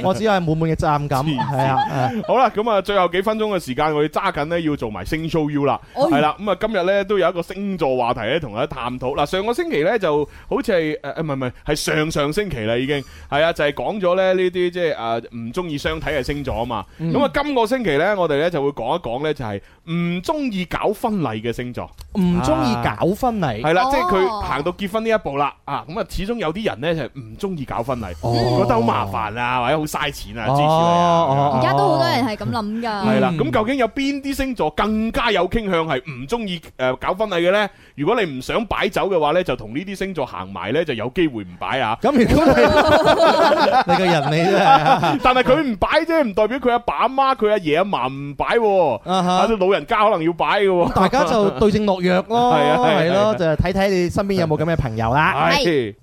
Speaker 3: 我只係滿滿嘅責任感，
Speaker 2: 黐線
Speaker 3: 係啊。
Speaker 2: 好啦，咁啊，最後幾分鐘嘅時間，我要揸緊呢，要做埋星 show U 啦，
Speaker 3: 哦
Speaker 4: 哎
Speaker 2: 係啦，咁啊，今日呢，都有一個星座話題咧，同大家探討。嗱，上個星期呢，就好似係誒誒唔係唔係，係上上星期啦已經，係啊，就係講咗咧呢啲即係誒唔中意相睇嘅星座啊嘛。
Speaker 3: 嗯
Speaker 2: 咁啊，今個星期呢，我哋呢就會講一講呢，就係唔中意搞婚禮嘅星座，
Speaker 3: 唔中意搞婚禮，
Speaker 2: 啊係啦，即係佢
Speaker 4: 哦
Speaker 2: 行到結婚呢一步啦，啊，咁啊，始終有啲人咧就唔中意搞婚禮，
Speaker 3: 哦
Speaker 2: 覺得好麻煩啊，或者好嘥錢啊，
Speaker 3: 哦
Speaker 2: 支持你
Speaker 3: 哦
Speaker 2: 啊。
Speaker 4: 而家都好多人係咁諗㗎。
Speaker 2: 系啦，
Speaker 3: 嗯
Speaker 2: 咁究竟有邊啲星座更加有傾向係唔中意诶搞婚禮嘅呢？如果你唔想擺酒嘅話呢，就同呢啲星座行埋呢，就有機會唔
Speaker 3: 。
Speaker 2: 擺啊
Speaker 3: 咁如 果你你個人你真係
Speaker 2: 但係佢唔擺啫，唔代表佢阿爸阿媽、佢阿爺阿嫲唔擺喎。
Speaker 3: 啊
Speaker 2: 啊，
Speaker 3: 哈
Speaker 2: 啲老人家可能要擺嘅喎。
Speaker 3: 大家就對症落藥咯，
Speaker 2: 係啊係啊
Speaker 3: 係
Speaker 2: 係啊啊
Speaker 3: 咯，就係睇睇你身邊有冇咁嘅朋友啦。
Speaker 2: 係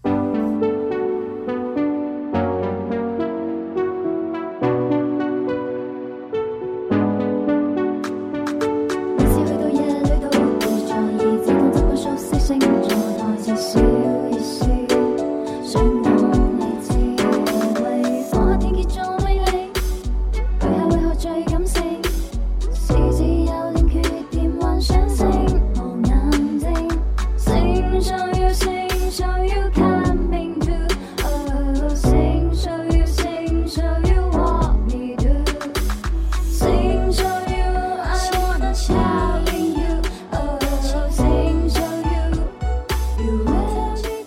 Speaker 7: 每次去到夜裏都會在意，只講習慣熟悉星座台詞少一少，想我你知，為火天蠍座魅力，對下為何最感性？獅子有點缺點，幻想性無眼睛，星座要星座要 coming to，星座要星座要 what me do。Sing show you, I wanna shout in you. Oh, sing show you, you will be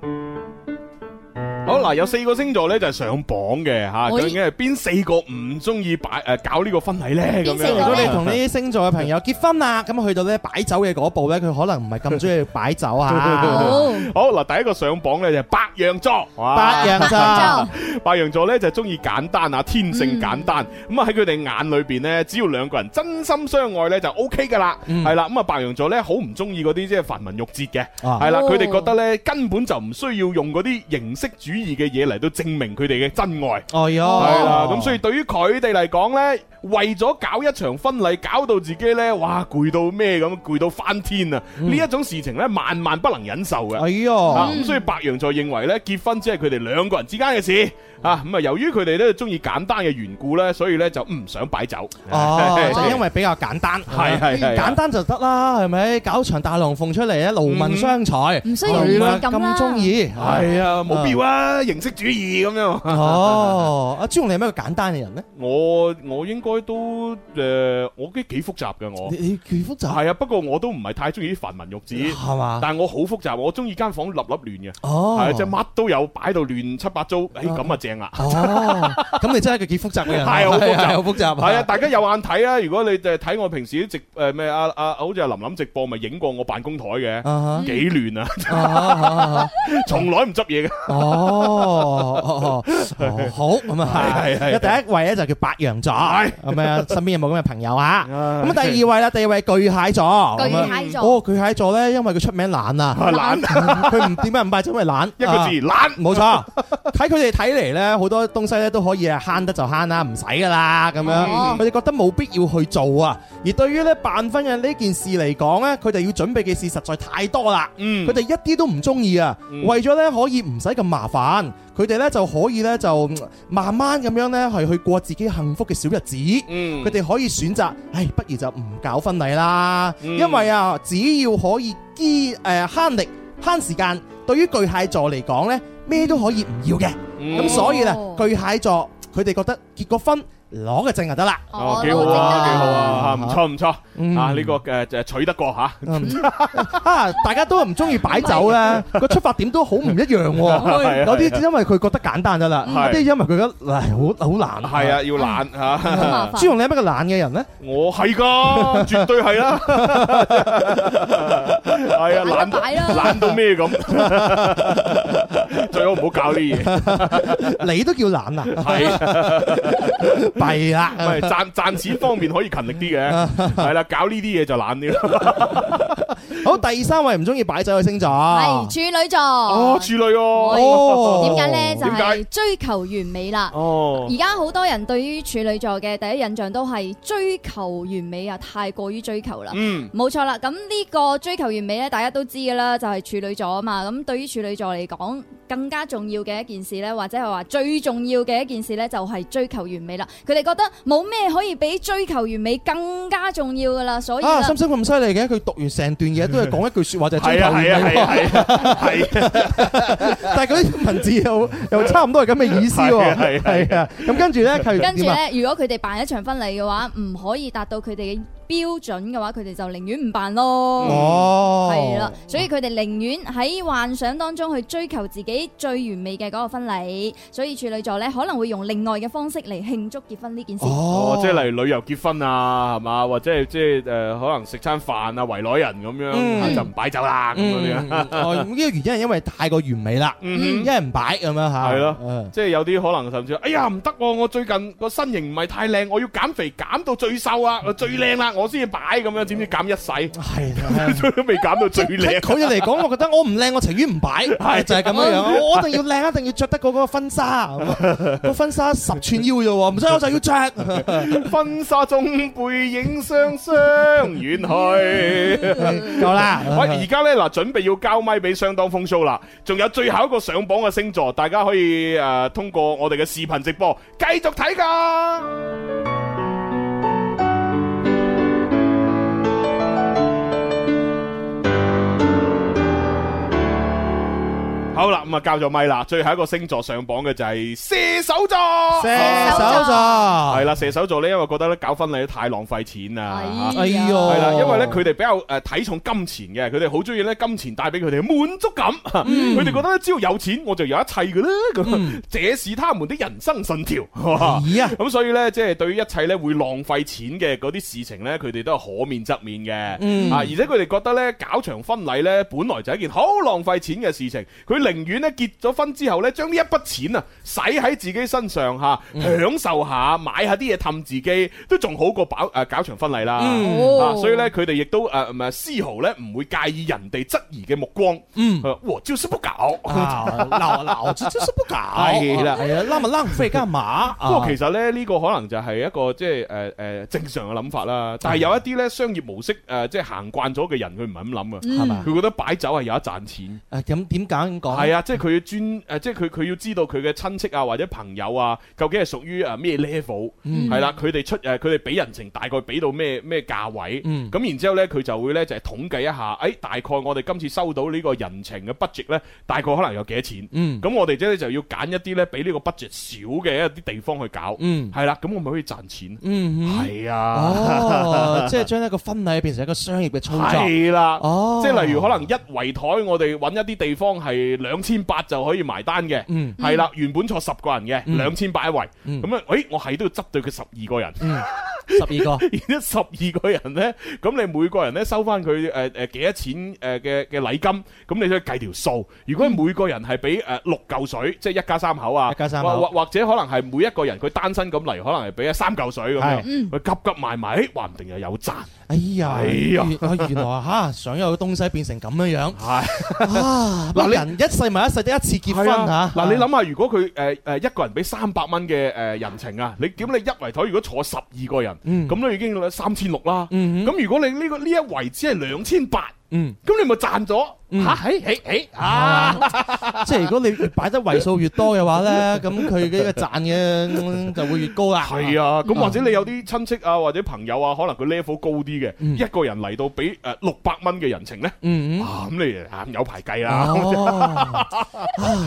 Speaker 7: cool.
Speaker 2: 好嗱，有四個星座呢就係上榜嘅吓，
Speaker 4: 喂
Speaker 2: 究竟係邊四個唔中意擺诶搞呢個婚禮呢？咁
Speaker 4: 邊四個
Speaker 2: 樣
Speaker 4: 呢
Speaker 3: 如果你同呢啲星座嘅朋友結婚啦，咁去到咧擺酒嘅嗰步咧，佢可能唔係咁中意擺酒 啊。
Speaker 4: 好，
Speaker 2: 好嗱，第一個上榜呢就係白羊座，哇
Speaker 3: 白羊座，
Speaker 2: 白羊座咧就中意簡單啊，天性簡單。
Speaker 4: 嗯
Speaker 2: 咁啊喺佢哋眼裏邊咧，只要兩個人真心相愛咧就 O K 噶啦，
Speaker 3: 嗯
Speaker 2: 係啦。咁啊白羊座咧好唔中意嗰啲即係繁文縟節嘅，
Speaker 3: 啊
Speaker 2: 係啦。
Speaker 4: 哦
Speaker 2: 佢哋覺得咧根本就唔需要用嗰啲形式主義嘅嘢嚟到證明佢哋嘅真愛。
Speaker 3: 哦喲，
Speaker 2: 係啦，咁所以對於佢哋嚟講咧，為咗搞一場婚禮，搞到自己咧，哇攰到咩咁，攰到翻天啊！呢一種事情咧，萬萬不能忍受嘅。
Speaker 3: 嗯哎喲，
Speaker 2: 啊，咁所以白羊座認為咧，結婚只係佢哋兩個人之間嘅事啊。咁啊，由於佢哋咧中意簡單嘅緣故咧，所以咧就唔想擺酒。
Speaker 3: 哦，就因為比較簡單，
Speaker 2: 係係係
Speaker 3: 簡單就得啦，係咪？搞場大龍鳳出嚟咧，勞民傷財，
Speaker 4: 唔需要
Speaker 3: 係啦
Speaker 4: 咁啦
Speaker 3: 咁中意，係。
Speaker 2: 嗯係啊，冇必要啊，形式主義咁樣。
Speaker 3: 哦，阿朱紅，你係咪一個簡單嘅人咧？
Speaker 2: 我我應該都誒，我幾幾複雜嘅我
Speaker 3: 你。你幾複雜
Speaker 2: 係啊，不過我都唔係太中意啲繁文縟節，
Speaker 3: 係嘛？
Speaker 2: 但我好複雜，我中意間房立立亂嘅，係
Speaker 3: 哦
Speaker 2: 啊，即係乜都有擺到亂七八糟，誒咁啊正 啦。
Speaker 3: 哦，咁你真係一個幾複雜嘅人，啊
Speaker 2: 係好複雜
Speaker 3: 係好複雜，
Speaker 2: 系啊，大家有眼睇啊！如果你就係睇我平時啲直诶咩啊啊，好似阿林林直播咪影過我辦公台嘅，
Speaker 3: 啊
Speaker 2: 幾 亂啊！
Speaker 3: 哈啊哈啊哈哦
Speaker 2: 從來唔執嘢嘅。
Speaker 3: 哦，哦哦好咁啊，
Speaker 2: 係係係
Speaker 3: 第一位咧就叫白羊座，咁啊身邊有冇咁嘅朋友 啊？
Speaker 2: 唉
Speaker 3: 咁第二位啦，第二位巨蟹座，
Speaker 4: 巨
Speaker 3: 咁啊
Speaker 4: 蟹座，
Speaker 3: 哦巨蟹座咧，因為佢出名懶啊，
Speaker 2: 懶
Speaker 3: 佢唔點解唔拜，就因為懶，
Speaker 2: 一個
Speaker 3: 啊
Speaker 2: 字懶。
Speaker 3: 冇錯，睇佢哋睇嚟咧，好多東西咧都可以啊慳得就慳啦，唔使噶啦咁樣。
Speaker 4: 哦
Speaker 2: 嗯
Speaker 3: 佢哋覺得冇必要去做啊。而對於咧辦婚嘅呢件事嚟講咧，佢哋要準備嘅事實在太多啦。
Speaker 2: 嗯
Speaker 3: 佢哋一啲都唔中意啊。
Speaker 2: 嗯
Speaker 3: 為咗咧可以唔使咁麻煩，佢哋咧就可以咧就嗯慢慢咁樣咧係去過自己幸福嘅小日子。
Speaker 2: 嗯
Speaker 3: 佢哋可以選擇，唉，不如就唔搞婚禮啦，
Speaker 2: 嗯
Speaker 3: 因為啊，只要可以堅誒慳力慳時間，對於巨蟹座嚟講呢，咩都可以唔要嘅，咁、
Speaker 2: 嗯
Speaker 3: 所以呢，
Speaker 4: 哦
Speaker 3: 巨蟹座佢哋覺得結個婚攞個證就得啦，
Speaker 2: 哦，幾好啊，幾好啊，唔錯唔錯
Speaker 3: 嗯
Speaker 2: 啊！呢個誒誒取得過吓，
Speaker 3: 嗯 啊，大家都唔中意擺酒 呢，個出發點都好唔一樣
Speaker 2: 係啊
Speaker 3: 喎，有啲因為佢覺得簡單得啦，有啲
Speaker 2: 係
Speaker 3: 因為佢覺得唉好好難，
Speaker 2: 係啊，要懶
Speaker 4: 好
Speaker 3: 嗯
Speaker 2: 吓，
Speaker 4: 麻
Speaker 3: 朱
Speaker 4: 煩。
Speaker 3: 紅你係咪一個懶嘅人呢？
Speaker 2: 我 係噶，絕對係啦，係啊，懶
Speaker 4: 懶得擺啦
Speaker 2: 懶到 咩咁，最好唔好搞呢嘢，
Speaker 3: 你都叫懶啊，
Speaker 2: 係啊。
Speaker 3: 弊啦，
Speaker 2: 唔係賺賺錢方面可以勤力 啲嘅，係啦，搞呢啲嘢就懶啲啦。
Speaker 3: 好，第三位唔中意擺酒嘅星座，哦，
Speaker 4: 係處女座。
Speaker 2: 哦，處女哦，
Speaker 4: 點解咧？就
Speaker 2: 點解
Speaker 4: 係追求完美啦。
Speaker 2: 哦
Speaker 4: 而，家好多人對於處女座嘅第一印象都係追求完美啊，太過於追求啦。
Speaker 2: 嗯，
Speaker 4: 冇錯啦，咁呢個追求完美咧，大家都知噶啦，就係、處女座啊嘛。咁對於處女座嚟講，更加重要嘅一件事呢，或者係話最重要嘅一件事呢，就係追求完美啦。佢哋覺得冇咩可以比追求完美更加重要噶啦，所以
Speaker 3: 啊，
Speaker 4: 啦
Speaker 3: 心心咁犀利嘅，佢讀完成段嘢都係講一句説話就係追求完美喎
Speaker 2: 啊係啊，係啊，係啊，係啊，係啊，
Speaker 3: 但係嗰啲文字又又差唔多係咁嘅意思
Speaker 2: 係
Speaker 3: 喎
Speaker 2: 啊，係啊係啊
Speaker 3: 係啊，咁跟住咧，佢
Speaker 4: 跟住
Speaker 3: 點啊？
Speaker 4: 呢，如果佢哋辦一場婚禮嘅話，唔可以達到佢哋嘅標準嘅話，佢哋就寧願唔辦咯。
Speaker 3: 哦，
Speaker 4: 係啦，所以佢哋寧願喺幻想當中去追求自己最完美嘅嗰個婚禮，所以處女座咧可能會用另外嘅方式嚟慶祝結婚呢件事。
Speaker 3: 哦，
Speaker 2: 哦，即係例如旅遊結婚啊，係嘛？或者係-即係，誒，可能食餐飯啊，圍內人咁樣，
Speaker 3: 嗯。
Speaker 2: 就唔擺酒啦，咁嗰啲啊。
Speaker 3: 嗯哦，咁呢個原因係因為太過完美啦，
Speaker 2: 嗯哼。
Speaker 3: 一人擺咁樣嚇，嗯
Speaker 2: 係咯
Speaker 3: 咯，
Speaker 2: 即係有啲可能甚至話，哎呀唔得喎，我最近個身形唔係太靚，我要減肥減到最瘦啊，最靚啦，我先至擺咁樣，知唔知減一世
Speaker 3: 係啊。
Speaker 2: 都未減到最
Speaker 3: 喺
Speaker 2: 靚？
Speaker 3: 佢哋嚟講，我覺得我唔靚，我情願唔擺，就係咁樣樣。 我一定要靚，一定要着得嗰個婚紗，咁啊個婚紗十寸腰啫喎，唔使我就要着。
Speaker 2: 婚紗中背影雙 雙遠去。
Speaker 3: 夠啦，
Speaker 2: 喂，而家呢，嗱，準備要交咪俾相當風騷啦，仲有最後一個上榜嘅星座，大家可以誒、呃通過我哋嘅視頻直播繼續睇㗎。好啦，咁啊交咗咪啦，最後一個星座上榜嘅就係射手座。
Speaker 3: 射手座
Speaker 2: 系啦，射手座呢，因為覺得咧搞婚禮太浪費錢啊啦。嚇
Speaker 3: 哎
Speaker 4: 呀
Speaker 3: 呦
Speaker 2: 系啦，因為咧佢哋比較诶睇重金錢嘅，佢哋好中意咧金錢帶俾佢哋嘅滿足感，佢哋覺得咧只要有錢我就有一切嘅啦，咁這是他們的人生信條。
Speaker 3: 咦啊！
Speaker 2: 咁所以咧，即係對於一切咧會浪費錢嘅嗰啲事情咧，佢哋都係可免則免嘅。
Speaker 3: 嗯
Speaker 2: 啊，而且佢哋覺得咧搞場婚禮咧，本來就係一件好浪費錢嘅事情，佢寧願咧結咗婚之後咧，將呢一筆錢啊使喺自己身上吓，享受下，買下啲嘢氹自己，都仲好過搞诶搞場婚禮啦。
Speaker 4: 嗯
Speaker 3: 哦
Speaker 2: 啊，所以咧，佢哋亦都呃誒唔係絲毫咧唔會介意人哋質疑嘅目光。啊
Speaker 3: 嗯
Speaker 2: 佢話，我就是不搞。
Speaker 3: 啊，老老子就是不搞，
Speaker 2: 係啦
Speaker 3: 係啊，浪咪浪費幹嘛？
Speaker 2: 不過其實咧，呢個可能就係一個即係誒誒正常嘅諗法啦。
Speaker 3: 嗯
Speaker 2: 但係有一啲咧商業模式誒即係行慣咗嘅人，佢唔係咁諗嘅。
Speaker 3: 係嘛？
Speaker 2: 佢覺得擺酒係有得賺錢，
Speaker 3: 誒咁點解咁講？
Speaker 2: 係啊，即係佢要專誒，即係佢佢要知道佢嘅親戚啊或者朋友啊，究竟係屬於誒咩 level，
Speaker 3: 嗯
Speaker 2: 係啦，佢哋出誒佢哋俾人情大概俾到咩咩價位，
Speaker 3: 嗯
Speaker 2: 咁然之後呢，佢就會呢，就係統計一下，誒大概我哋今次收到呢個人情嘅 budget 呢，大概可能有幾多錢。
Speaker 3: 嗯
Speaker 2: 咁我哋即係就要揀一啲呢，比呢個 budget 少嘅一啲地方去搞。
Speaker 3: 嗯
Speaker 2: 係啦，咁我咪可以賺錢。
Speaker 3: 嗯哼
Speaker 2: 係啊，
Speaker 3: 哦，即係將一個婚禮變成一個商業嘅操作。
Speaker 2: 係啦。
Speaker 3: 哦，
Speaker 2: 即係例如可能一圍台，我哋揾一啲地方係兩千八就可以埋單嘅。
Speaker 3: 嗯
Speaker 2: 係啦，原本坐十個人嘅，
Speaker 3: 嗯
Speaker 2: 兩千八一圍。
Speaker 3: 嗯
Speaker 2: 咁啊，誒，我係都要執對佢十二個人。
Speaker 3: Ừ. 十二個，
Speaker 2: 然之後十二個人咧，咁你每個人咧收翻佢誒誒幾多錢誒嘅嘅禮金，咁你再計條數。如果每個人係俾誒六嚿水，即係一家三口啊，
Speaker 3: 一家三口
Speaker 2: 或或或者可能係每一個人佢單身咁嚟，可能係俾咗三嚿水咁
Speaker 3: 係
Speaker 2: 樣，佢急急埋埋，誒話唔定又有賺。
Speaker 3: 哎呀，
Speaker 2: 哎呀
Speaker 3: 原啊原來啊嚇，想有嘅東西變成咁樣樣。
Speaker 2: 係
Speaker 3: 啊！
Speaker 2: 嗱
Speaker 3: 嗱，
Speaker 2: 你
Speaker 3: 人一世咪一世得一次結婚
Speaker 2: 係啊
Speaker 3: 嚇。
Speaker 2: 嗱你諗下，如果佢誒誒一個人俾三百蚊嘅誒人情啊，你咁你一圍台如果坐十二個人，
Speaker 3: 嗯
Speaker 2: 咁都已經三千六啦。
Speaker 3: 嗯哼
Speaker 2: 咁如果你呢個呢一圍只係兩千八。
Speaker 3: 嗯，
Speaker 2: 咁你咪賺咗
Speaker 3: 嗯
Speaker 2: 嚇？誒誒誒啊！
Speaker 3: 即係如果你越擺得位數越多嘅話咧，咁佢嘅個賺嘅就會越高啦。
Speaker 2: 係啊，咁或者你有啲親戚啊，或者朋友啊，可能佢 level 高啲嘅，
Speaker 3: 嗯
Speaker 2: 一個人嚟到俾誒六百蚊嘅人情咧，
Speaker 3: 嗯，嗯。
Speaker 2: 啊咁你啊有排計啦。
Speaker 3: 哦，啊！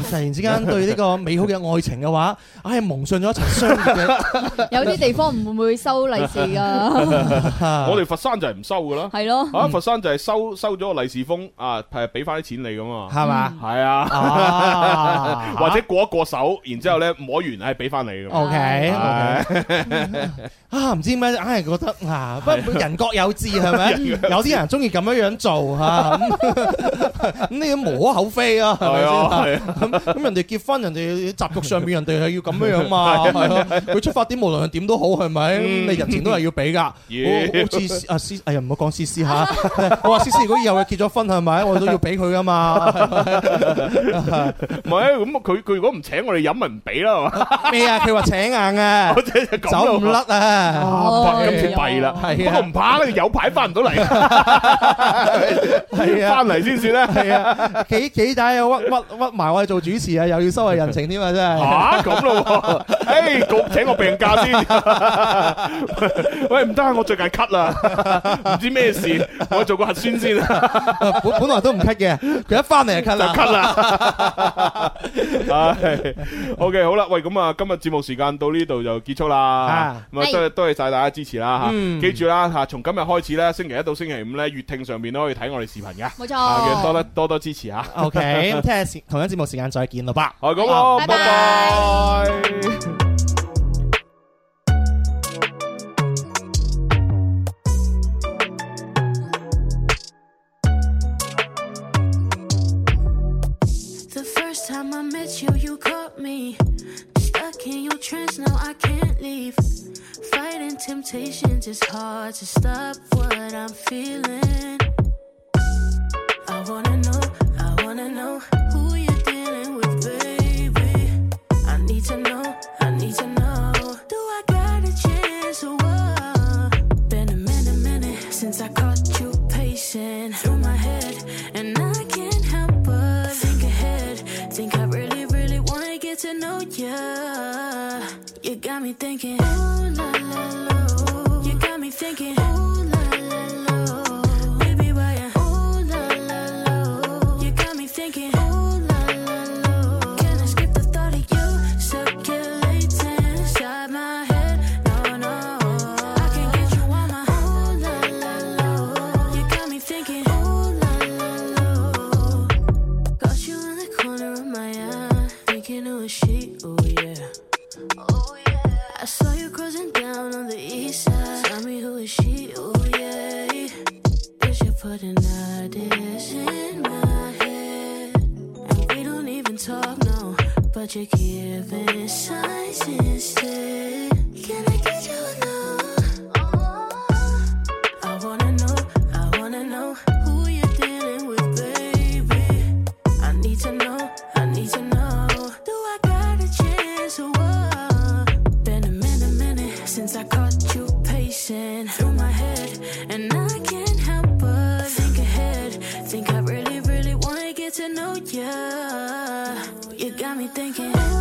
Speaker 3: 突然之間對呢個美好嘅愛情嘅話，唉，蒙上咗一層商業 嘅。
Speaker 4: 有啲地方唔會收利是噶，
Speaker 3: 啊
Speaker 2: 我哋佛山就係唔收噶啦，
Speaker 4: 係咯。
Speaker 3: 嗯
Speaker 2: 啊佛山就係收收咗個利是封啊，係俾翻啲錢你噶嘛，
Speaker 3: 係嘛？
Speaker 2: 係啊，
Speaker 3: 啊哦
Speaker 2: 或者過一過手，然之後咧摸完係俾翻你㗎嘛。
Speaker 3: O K，
Speaker 2: 係
Speaker 3: 啊，唔知點解，硬係覺得啊，不過人各有志係咪？有啲人中意咁樣樣做嚇，咁咁你都無可厚非啊，係咪
Speaker 2: 係啊
Speaker 3: 先
Speaker 2: 係
Speaker 3: 啊？咁咁人哋結婚，人哋習俗上面人哋係要咁樣樣嘛，係咯。佢出發點無論係點都好係咪？
Speaker 2: 嗯
Speaker 3: 咁你人情都係要俾㗎。
Speaker 2: Yeah
Speaker 3: 好好似啊思，哎呀唔好講思思嚇， 我話思思如果以後佢結咗婚係咪，我都要俾佢㗎嘛。
Speaker 2: 唔係咁佢佢如果唔請我哋飲，咪唔俾啦，係嘛？
Speaker 3: 咩啊？佢話請硬啊
Speaker 2: 我，真係咁
Speaker 3: 走
Speaker 2: 咯
Speaker 3: 唔甩 啊！
Speaker 2: 啊今次弊啦，
Speaker 3: 係啊哎
Speaker 2: 不過唔怕啦，有牌翻唔到嚟，
Speaker 3: 係啊
Speaker 2: 翻嚟先算啦。
Speaker 3: 係啊，幾幾大啊屈屈屈埋我哋做主持啊，又要收下人情添啊，真係。
Speaker 2: 吓咁咯喎，诶，咁請我病假先。 喂，唔得啊，我最近咳啦，唔知咩事，我做個核酸先啊，
Speaker 3: 本本來都唔咳嘅，佢一翻嚟就咳
Speaker 2: 就
Speaker 3: 啦。
Speaker 2: 咳啦。 係 OK，好啦，喂，咁啊，今日節目時間到呢度就結束啦
Speaker 3: 啊。
Speaker 2: 咁啊，多
Speaker 4: 係
Speaker 2: 多謝晒大家支持啦吓，
Speaker 3: 嗯
Speaker 2: 記住啦吓，從今日開始咧，星期一到星期五咧，粵聽上面都可以睇我哋視頻嘅，
Speaker 4: 冇
Speaker 2: 啊多
Speaker 4: 錯。
Speaker 2: 得多多支持吓。
Speaker 3: OK，咁聽日時同一節目時間再見咯吧。
Speaker 2: 好，咁咯，
Speaker 4: 拜
Speaker 2: 拜拜。
Speaker 10: The first time I met you, you caught me stuck in your trance. Now I can't leave. Fighting temptations, it's hard to stop what I'm feeling. I wanna know, I wanna know who you're dealing with, baby. I need to know, I need to know. Do I got a chance or what? Been a minute, minute since I caught you patient through my head, and I can't help but think ahead. Think I really, really wanna get to know ya. You got me thinking, ooh la la la. You got me thinking, ooh la la la. Baby, why you? Ooh la la la. You got me thinking, ooh la la la. Can I skip the thought of you circulating inside my head? No, no. I can get you on my ooh la la la. You got me thinking, ooh la la la. Got you in the corner of my eye, thinking it was she. Oh yeah. Oh yeah. I saw you cruising down on the east side. Tell me who is she? Oh yeah. Is you putting ideas in my head? And we don't even talk no, but you're giving signs instead. Can I get you now? I wanna know, I wanna know who you're dealing with, baby. I need to know, I need to know. Do I got a chance or what? Been a minute, minute since I caught you patient through my head, and I can't help but think ahead. Think I really, really wanna get to know ya. You got me thinking. oh, oh,